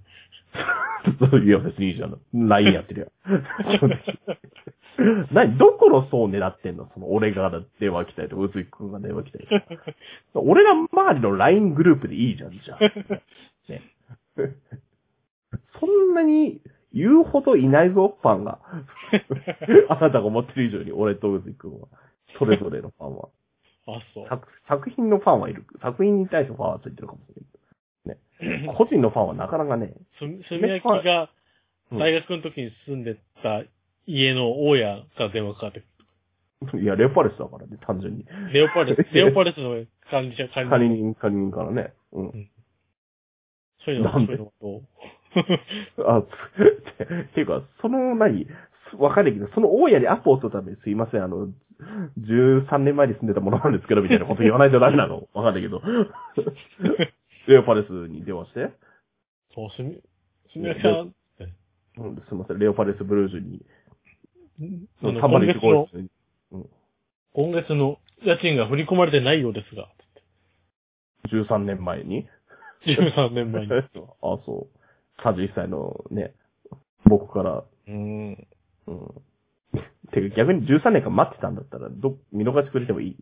Speaker 2: ない
Speaker 1: いや、別にいいじゃん。LINE やってるやん。 [LAUGHS] 何どこの層狙ってんのその、俺が電話来たりとか、うついくんが電話来たりとか。俺ら周りの LINE グループでいいじゃん、じゃあ。ね、そんなに言うほどいないぞ、ファンが。 [LAUGHS] あなたが思ってる以上に、俺とうついくんは。それぞれのファンは。
Speaker 2: あ、そう。
Speaker 1: 作作品のファンはいる。作品に対してファンはついてるかもしれないけど。ね。個人のファンはなかなかね、
Speaker 2: す、すみやきが、大学の時に住んでた家の大家から電話かかってく
Speaker 1: いや、レオパレスだからね、単純に。
Speaker 2: る。レオパレス、レオパレスの管理者、管理
Speaker 1: 管理
Speaker 2: 者。
Speaker 1: 人、管理人からね。うん。
Speaker 2: そういうの、
Speaker 1: な
Speaker 2: そうんい
Speaker 1: で
Speaker 2: うのと、 [LAUGHS]
Speaker 1: あ、 [LAUGHS] つていうか、その、何、わかんないけど、その大家にアポを取るためにすいません、あの、13年前に住んでたものなんですけど、みたいなこと言わないとダメな
Speaker 2: [LAUGHS]
Speaker 1: の。わかんないけど。レオパレスに電話して、
Speaker 2: そう、すみ、すみやきさん、
Speaker 1: うん、すいません、レオパレスブルージュに、
Speaker 2: その
Speaker 1: 3
Speaker 2: 今
Speaker 1: 0
Speaker 2: 月の
Speaker 1: 1、室に。
Speaker 2: 今月の家賃が振り込まれてないようですが、
Speaker 1: 13年前に。
Speaker 2: 13年前
Speaker 1: [LAUGHS]
Speaker 2: に。
Speaker 1: あ、そう。31歳のね、僕から
Speaker 2: う
Speaker 1: う
Speaker 2: ん。
Speaker 1: ん。てか逆に13年間待ってたんだったら、ど、見逃してくれてもいい。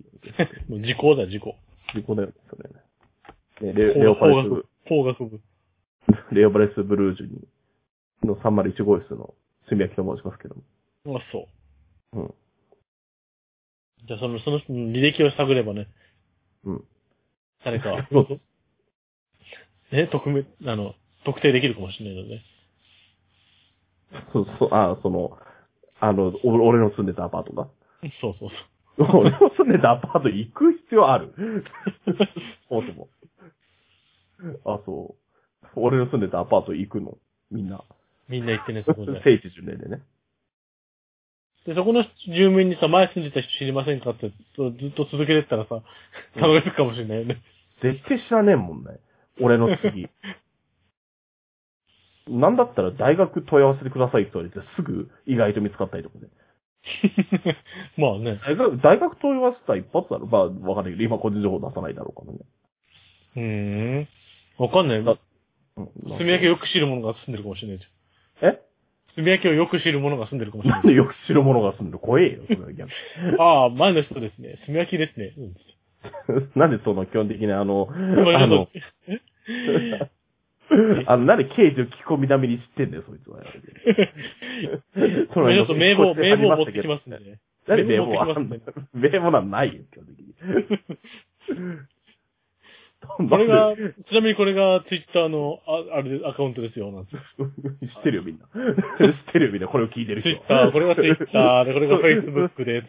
Speaker 2: もう時効だ、時効。
Speaker 1: 事故だよね、それね。ねレレオ
Speaker 2: 法
Speaker 1: パレス
Speaker 2: 学、法学部。
Speaker 1: ブ、レオパレスブルージュに、の301号室の炭焼きと申しますけども。
Speaker 2: あ、そう。
Speaker 1: うん。
Speaker 2: じゃあ、その、その人の履歴を探ればね。
Speaker 1: うん。
Speaker 2: 誰か、
Speaker 1: どうぞ。
Speaker 2: ね、特め、あの、特定できるかもしれないのでね。
Speaker 1: そう、そう、あ、その、あの、お俺の住んでたアパートが。 [LAUGHS]
Speaker 2: そうそうそう。
Speaker 1: 俺の住んでたアパート行く必要ある [LAUGHS] そうでも。あ、そう。俺の住んでたアパート行くのみんな。
Speaker 2: みんな言ってね、そこで。
Speaker 1: 聖地巡礼でね。
Speaker 2: で、そこの住民にさ、前住んでた人知りませんかって、そうずっと続けてったらさ、たどり着くかもしれないよ [LAUGHS] ね。
Speaker 1: 絶対知らねえもんね。俺の次。なんだったら大学問い合わせてくださいって言われてすぐ意外と見つかったりとかね。
Speaker 2: まあね。
Speaker 1: 大学、大学問い合わせたら一発だろまあわかんないけど、今個人情報出さないだろうからね。
Speaker 2: うーん。わかんない。
Speaker 1: だうん
Speaker 2: 炭焼きをよく知る者が住んでるかもしれないじ
Speaker 1: え [LAUGHS]
Speaker 2: ゃん。つぶやきをよく知る者が住んでるかもしれな
Speaker 1: ないん。でよく知る者がすんの怖えよ、それは逆に
Speaker 2: ああ、前の人ですね。炭焼きですね。うん。
Speaker 1: [LAUGHS] なんでその基本的な、あの、
Speaker 2: 今
Speaker 1: あの、 [LAUGHS] あの、なんで刑事を聞き込み並みに知ってんだよ、そいつは。そ
Speaker 2: [LAUGHS] ちょっと名簿、名簿を持ってき
Speaker 1: ま
Speaker 2: ますすんでね。
Speaker 1: なんで名簿
Speaker 2: 名簿
Speaker 1: は
Speaker 2: 持ってきますね
Speaker 1: 名簿なんないよ、基本的に。
Speaker 2: [LAUGHS] これが、ちなみにこれがツイッターの、あ、あれで、アカウントですよ、なんて。
Speaker 1: [LAUGHS] 知ってるよ、みんな。 [LAUGHS] 知ってるよ、みんな。これを聞いてる
Speaker 2: ツイ
Speaker 1: 人
Speaker 2: ッ。ター、これがツイッターで、これがフェイスブックで。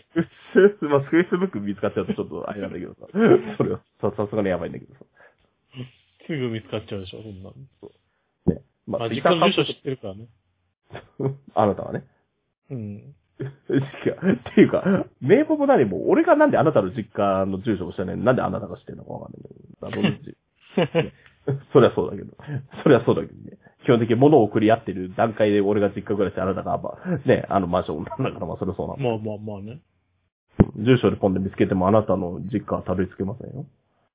Speaker 1: まあ、フェイスブック見つかっちゃうとちょっとあれなんだけど
Speaker 2: [LAUGHS]
Speaker 1: さ。それは、さ、さすがにやばいんだけどさ。
Speaker 2: すぐ見つかっちゃうでしょ、そんなの。
Speaker 1: ね。ま
Speaker 2: まあ、
Speaker 1: ツイ
Speaker 2: 実
Speaker 1: ッタ
Speaker 2: 家
Speaker 1: ー
Speaker 2: の住所知ってるからね。
Speaker 1: [LAUGHS] あなたはね。 [LAUGHS]
Speaker 2: うん。
Speaker 1: 違う。っていうか、名簿も何も、俺がなんであなたの実家の住所を知らないのになんであなたが知ってるのかわかんないけど。 [LAUGHS] 謎のうちそりゃそうだけど。そりゃそうだけどね。基本的に物を送り合ってる段階で俺が実家暮らしであなたが、まあ、ね、あのマンションなんだから、まあそれはそうなの。
Speaker 2: まあまあまあね。
Speaker 1: 住所でポンで見つけてもあなたの実家はたどり着けませんよ。 [LAUGHS]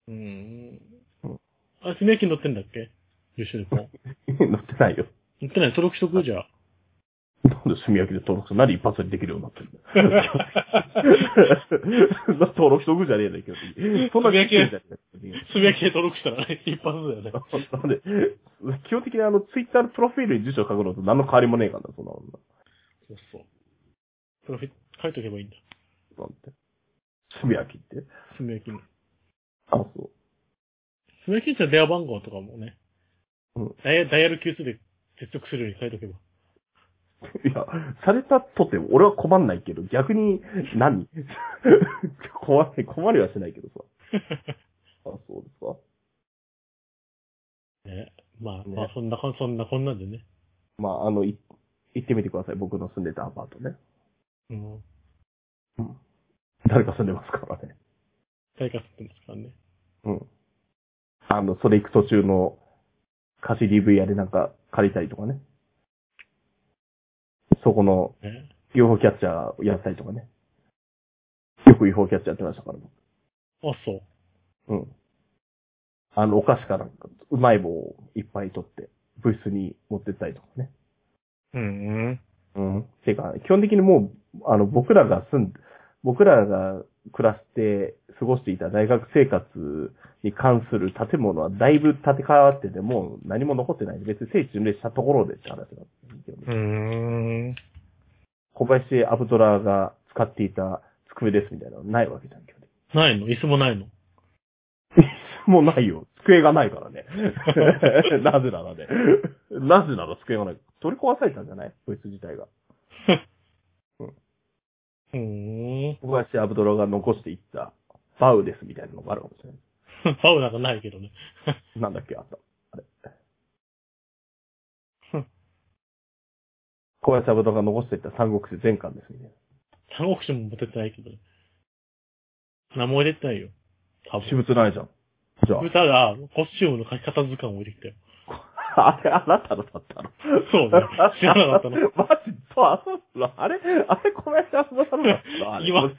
Speaker 2: うん
Speaker 1: うん。
Speaker 2: あ、炭焼きに載ってんだっけ優秀でこう。
Speaker 1: 載ってないよ。
Speaker 2: 載ってない、登録しとくじ
Speaker 1: [LAUGHS]
Speaker 2: ゃあ。 [LAUGHS]
Speaker 1: なんで炭焼きで登録する何一発でできるようになってるんだ [LAUGHS] よ登録しとくじゃねえんだけど。そんな知識じゃねえんだよ
Speaker 2: 炭焼きで登録したらね、一発だよね。
Speaker 1: なんで、基本的にあの、ツイッターのプロフィールに住所を書くのと何の変わりもねえからな、そんなもんな。
Speaker 2: そうそう。プロフィ書いとけばいいんだ。
Speaker 1: なんて。炭焼きって。
Speaker 2: 炭焼きに。
Speaker 1: あ、そ
Speaker 2: 炭焼きって電話番号とかもね。
Speaker 1: うん
Speaker 2: ダイヤダイヤル Q2 で接続するように書いとけば。
Speaker 1: う。いや、されたとて俺は困んないけど、逆に何、 [LAUGHS] 困る、困りはしないけどさ。あ、そうですか
Speaker 2: ね。まあ、
Speaker 1: ね
Speaker 2: まあ、そんなかん、そんな、こんなんでね。
Speaker 1: まあ、あの、い行ってみてください。僕の住んでたアパートね。
Speaker 2: うん。
Speaker 1: 誰か住んでますからね。
Speaker 2: 大活ってますからね。
Speaker 1: うん。あの、それ行く途中の貸し DV やでなんか借りたりとかね。そこの
Speaker 2: ね。
Speaker 1: UFO キャッチャーやったりとかね。よく UFO キャッチャーやってましたから、僕
Speaker 2: あ、そう。
Speaker 1: うん。あの、お菓子かなんか、うまい棒をいっぱい取って、部室に持ってったりとかね。
Speaker 2: うん、うん。
Speaker 1: うん。ていうか、基本的にもう、あの、僕らが住ん、僕らが暮らして、過ごしていた大学生活に関する建物はだいぶ建て替わってて、もう何も残ってない。別に聖地巡礼したところでって話なんですよね。
Speaker 2: うん。
Speaker 1: 小林アブドラが使っていた机ですみたいなのないわけじゃん、基本的に
Speaker 2: ないの椅子もないの
Speaker 1: もうないよ。机がないからね。 [LAUGHS] なぜならね。なぜなら机がない。取り壊されたんじゃないこいつ自体が。
Speaker 2: うん。
Speaker 1: 小林アブドラが残していったバウですみたいなのがあるかもしれない。
Speaker 2: パウなんかないけどね。
Speaker 1: なんだっけ、あった。あれ
Speaker 2: ふん。
Speaker 1: 小林アブドラが残していった三国志全巻ですみたい
Speaker 2: 三国志も持ってってないけどね。何も入れてないよ。多
Speaker 1: な。
Speaker 2: 分
Speaker 1: 私。物ないじゃん。じゃ
Speaker 2: ただ、コスチュームの書き方図鑑を入れてきたよ。
Speaker 1: [LAUGHS] あ、あれあなたのだったの
Speaker 2: [LAUGHS] そうね。知らなかったの。
Speaker 1: [LAUGHS] マジと、あ、そうなのあれあれ小林アブドラのだったのあれ [LAUGHS]
Speaker 2: 今知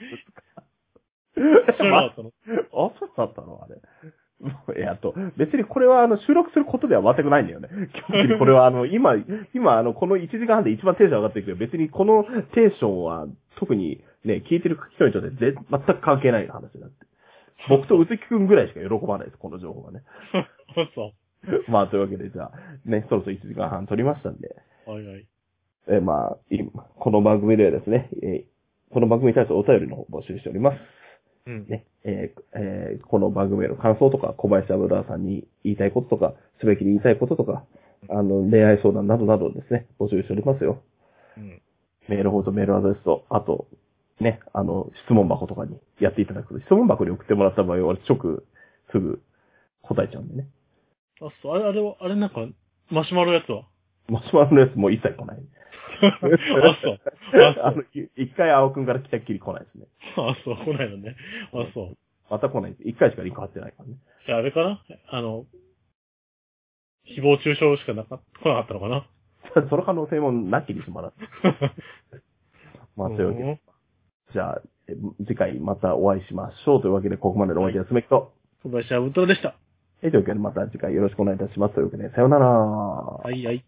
Speaker 2: らなかったの。
Speaker 1: あ、そうだったのあれ。 [LAUGHS] いや、あと、別にこれはあの収録することでは全くないんだよね。基本的にこれはあの、今、今あの、この1時間半で一番テンション上がってるけど、別にこのテンションは特にね、聞いてる人にとって全全く関係ない話だって。僕と宇月くんぐらいしか喜ばないです、この情報はね。 [LAUGHS]
Speaker 2: そ
Speaker 1: まあ、というわけで、じゃあ、ね、そろそろ1時間半撮りましたんで、
Speaker 2: う。はいはい。
Speaker 1: え、まあ、今この番組ではですね、えーこの番組に対するお便りの方を募集しております。
Speaker 2: うん。
Speaker 1: ね、えーえーこの番組への感想とか、小林油さんに言いたいこととか、すべきで言いたいこととか、あの、恋愛相談などなどですね、募集しておりますよ。
Speaker 2: うん。
Speaker 1: メールフォームとメールアドレスと、あと、ね、あの、質問箱とかにやっていただくと、質問箱に送ってもらった場合は、俺直、すぐ答えちゃうんでね。
Speaker 2: あ、そう、あれ、あれは、あれなんか、マシュマロやつ [LAUGHS] は。
Speaker 1: マシュマロのやつもう一切来ない。
Speaker 2: あ、そう。
Speaker 1: あの、い一回青くんから来たっきり来ないですね。
Speaker 2: あ、そう、来ないのね。あ、そう。
Speaker 1: また来ないです。一回しかリンク貼ってないからね。
Speaker 2: じゃあ、あれかなあの、誹謗中傷しかなか、来なかったのかな
Speaker 1: その可能性もなきにしもあらず。まあ、というわけで。
Speaker 2: うん
Speaker 1: じゃあ、え次回またお会いしましょうというわけで、ここまでのお相手はすべきと、
Speaker 2: 小林アウトロでした。
Speaker 1: えというわけでまた次回よろしくお願いいたしますというわけで、さようなら。
Speaker 2: はいはい。